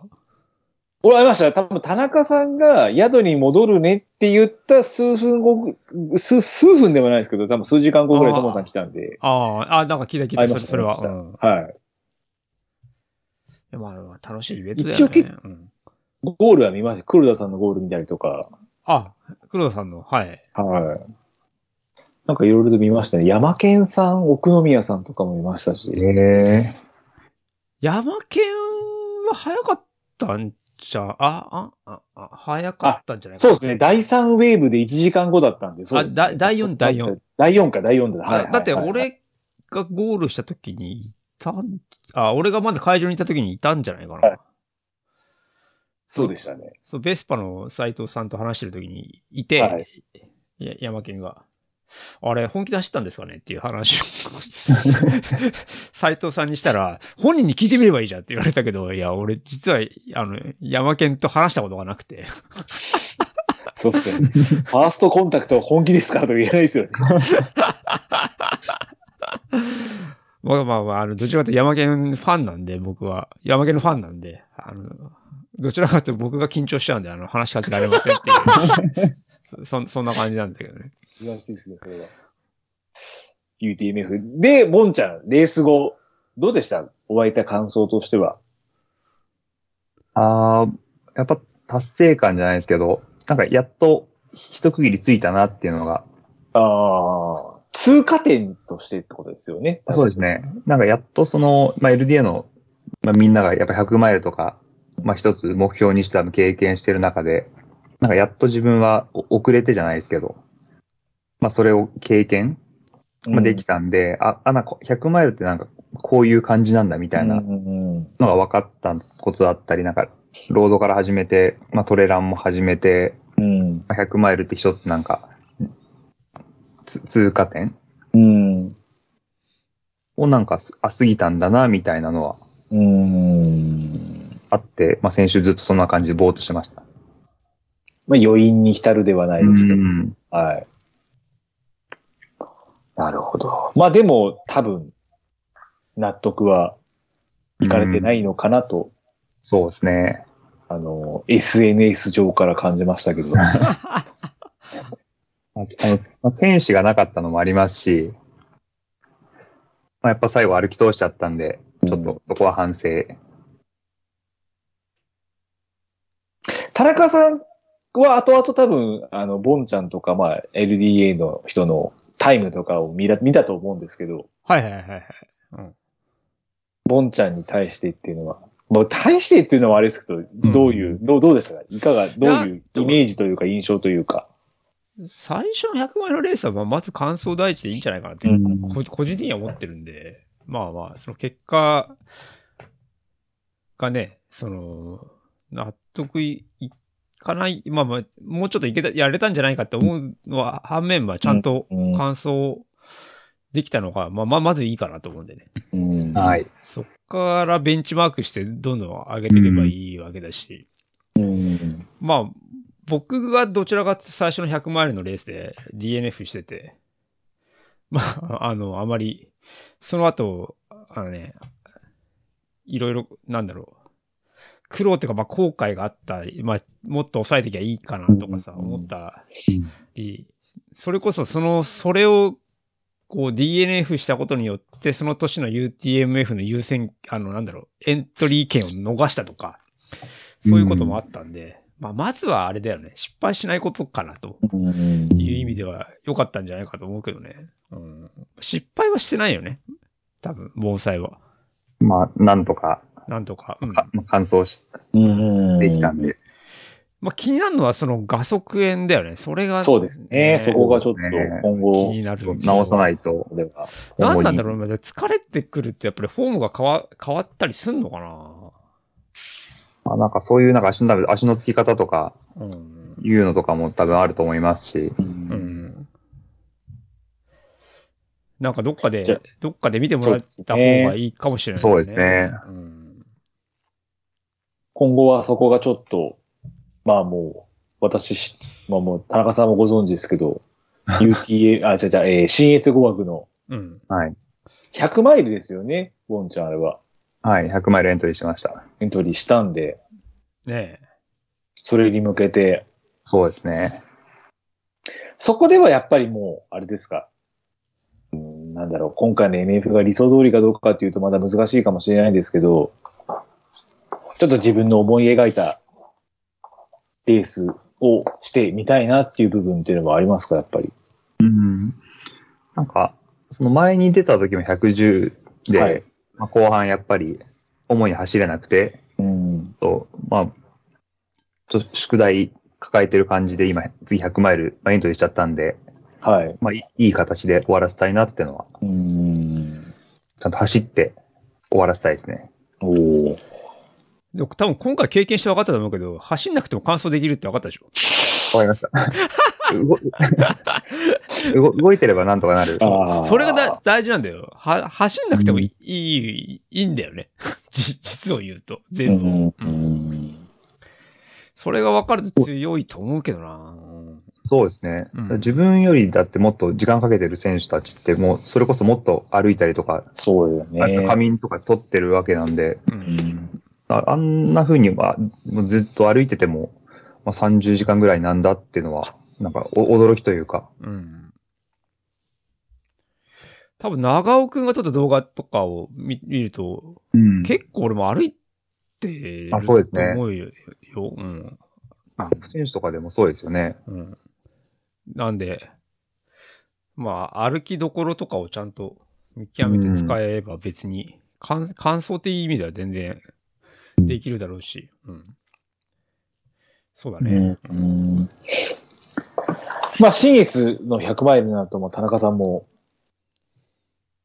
俺会いましたよ。多分田中さんが宿に戻るねって言った数分後ぐ、数、数分でもないですけど、多分数時間後ぐらいともさん来たんで。
ああ、あなんか聞いた聞
会
い
いま
た、それ
した
それは。
会いま
うん
はい。
いやまあまあ、楽しいイベントだよ
一
ね。
応結
うん
ゴールは見ました。黒田さんのゴール見たりとか。
あ、黒田さんの、はい。
はい。なんかいろいろと見ましたね。山県さん、奥宮さんとかも見ましたし。
え
山県は早かったんじゃ、あ、あ、あ、あ早かったんじゃないか
そう
な
ですね。第3ウェーブで1時間後だったんで、そうです、ね。
あだ第四第四。
第4か、第4だ。はいはいはい
だだって、俺がゴールした時にいたん、あ、俺がまだ会場にいた時にいたんじゃないかな。
はいそうでしたね。
そう、ベスパの斎藤さんと話してる時にいて、
はい
や、山県が。あれ、本気で走ったんですかねっていう話を
[LAUGHS]
斎藤さんにしたら、本人に聞いてみればいいじゃんって言われたけど、いや、俺、実は、あの、山県と話したことがなくて、
そうっすよね。ファーストコンタクトは本気ですかとか言えないですよね。
まあまあまあ、あの、どちらかというと山県ファンなんで、僕は。山県のファンなんで、あの、どちらかというと僕が緊張しちゃうんで、あの、話しかけられませんって [LAUGHS] いう。そそそんな感じなんだけどね。
難しいですね、それは。UTMF。で、もんちゃん、レース後、どうでしたお会いた感想としては。
ああ、やっぱ達成感じゃないですけど、なんかやっと一区切りついたなっていうのが、
ああ、通過点としてってことですよね。
そうですね。なんかやっとその、まあ、LDA の、まあ、みんながやっぱ100マイルとか、まあ一つ目標にしたの経験してる中で、なんかやっと自分はお遅れてじゃないですけど、まあそれを経験、まあ、できたんで、あ、あ、なんか100マイルってなんかこういう感じなんだみ
た
たいな
うんうんうん
のが分かったことだったり、なんか、ロードから始めて、まあ、トレランも始めて、
うん。
まあ100マイルって一つなんか、つ通過点
うん。
をなんかす、あ、過ぎたんだな、みたいなのは
うん。
あって、まあ、先週ずっとそんな感じでぼーっとしてました。
まあ、余韻に浸るではないですけど。
うん
はい。なるほど。まあでも、多分、納得はいかれてないのかなと、
そうですね。
あの、SNS 上から感じましたけど。
まああの、まあ、天使がなかったのもありますし、まあ、やっぱ最後歩き通しちゃったんで、ちょっとそこは反省。
田中さんは後々多分、あの、ボンちゃんとか、まあ、LDA の人のタイムとかを見ら見たと思うんですけど、
はいはいはいはい。うん。
ボンちゃんに対してっていうのは、まあ、対してっていうのはあれですけど、どういう、どう、どうでしたかいかが、どういうイメージというか印象というか。
最初の100枚のレースは、まあまず完走第一でいいんじゃないかなって、
うん
こ個人的には思ってるんで、まあまあ、その結果がね、その、納得いいかない、まあまあ、もうちょっといけた、やれたんじゃないかって思うのは、反面、まあちゃんと
うん
完走できたのが、まあまあ、まずいいかなと思うんでね。
うん
はい。
そっからベンチマークして、どんどん上げていけばいいわけだし、
うん
まあ、僕がどちらかというと最初の100マイルのレースで DNF してて、まあ、あの、あまり、その後、あのね、いろいろ、なんだろう、苦労というか、まあ、後悔があったり、まあ、もっと抑えてきゃいいかなとかさ、
うんうんうん
思ったり、それこそ、その、それを、こう DNF したことによって、その年の UTMF の優先、あの、なんだろう、エントリー権を逃したとか、そういうこともあったんで、まあ、まずはあれだよね、失敗しないことかなと
うん
いう意味では良かったんじゃないかと思うけどね。うん、失敗はしてないよね。多分、盆栽は。
まあ、なんとか、
なんとか。うん、
かまあ完走し
で
できたんで。
まあ、気になるのはその画速炎だよね。それが、
そうですね。そこがちょっと今
気
後
に、なる。
直さないと。
では。
何なんだろうねまあ疲れてくるとやっぱりフォームが変わ変わったりすんのかな
まあ、なんかそういうなんか足のダメ足のつき方とか
うん。
いうのとかも多分あると思いますし、
うん。なんかどっか
じゃあ
で、どっかで見てもらった方がいいかもしれない、
そうですね。
うん。
今後はそこがちょっと、まあもう、私し、まあもう、田中さんもご存知ですけど、UTA、あ、違う違う、えー、新越語学の
うん。
はい。
100マイルですよね、ボンちゃんあれは。
はい、100マイルエントリーしました。
エントリーしたんで、
ねえ。
それに向けて、
そうですね。
そこではやっぱりもう、あれですか。うんなんだろう、今回の MF が理想通りかどうかっていうとまだ難しいかもしれないんですけど、ちょっと自分の思い描いたレースをしてみたいなっていう部分っていうのもありますか、やっぱり。
うん。なんか、その前に出た時も110で、
はい
まあ、後半やっぱり主に走れなくて、
うん。
とまあ、ちょっと宿題抱えてる感じで今、次100マイル、まあ、エントリーしちゃったんで、
はい。
まあ、いいい形で終わらせたいなってのは、
うん。
ちゃんと走って終わらせたいですね。
おー
でも多分今回経験して分かったと思うけど、走んなくても完走できるって分かったでしょ
わかりました。 [LAUGHS] 動動動いてればなんとかなる。
あー
それがだ大事なんだよ。は、走んなくてもいい、いい、いいんだよね。 [LAUGHS] じ、実を言うと。
う
全部。
んうん
それが分かると強いと思うけどな。うん
そうですね。
うん
自分よりだってもっと時間かけてる選手たちって、もうそれこそもっと歩いたりとか、
そうだ
あれと
ね。
仮眠とか取ってるわけなんで、
う。
うんん
ああんな風にはもうずっと歩いてても、まあ、30時間ぐらいなんだっていうのは、なんかお驚きというか、
うん。多分、長尾くんが撮った動画とかを見見ると、
うん
結構俺も歩いてる
あそうです
と
ね
思うよ。ようん。
あ選手とかでもそうですよね。
うん。なんで、まあ、歩きどころとかをちゃんと見極めて使えば別に、感感想っていう意味では全然できるだろうし、うん。そうだね。
うんまあ、新越の100マイルになると、まあ、田中さんも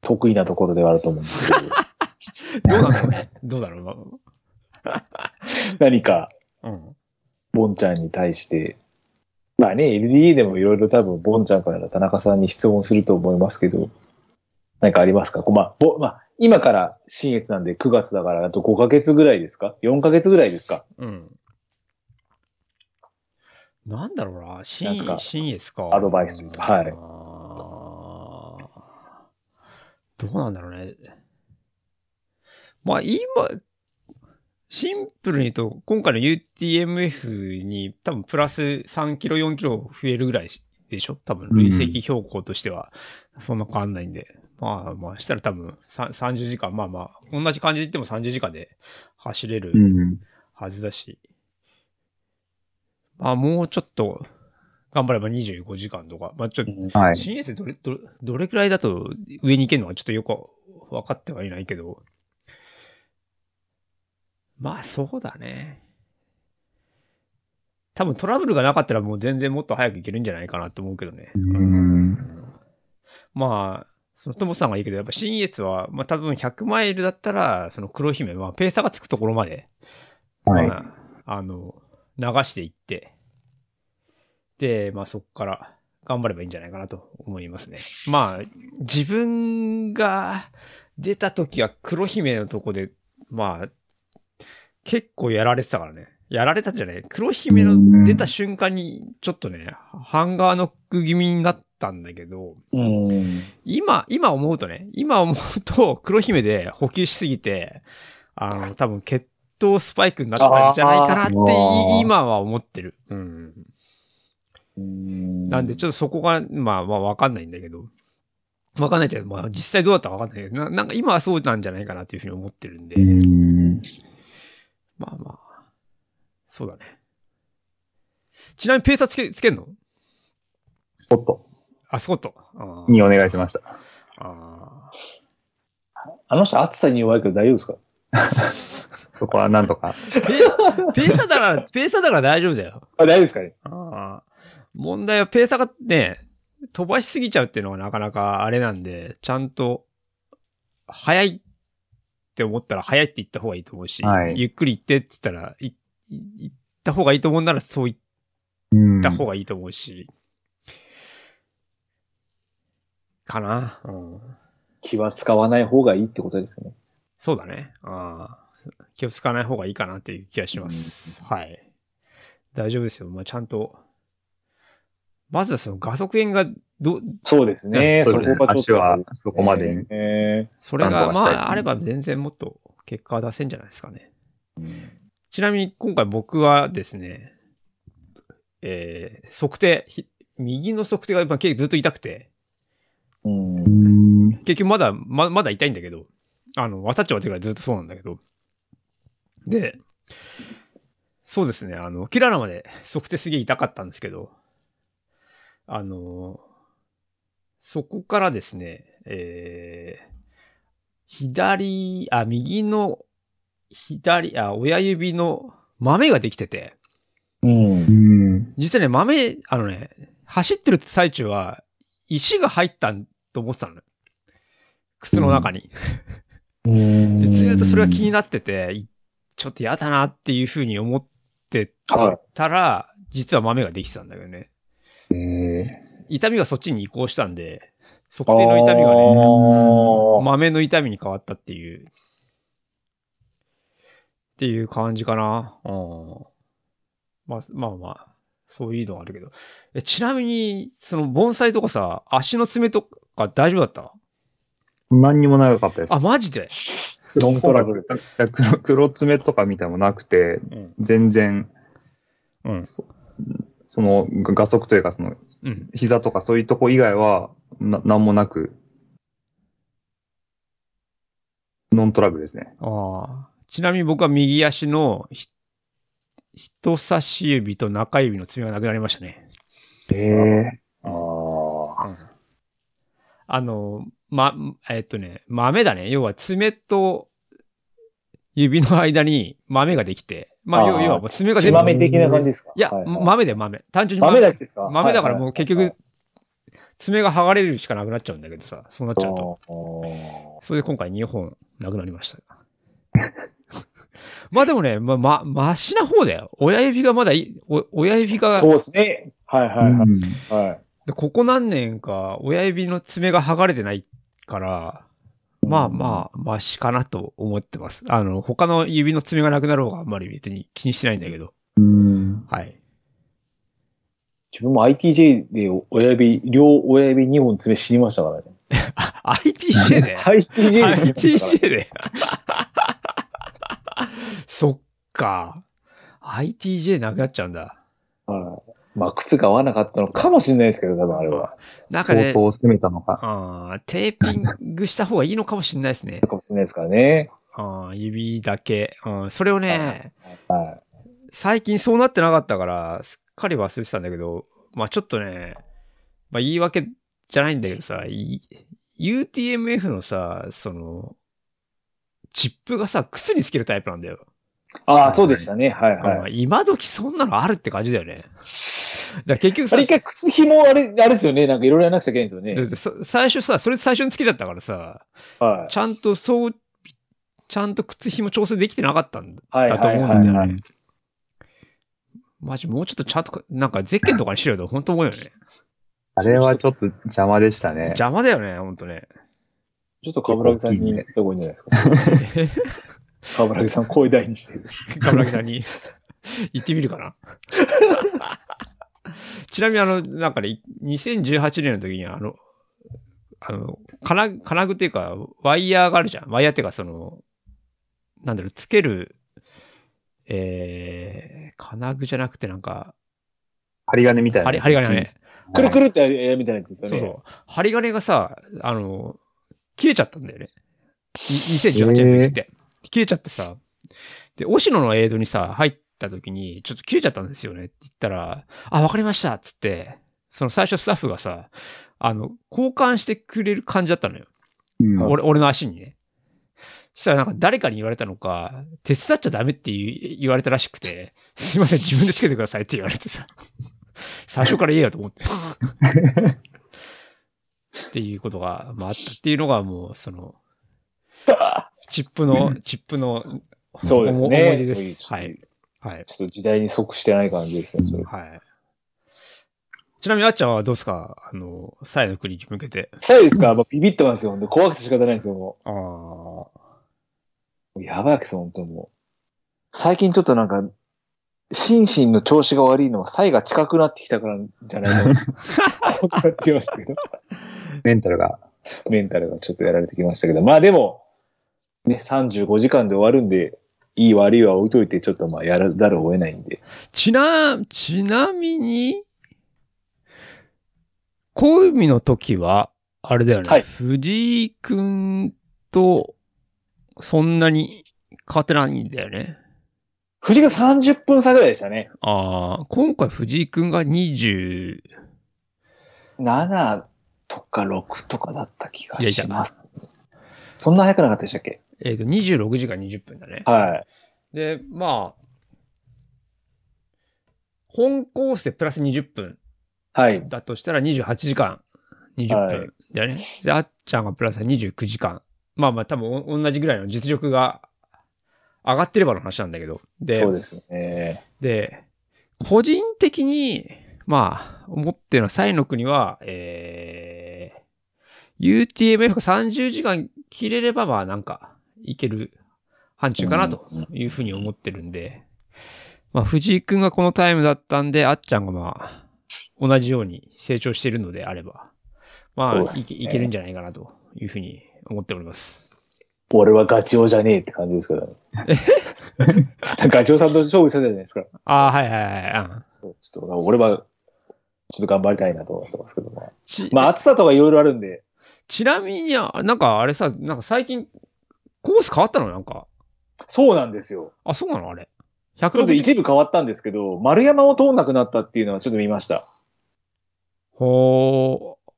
得意なところではあると思うんですけど、
どうなんだろうね。どうだろ
何か、
うな。うん。
ボンちゃんに対して、まあね、LDE でもいろいろ多分、ボンちゃんから田中さんに質問すると思いますけど、何かありますかこうまあ、ぼまあ、今から新越なんで9月だから、あと5ヶ月ぐらいですか ?4 ヶ月ぐらいですか
うん。なんだろうな。シ
なん
ン、
か
シンエスか。
アドバイスというかはい
はい。どうなんだろうね。まあ今、シンプルに言うと、今回の UTMF に多分プラス3キロ、4キロ増えるぐらいでしょ多分、累積標高としては、そんな変わんないんで。まあまあ、したら多分さ30時間、まあまあ、同じ感じで言っても30時間で走れる。
ん。
はずだし。まあ、もうちょっと、頑張れば25時間とか。まあ、ちょっと、
はい。
新衛星どれ、どれ、どれくらいだと上に行けるのかちょっとよく分かってはいないけど。まあ、そうだね。多分トラブルがなかったらもう全然もっと早く行けるんじゃないかなと思うけどね。
うん。
まあ、そのともさんがいいけど、やっぱ新越は、まあ多分100マイルだったら、その黒姫、まあペーサーがつくところまで、
はい
まあ、あの、流していって、で、まあそこから頑張ればいいんじゃないかなと思いますね。まあ、自分が出た時は黒姫のとこで、まあ、結構やられてたからね。やられたんじゃない黒姫の出た瞬間に、ちょっとね、ハンガーノック気味になったんだけど、
うん。
今、今思うとね、今思うと、黒姫で補給しすぎて、あの、多分血糖スパイクになったんじゃないかなって
あー、
今は思ってる。うん。
うん。
なんで、ちょっとそこが、まあまあわかんないんだけど、わかんないけど、まあ実際どうだったかわかんないけど、ななんか今はそうなんじゃないかなっていうふうに思ってるんで、
うん
まあまあ、そうだね。ちなみにペーサーつけ、つけんの
おっと、
あ、スコット。あー
にお願いしました。
あー。
あの人暑さに弱いけど大丈夫ですか
そこはなんとか。
ペペーサー [LAUGHS] だから、ペーサーだから大丈夫だよ。
あ大丈夫ですかね
ああ。問題はペーサーがね、飛ばしすぎちゃうっていうのがなかなかあれなんで、ちゃんと、早いって思ったら早いって言った方がいいと思うし、
はい
ゆっくり行ってって言ったら、いい行った方がいいと思うならそう言っ
うん
た方がいいと思うし、かな。うん。
気は使わない方がいいってことですね。
そうだね。ああ。気を使わない方がいいかなっていう気がします。はい。大丈夫ですよ。まあ、ちゃんと。まずはその画速炎がど、
そうですね。
そ
そう
ですね
こがちょっ
足
と。
はそこまでに。
え
それ
なん
が、
とか
ま
したい
あ、あれば全然もっと結果は出せんじゃないですかね。ちなみに今回僕はですね、えー、測定、ひ右の測定がやっぱ結構ずっと痛くて、
ーうん
うん
結局まだ、ままだ痛いんだけど、あの、わさっちょはてからずっとそうなんだけど。で、そうですね、あの、キララまで測定すげえ痛かったんですけど、あの、そこからですね、えー、左、あ、右の、左、あ、親指の豆ができてて、
うん
う。ん
実はね、豆、あのね、走ってる最中は、石が入ったんと思ってたのよ。靴の中に。でずーっとそれが気になってて、いちょっと嫌だなっていうふうに思って
はい。
たら、実は豆ができてたんだけどね。
え
痛みがそっちに移行したんで、測定の痛みがね、
ね
豆の痛みに変わったっていう、っていう感じかな。うん。まあ、まあまあ、そういうのはあるけど。えちなみに、その盆栽とかさ、足の爪とか大丈夫だった
何にもなかったです。
あ、マジで
ノントラブル。
黒黒爪とかみたいのもなくて、
うん。
全然、
うん。
その、画速というか、その、
うん。
膝とかそういうとこ以外は、な、なんもなく、ノントラブルですね。
ああ。ちなみに僕は右足のひ人差し指と中指の爪がなくなりましたね。
へえ。
ああ。
あの、ま、えっとね、豆だね。要は爪と指の間に豆ができて、まあ、
あー
要要はもう爪が
血
全部
豆的な感じですか
いや、
はは
豆で豆。単純に
豆だけですか
豆だからもう結
はい
局、爪が剥がれるしかなくなっちゃうんだけどさ、そうなっちゃうと。
はい
それで今回2本なくなりました。 [LAUGHS] まあでもね、ま、ま、マシな方だよ。親指がまだいい、お親指
あー
が、
そうですね。はいはいはい。
うん
はい
でここ何年か親指の爪が剥がれてないから、まあまあ、マシかなと思ってます。あの、他の指の爪がなくなろうがあんまり別に気にしてないんだけど。
うん。
はい。
自分も ITJ で親指、両親指2本爪死にましたからね。
あ ITJ で
ITJ で死にましたから
ITJ で。 [LAUGHS] そっか。ITJ なくなっちゃうんだ。
はい。まあ、靴が合わなかったのかもしれないですけど、多分あれは。
なんか
相
ね、
当攻めたのか。
あーテーピングした方がいいのかもしれないですね。
かもしれないですからね。
あー指だけ、うん。それをね、
は
最近そうなってなかったから、すっかり忘れてたんだけど、まあちょっとね、まあ言い訳じゃないんだけどさ、い UTMF のさ、その、チップがさ、靴につけるタイプなんだよ。
い。ああ、そうでしたね。はい
うん
はい。
今時そんなのあるって感じだよね。だから結局
あ
さ
れ一、回靴紐あれ、あれですよね。なんかいろいろやらなくちゃいけないんですよね。
でそ最初さ、それ最初につけちゃったからさ、
は
ちゃんとそう、ちゃんと靴紐調整できてなかったん
い。
だ
はい
だと
は
思
い
うん
はい。
だよね。
はいはい
マジ、もうちょっとちゃんと、なんかゼッケンとかにしろよと本当思うよね。
あれはちょっと邪魔でしたね。
邪魔だよね、ほんとね。
ちょっと冠城さんに言った方がいいんじゃないですか。
[LAUGHS] え
冠城さん声大にしてる。
冠城さんに [LAUGHS] 行ってみるかな。ちなみにあの、なんかね、2018年の時にあの、あの、金具、金具っていうか、ワイヤーがあるじゃん。ワイヤーっていうか、その、なんだろう、つける、えー、金具じゃなくてなんか、
針金みたいな。
針、針金ね。
くるくるってやるみたいなやつですよ
そ
ね。
うそう。針金がさ、あの、切れちゃったんだよね。い2018年の時って。切れちゃってさ。で、オシノのエイドにさ、入った時に、ちょっと切れちゃったんですよねって言ったら、あ、わかりましたっつって、その最初スタッフがさ、あの、交換してくれる感じだったのよ。
うん。
俺俺の足にね。したらなんか誰かに言われたのか、手伝っちゃダメって言う言われたらしくて、すいません、自分でつけてくださいって言われてさ、最初から言えよと思って。っていうことが、まあ、あったっていうのがもう、その、チップの、チップの
そうですね。
思思い出ですはいはい。
ちょっと時代に即してない感じですね。それ
はい。ちなみにあっちゃんはどうですかあの、サイの国に向けて。
さいですかもうビビってますよ。本当怖くて仕方ないんですよ、も
ああ。
う。もうやばいですよ、本当もう。最近ちょっとなんか、心身の調子が悪いのは、サイが近くなってきたからじゃ
[LAUGHS]
ないかな。なってましたけど。
メンタルが。
メンタルがちょっとやられてきましたけど。まあでも、ね、35時間で終わるんで、いい悪いは置いといて、ちょっとまあやらざるを得ないんで。
ちな、ちなみに、小海の時は、あれだよね。
はい
藤井くんと、そんなに変わってないんだよね。
藤井が30分差ぐらいでしたね。
ああ、今回藤井くんが20、
7とか6とかだった気が
いやいや
します。そんな早くなかったでしたっけ
えっ、と、26時間20分だね。
はい。
で、まあ、本コースでプラス20分
はい。
だとしたら28時間20
はい
分だよね。で、あっちゃんがプラス29時間。まあまあ多分お同じぐらいの実力が上がってればの話なんだけど。で
そう、ですね。
で個人的にまあ、思ってるのは、サイの国は、えー、UTMF が30時間切れれば、まあなんか、いける範疇かなというふうに思ってるんで、まあ藤井くんがこのタイムだったんで、あっちゃんがまあ、同じように成長しているのであれば、まあ、
そうです
いけいけるんじゃないかなというふうに思っております。
俺はガチオじゃねえって感じですから、
[LAUGHS]
ガチオさんと勝負したじゃないですか。
ああ、はいはいはいうん。
ちょっと、俺は、ちょっと頑張りたいなと思ってますけども。
ち
まあ、暑さとかいろいろあるんで、
ちなみに、あなんかあれさ、なんか最近、コース変わったのなんか。
そうなんですよ。
あ、そうなのあれ。
ちょっと
160。
一部変わったんですけど、丸山を通んなくなったっていうのはちょっと見ました。
ほー。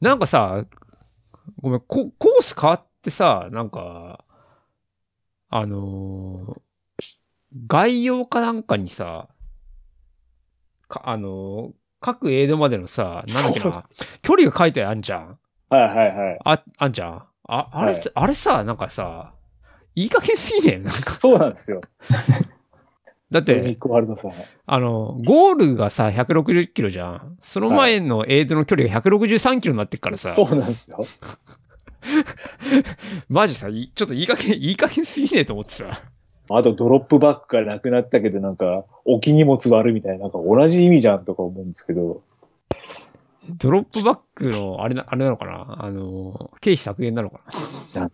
なんかさ、ごめん、ココース変わってさ、なんか、あのー概要かなんかにさ、か、あのー各エイドまでのさ、なんだっけな、距離が書いてあんじゃん。
はいはいはい。
あ、あんじゃん。あ、あれ、
はい
あれさ、なんかさ、いい加減すぎねえ [LAUGHS] なんか。
そうなんですよ。
だっ
ジェニ
て
ッ、ク・ワールドさん。
あの、ゴールがさ、160キロじゃん。その前のエイドの距離が163キロになってっからさ、
そうなんですよ。
マジさ、いちょっといい加減、いい加減すぎねえと思ってさ。
あとドロップバックがなくなったけど、なんか、置き荷物割るみたいな、なんか同じ意味じゃんとか思うんですけど、
ドロップバックの、あれな、あれなのかなあの、経費削減なのかな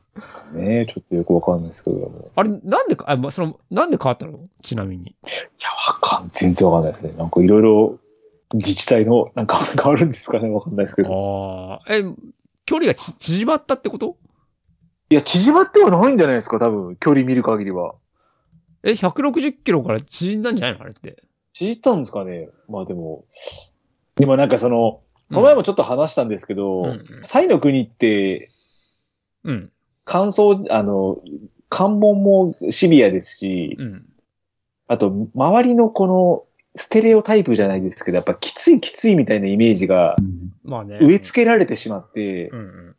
ねえ、ちょっとよくわかんないですけども。
あれ、なんでか、あ、ま、その、なんで変わったのちなみに。
いや、わかん、全然わかんないですね。なんかいろいろ、自治体の、なんか変わるんですかねわかんないですけど。
ああ、え、距離がち縮まったってこと
いや、縮まってはないんじゃないですか、多分、距離見る限りは。
え、160キロから縮んだんじゃないのあれって。
縮ったんですかねまあでも、でもなんかその、この前もちょっと話したんですけど、
うん
サイの国って、
うん。
乾燥、あの、関門もシビアですし、
うん。
あと、周りのこの、ステレオタイプじゃないですけど、やっぱきついきついみたいなイメージが
まあね。
植え付けられてしまって
う、んうん。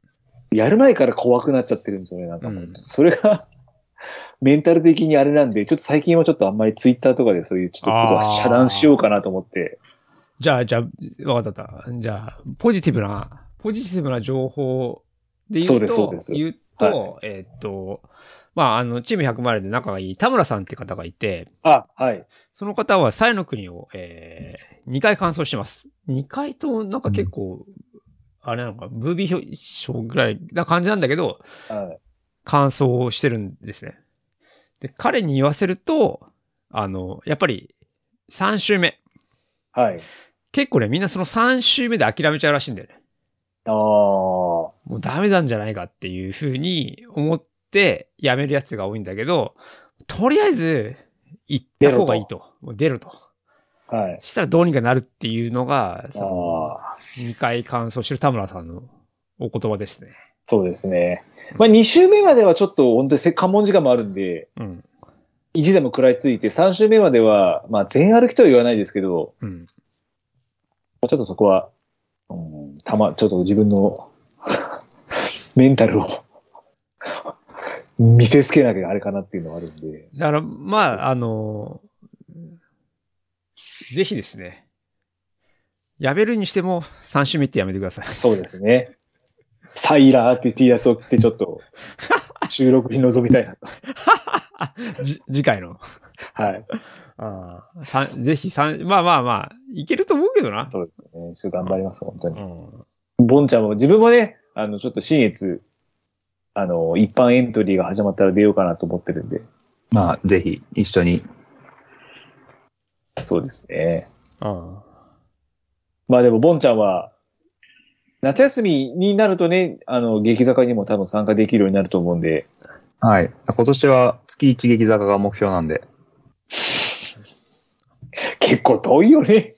やる前から怖くなっちゃってるんですよね、なんかもう。
うん
それが、メンタル的にあれなんで、ちょっと最近はちょっとあんまりツイッターとかでそういうちょっとことは遮断しようかなと思って、
じゃあ、じゃあ、わかったわかった。じゃあ、ポジティブな、ポジティブな情報で言
そう
うと、
ですそうです
言うと、えーっと、まあ、あの、チーム100マイルで仲がいい田村さんって方がいて、
あ、はい。
その方は、サイの国を、えー、2回完走してます。2回とも、なんか結構、あれなのか、ブービー賞ぐらいな感じなんだけど、
はい
完走をしてるんですね。で、彼に言わせると、あの、やっぱり、3周目。
はい。
結構ね、みんなその3周目で諦めちゃうらしいんだよね。
ああ、は
もうダメなんじゃないかっていうふうに思ってやめるやつが多いんだけど、とりあえず行った方がいいと。もう出ると。
い。
したらどうにかなるっていうのが、その
ああ、
2回完走してる田村さんのお言葉ですね。
そうですね。まあ、2周目まではちょっと、本当にせ関門時間もあるんで、
うん。
意地でも食らいついて、3周目までは、まあ、全歩きとは言わないですけど、
うん。
ちょっとそこは、うん、たま、ちょっと自分の [LAUGHS] メンタルを [LAUGHS] 見せつけなきゃあれかなっていうのはあるんで、
だから、まあ、あの、ぜひですね、やめるにしても3周目ってやめてください。
そうですね。サイラーって T シャツを着て、ちょっと、収録に臨みたいなと。 [LAUGHS]
じ次回の。
はい。
ああ、さんぜひさん、まあまあまあ、いけると思うけどな。
そうですね。ちょっと頑張ります、本当に。
うん。
ボンちゃんも、自分もね、あの、ちょっと新越、あの、一般エントリーが始まったら出ようかなと思ってるんで、
まあ、ぜひ、一緒に。
そうですね。
あ
まあでも、ボンちゃんは、夏休みになるとね、あの、劇坂にも多分参加できるようになると思うんで、
はい。今年は月一劇坂が目標なんで、
結構遠いよね。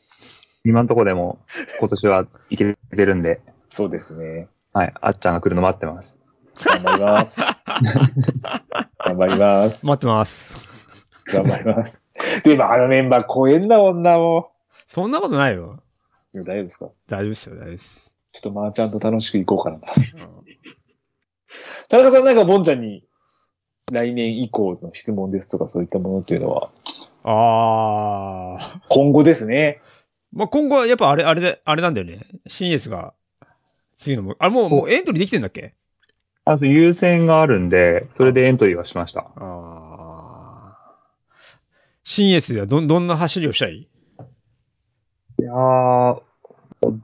今のところでも今年は行けてるんで、
そうですね。
はい。あっちゃんが来るの待ってます。
頑張ります。頑張ります。
待ってます。
頑張ります。でも、あのメンバー超えんな、女を。
そんなことないよ。
でも大丈夫ですか
大丈夫ですよ、大丈夫です。
ちょっとまーちゃんと楽しく行こうかな。
うん
田中さんなんかボンちゃんに来年以降の質問ですとかそういったものっていうのは、
ああ、
今後ですね。
まあ、今後はやっぱあれ、あれで、あれなんだよね。新エースが、次のも、あれもう、もうエントリーできてんだっけ
あ、そう、優先があるんで、それでエントリーはしました。
ああ。新エースではどん、どんな走りをしたい
いやー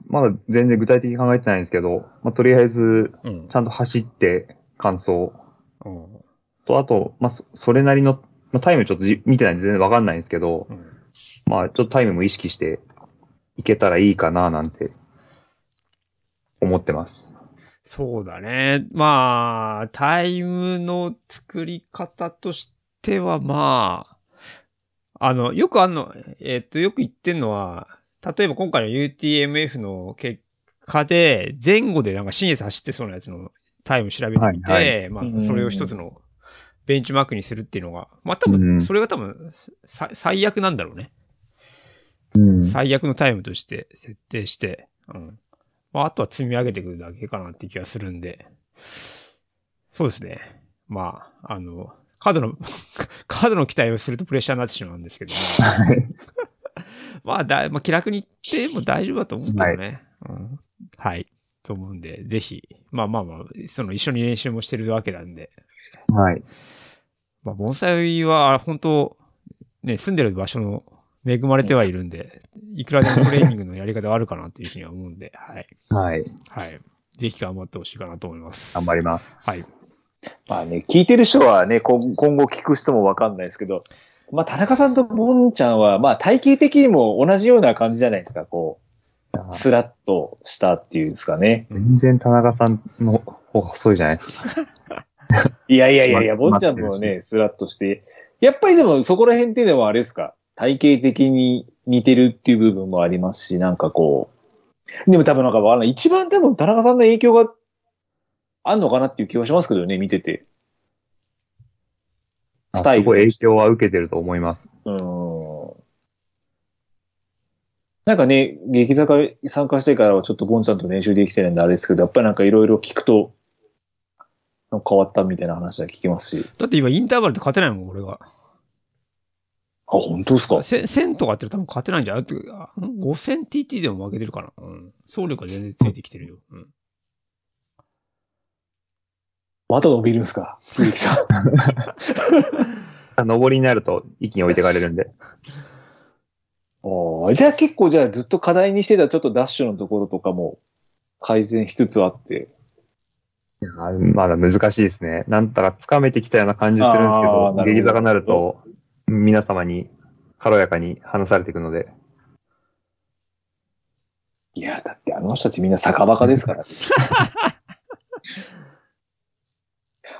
まだ全然具体的に考えてないんですけど、まあ、とりあえず、
うん
ち。ゃんと走って完走
うん。
と、あと、まあ、そそれなりの、まあ、タイムちょっとじ見てないんで全然わかんないんですけど、
うん
まあ、ちょっとタイムも意識していけたらいいかななんて思ってます。
そうだね。まあ、タイムの作り方としては、まあ、あの、よくあんの、えっと、よく言ってんのは、例えば今回の UTMF の結果で、前後でなんか新越走ってそうなやつのタイム調べてみて、
はい
ま
うんうんう
あ、
ん
それを一つのベンチマークにするっていうのが、まあ多
う
分、
ん
それが多分、さ最悪なんだろうね。
うん
最悪のタイムとして設定して、うん。まあ、あとは積み上げていくだけかなって気がするんで、そうですね。まあ、あの、カードの、 [LAUGHS] カードの期待をするとプレッシャーになってしまうんですけど、まあ、だいまあ、気楽に言っても大丈夫だと思うんですけどね。うん、はい。と思うんで、ぜひ、まあまあまあ、その一緒に練習もしてるわけなんで、
[LAUGHS] はい。
まあ、盆栽は、本当ね、住んでる場所の恵まれてはいるんで、いくらでもトレーニングのやり方はあるかなっていうふうには思うんで、はい。
はい。
はい。ぜひ頑張ってほしいかなと思います。
頑張ります。
はい。
まあね、聞いてる人はね、今今後聞く人もわかんないですけど、まあ田中さんとボンちゃんは、まあ体型的にも同じような感じじゃないですか、こう、スラッとしたっていうんですかね。
全然田中さんの方が細いじゃないですか。
いやいやいやいや、
しま
ボンちゃんも
しまって
ね、スラッとして、やっぱりでもそこら辺っていうのはあれですか、体型的に似てるっていう部分もありますし、なんかこう、でも多分なんかわかんない。一番多分田中さんの影響があんのかなっていう気はしますけどね、見てて。スタイル
あそこ影響は受けてると思います。
うーんなんかね、劇坂参加してからはちょっとゴンちゃんと練習できてるんであれですけど、やっぱりなんかいろいろ聞くと、なんか変わったみたいな話は聞きますし。
だって今インターバルで勝てないもん、俺が。
あ、本当ですか
せ1000とかって多分勝てないんじゃない ?5000TT でも負けてるかな。うん。総力が全然ついてきてるよ。うん。
また伸びるんですか劇 [LAUGHS] さん。
上りになると一気に置いてかれるんで。
おーじゃあ結構じゃあずっと課題にしてたちょっとダッシュのところとかも改善しつつあって。
いやーまだ難しいですね。なんとかつかめてきたような感じするんですけ
あー
ど、
なるほど
激坂になると、皆様に軽やかに話されていくので。
いや、だってあの人たちみんな坂バカですから。 [LAUGHS]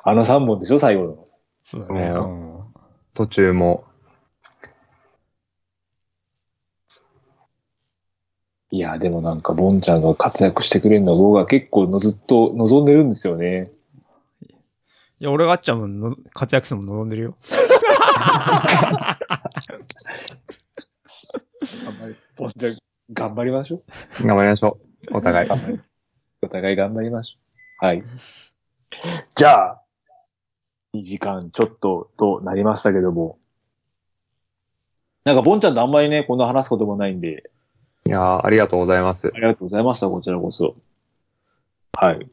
あの3本でしょ最後の。
そうだね。うん。
途中も。
いや、でもなんか、ボンちゃんが活躍してくれるのは僕は結構のずっと望んでるんですよね。
いや、俺があっちゃんもの活躍するの望んでるよ。
頑張り、ボンちゃん、頑張りましょう。
頑張りましょう。お
[LAUGHS]
互い。
お互い頑張りましょう。はい。じゃあ、2時間ちょっととなりましたけども。なんか、ボンちゃんとあんまりね、こんな話すこともないんで、
いやーありがとうございます
あ。りがとうございました、こちらこそ。はい。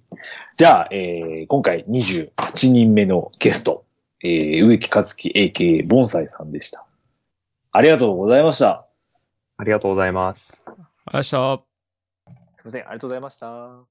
じゃあ、えー今回28人目のゲスト、えー植木和樹 AK 盆栽さんでした。ありがとうございました。
ありがとうございます。
明日。
すみません、ありがとうございました。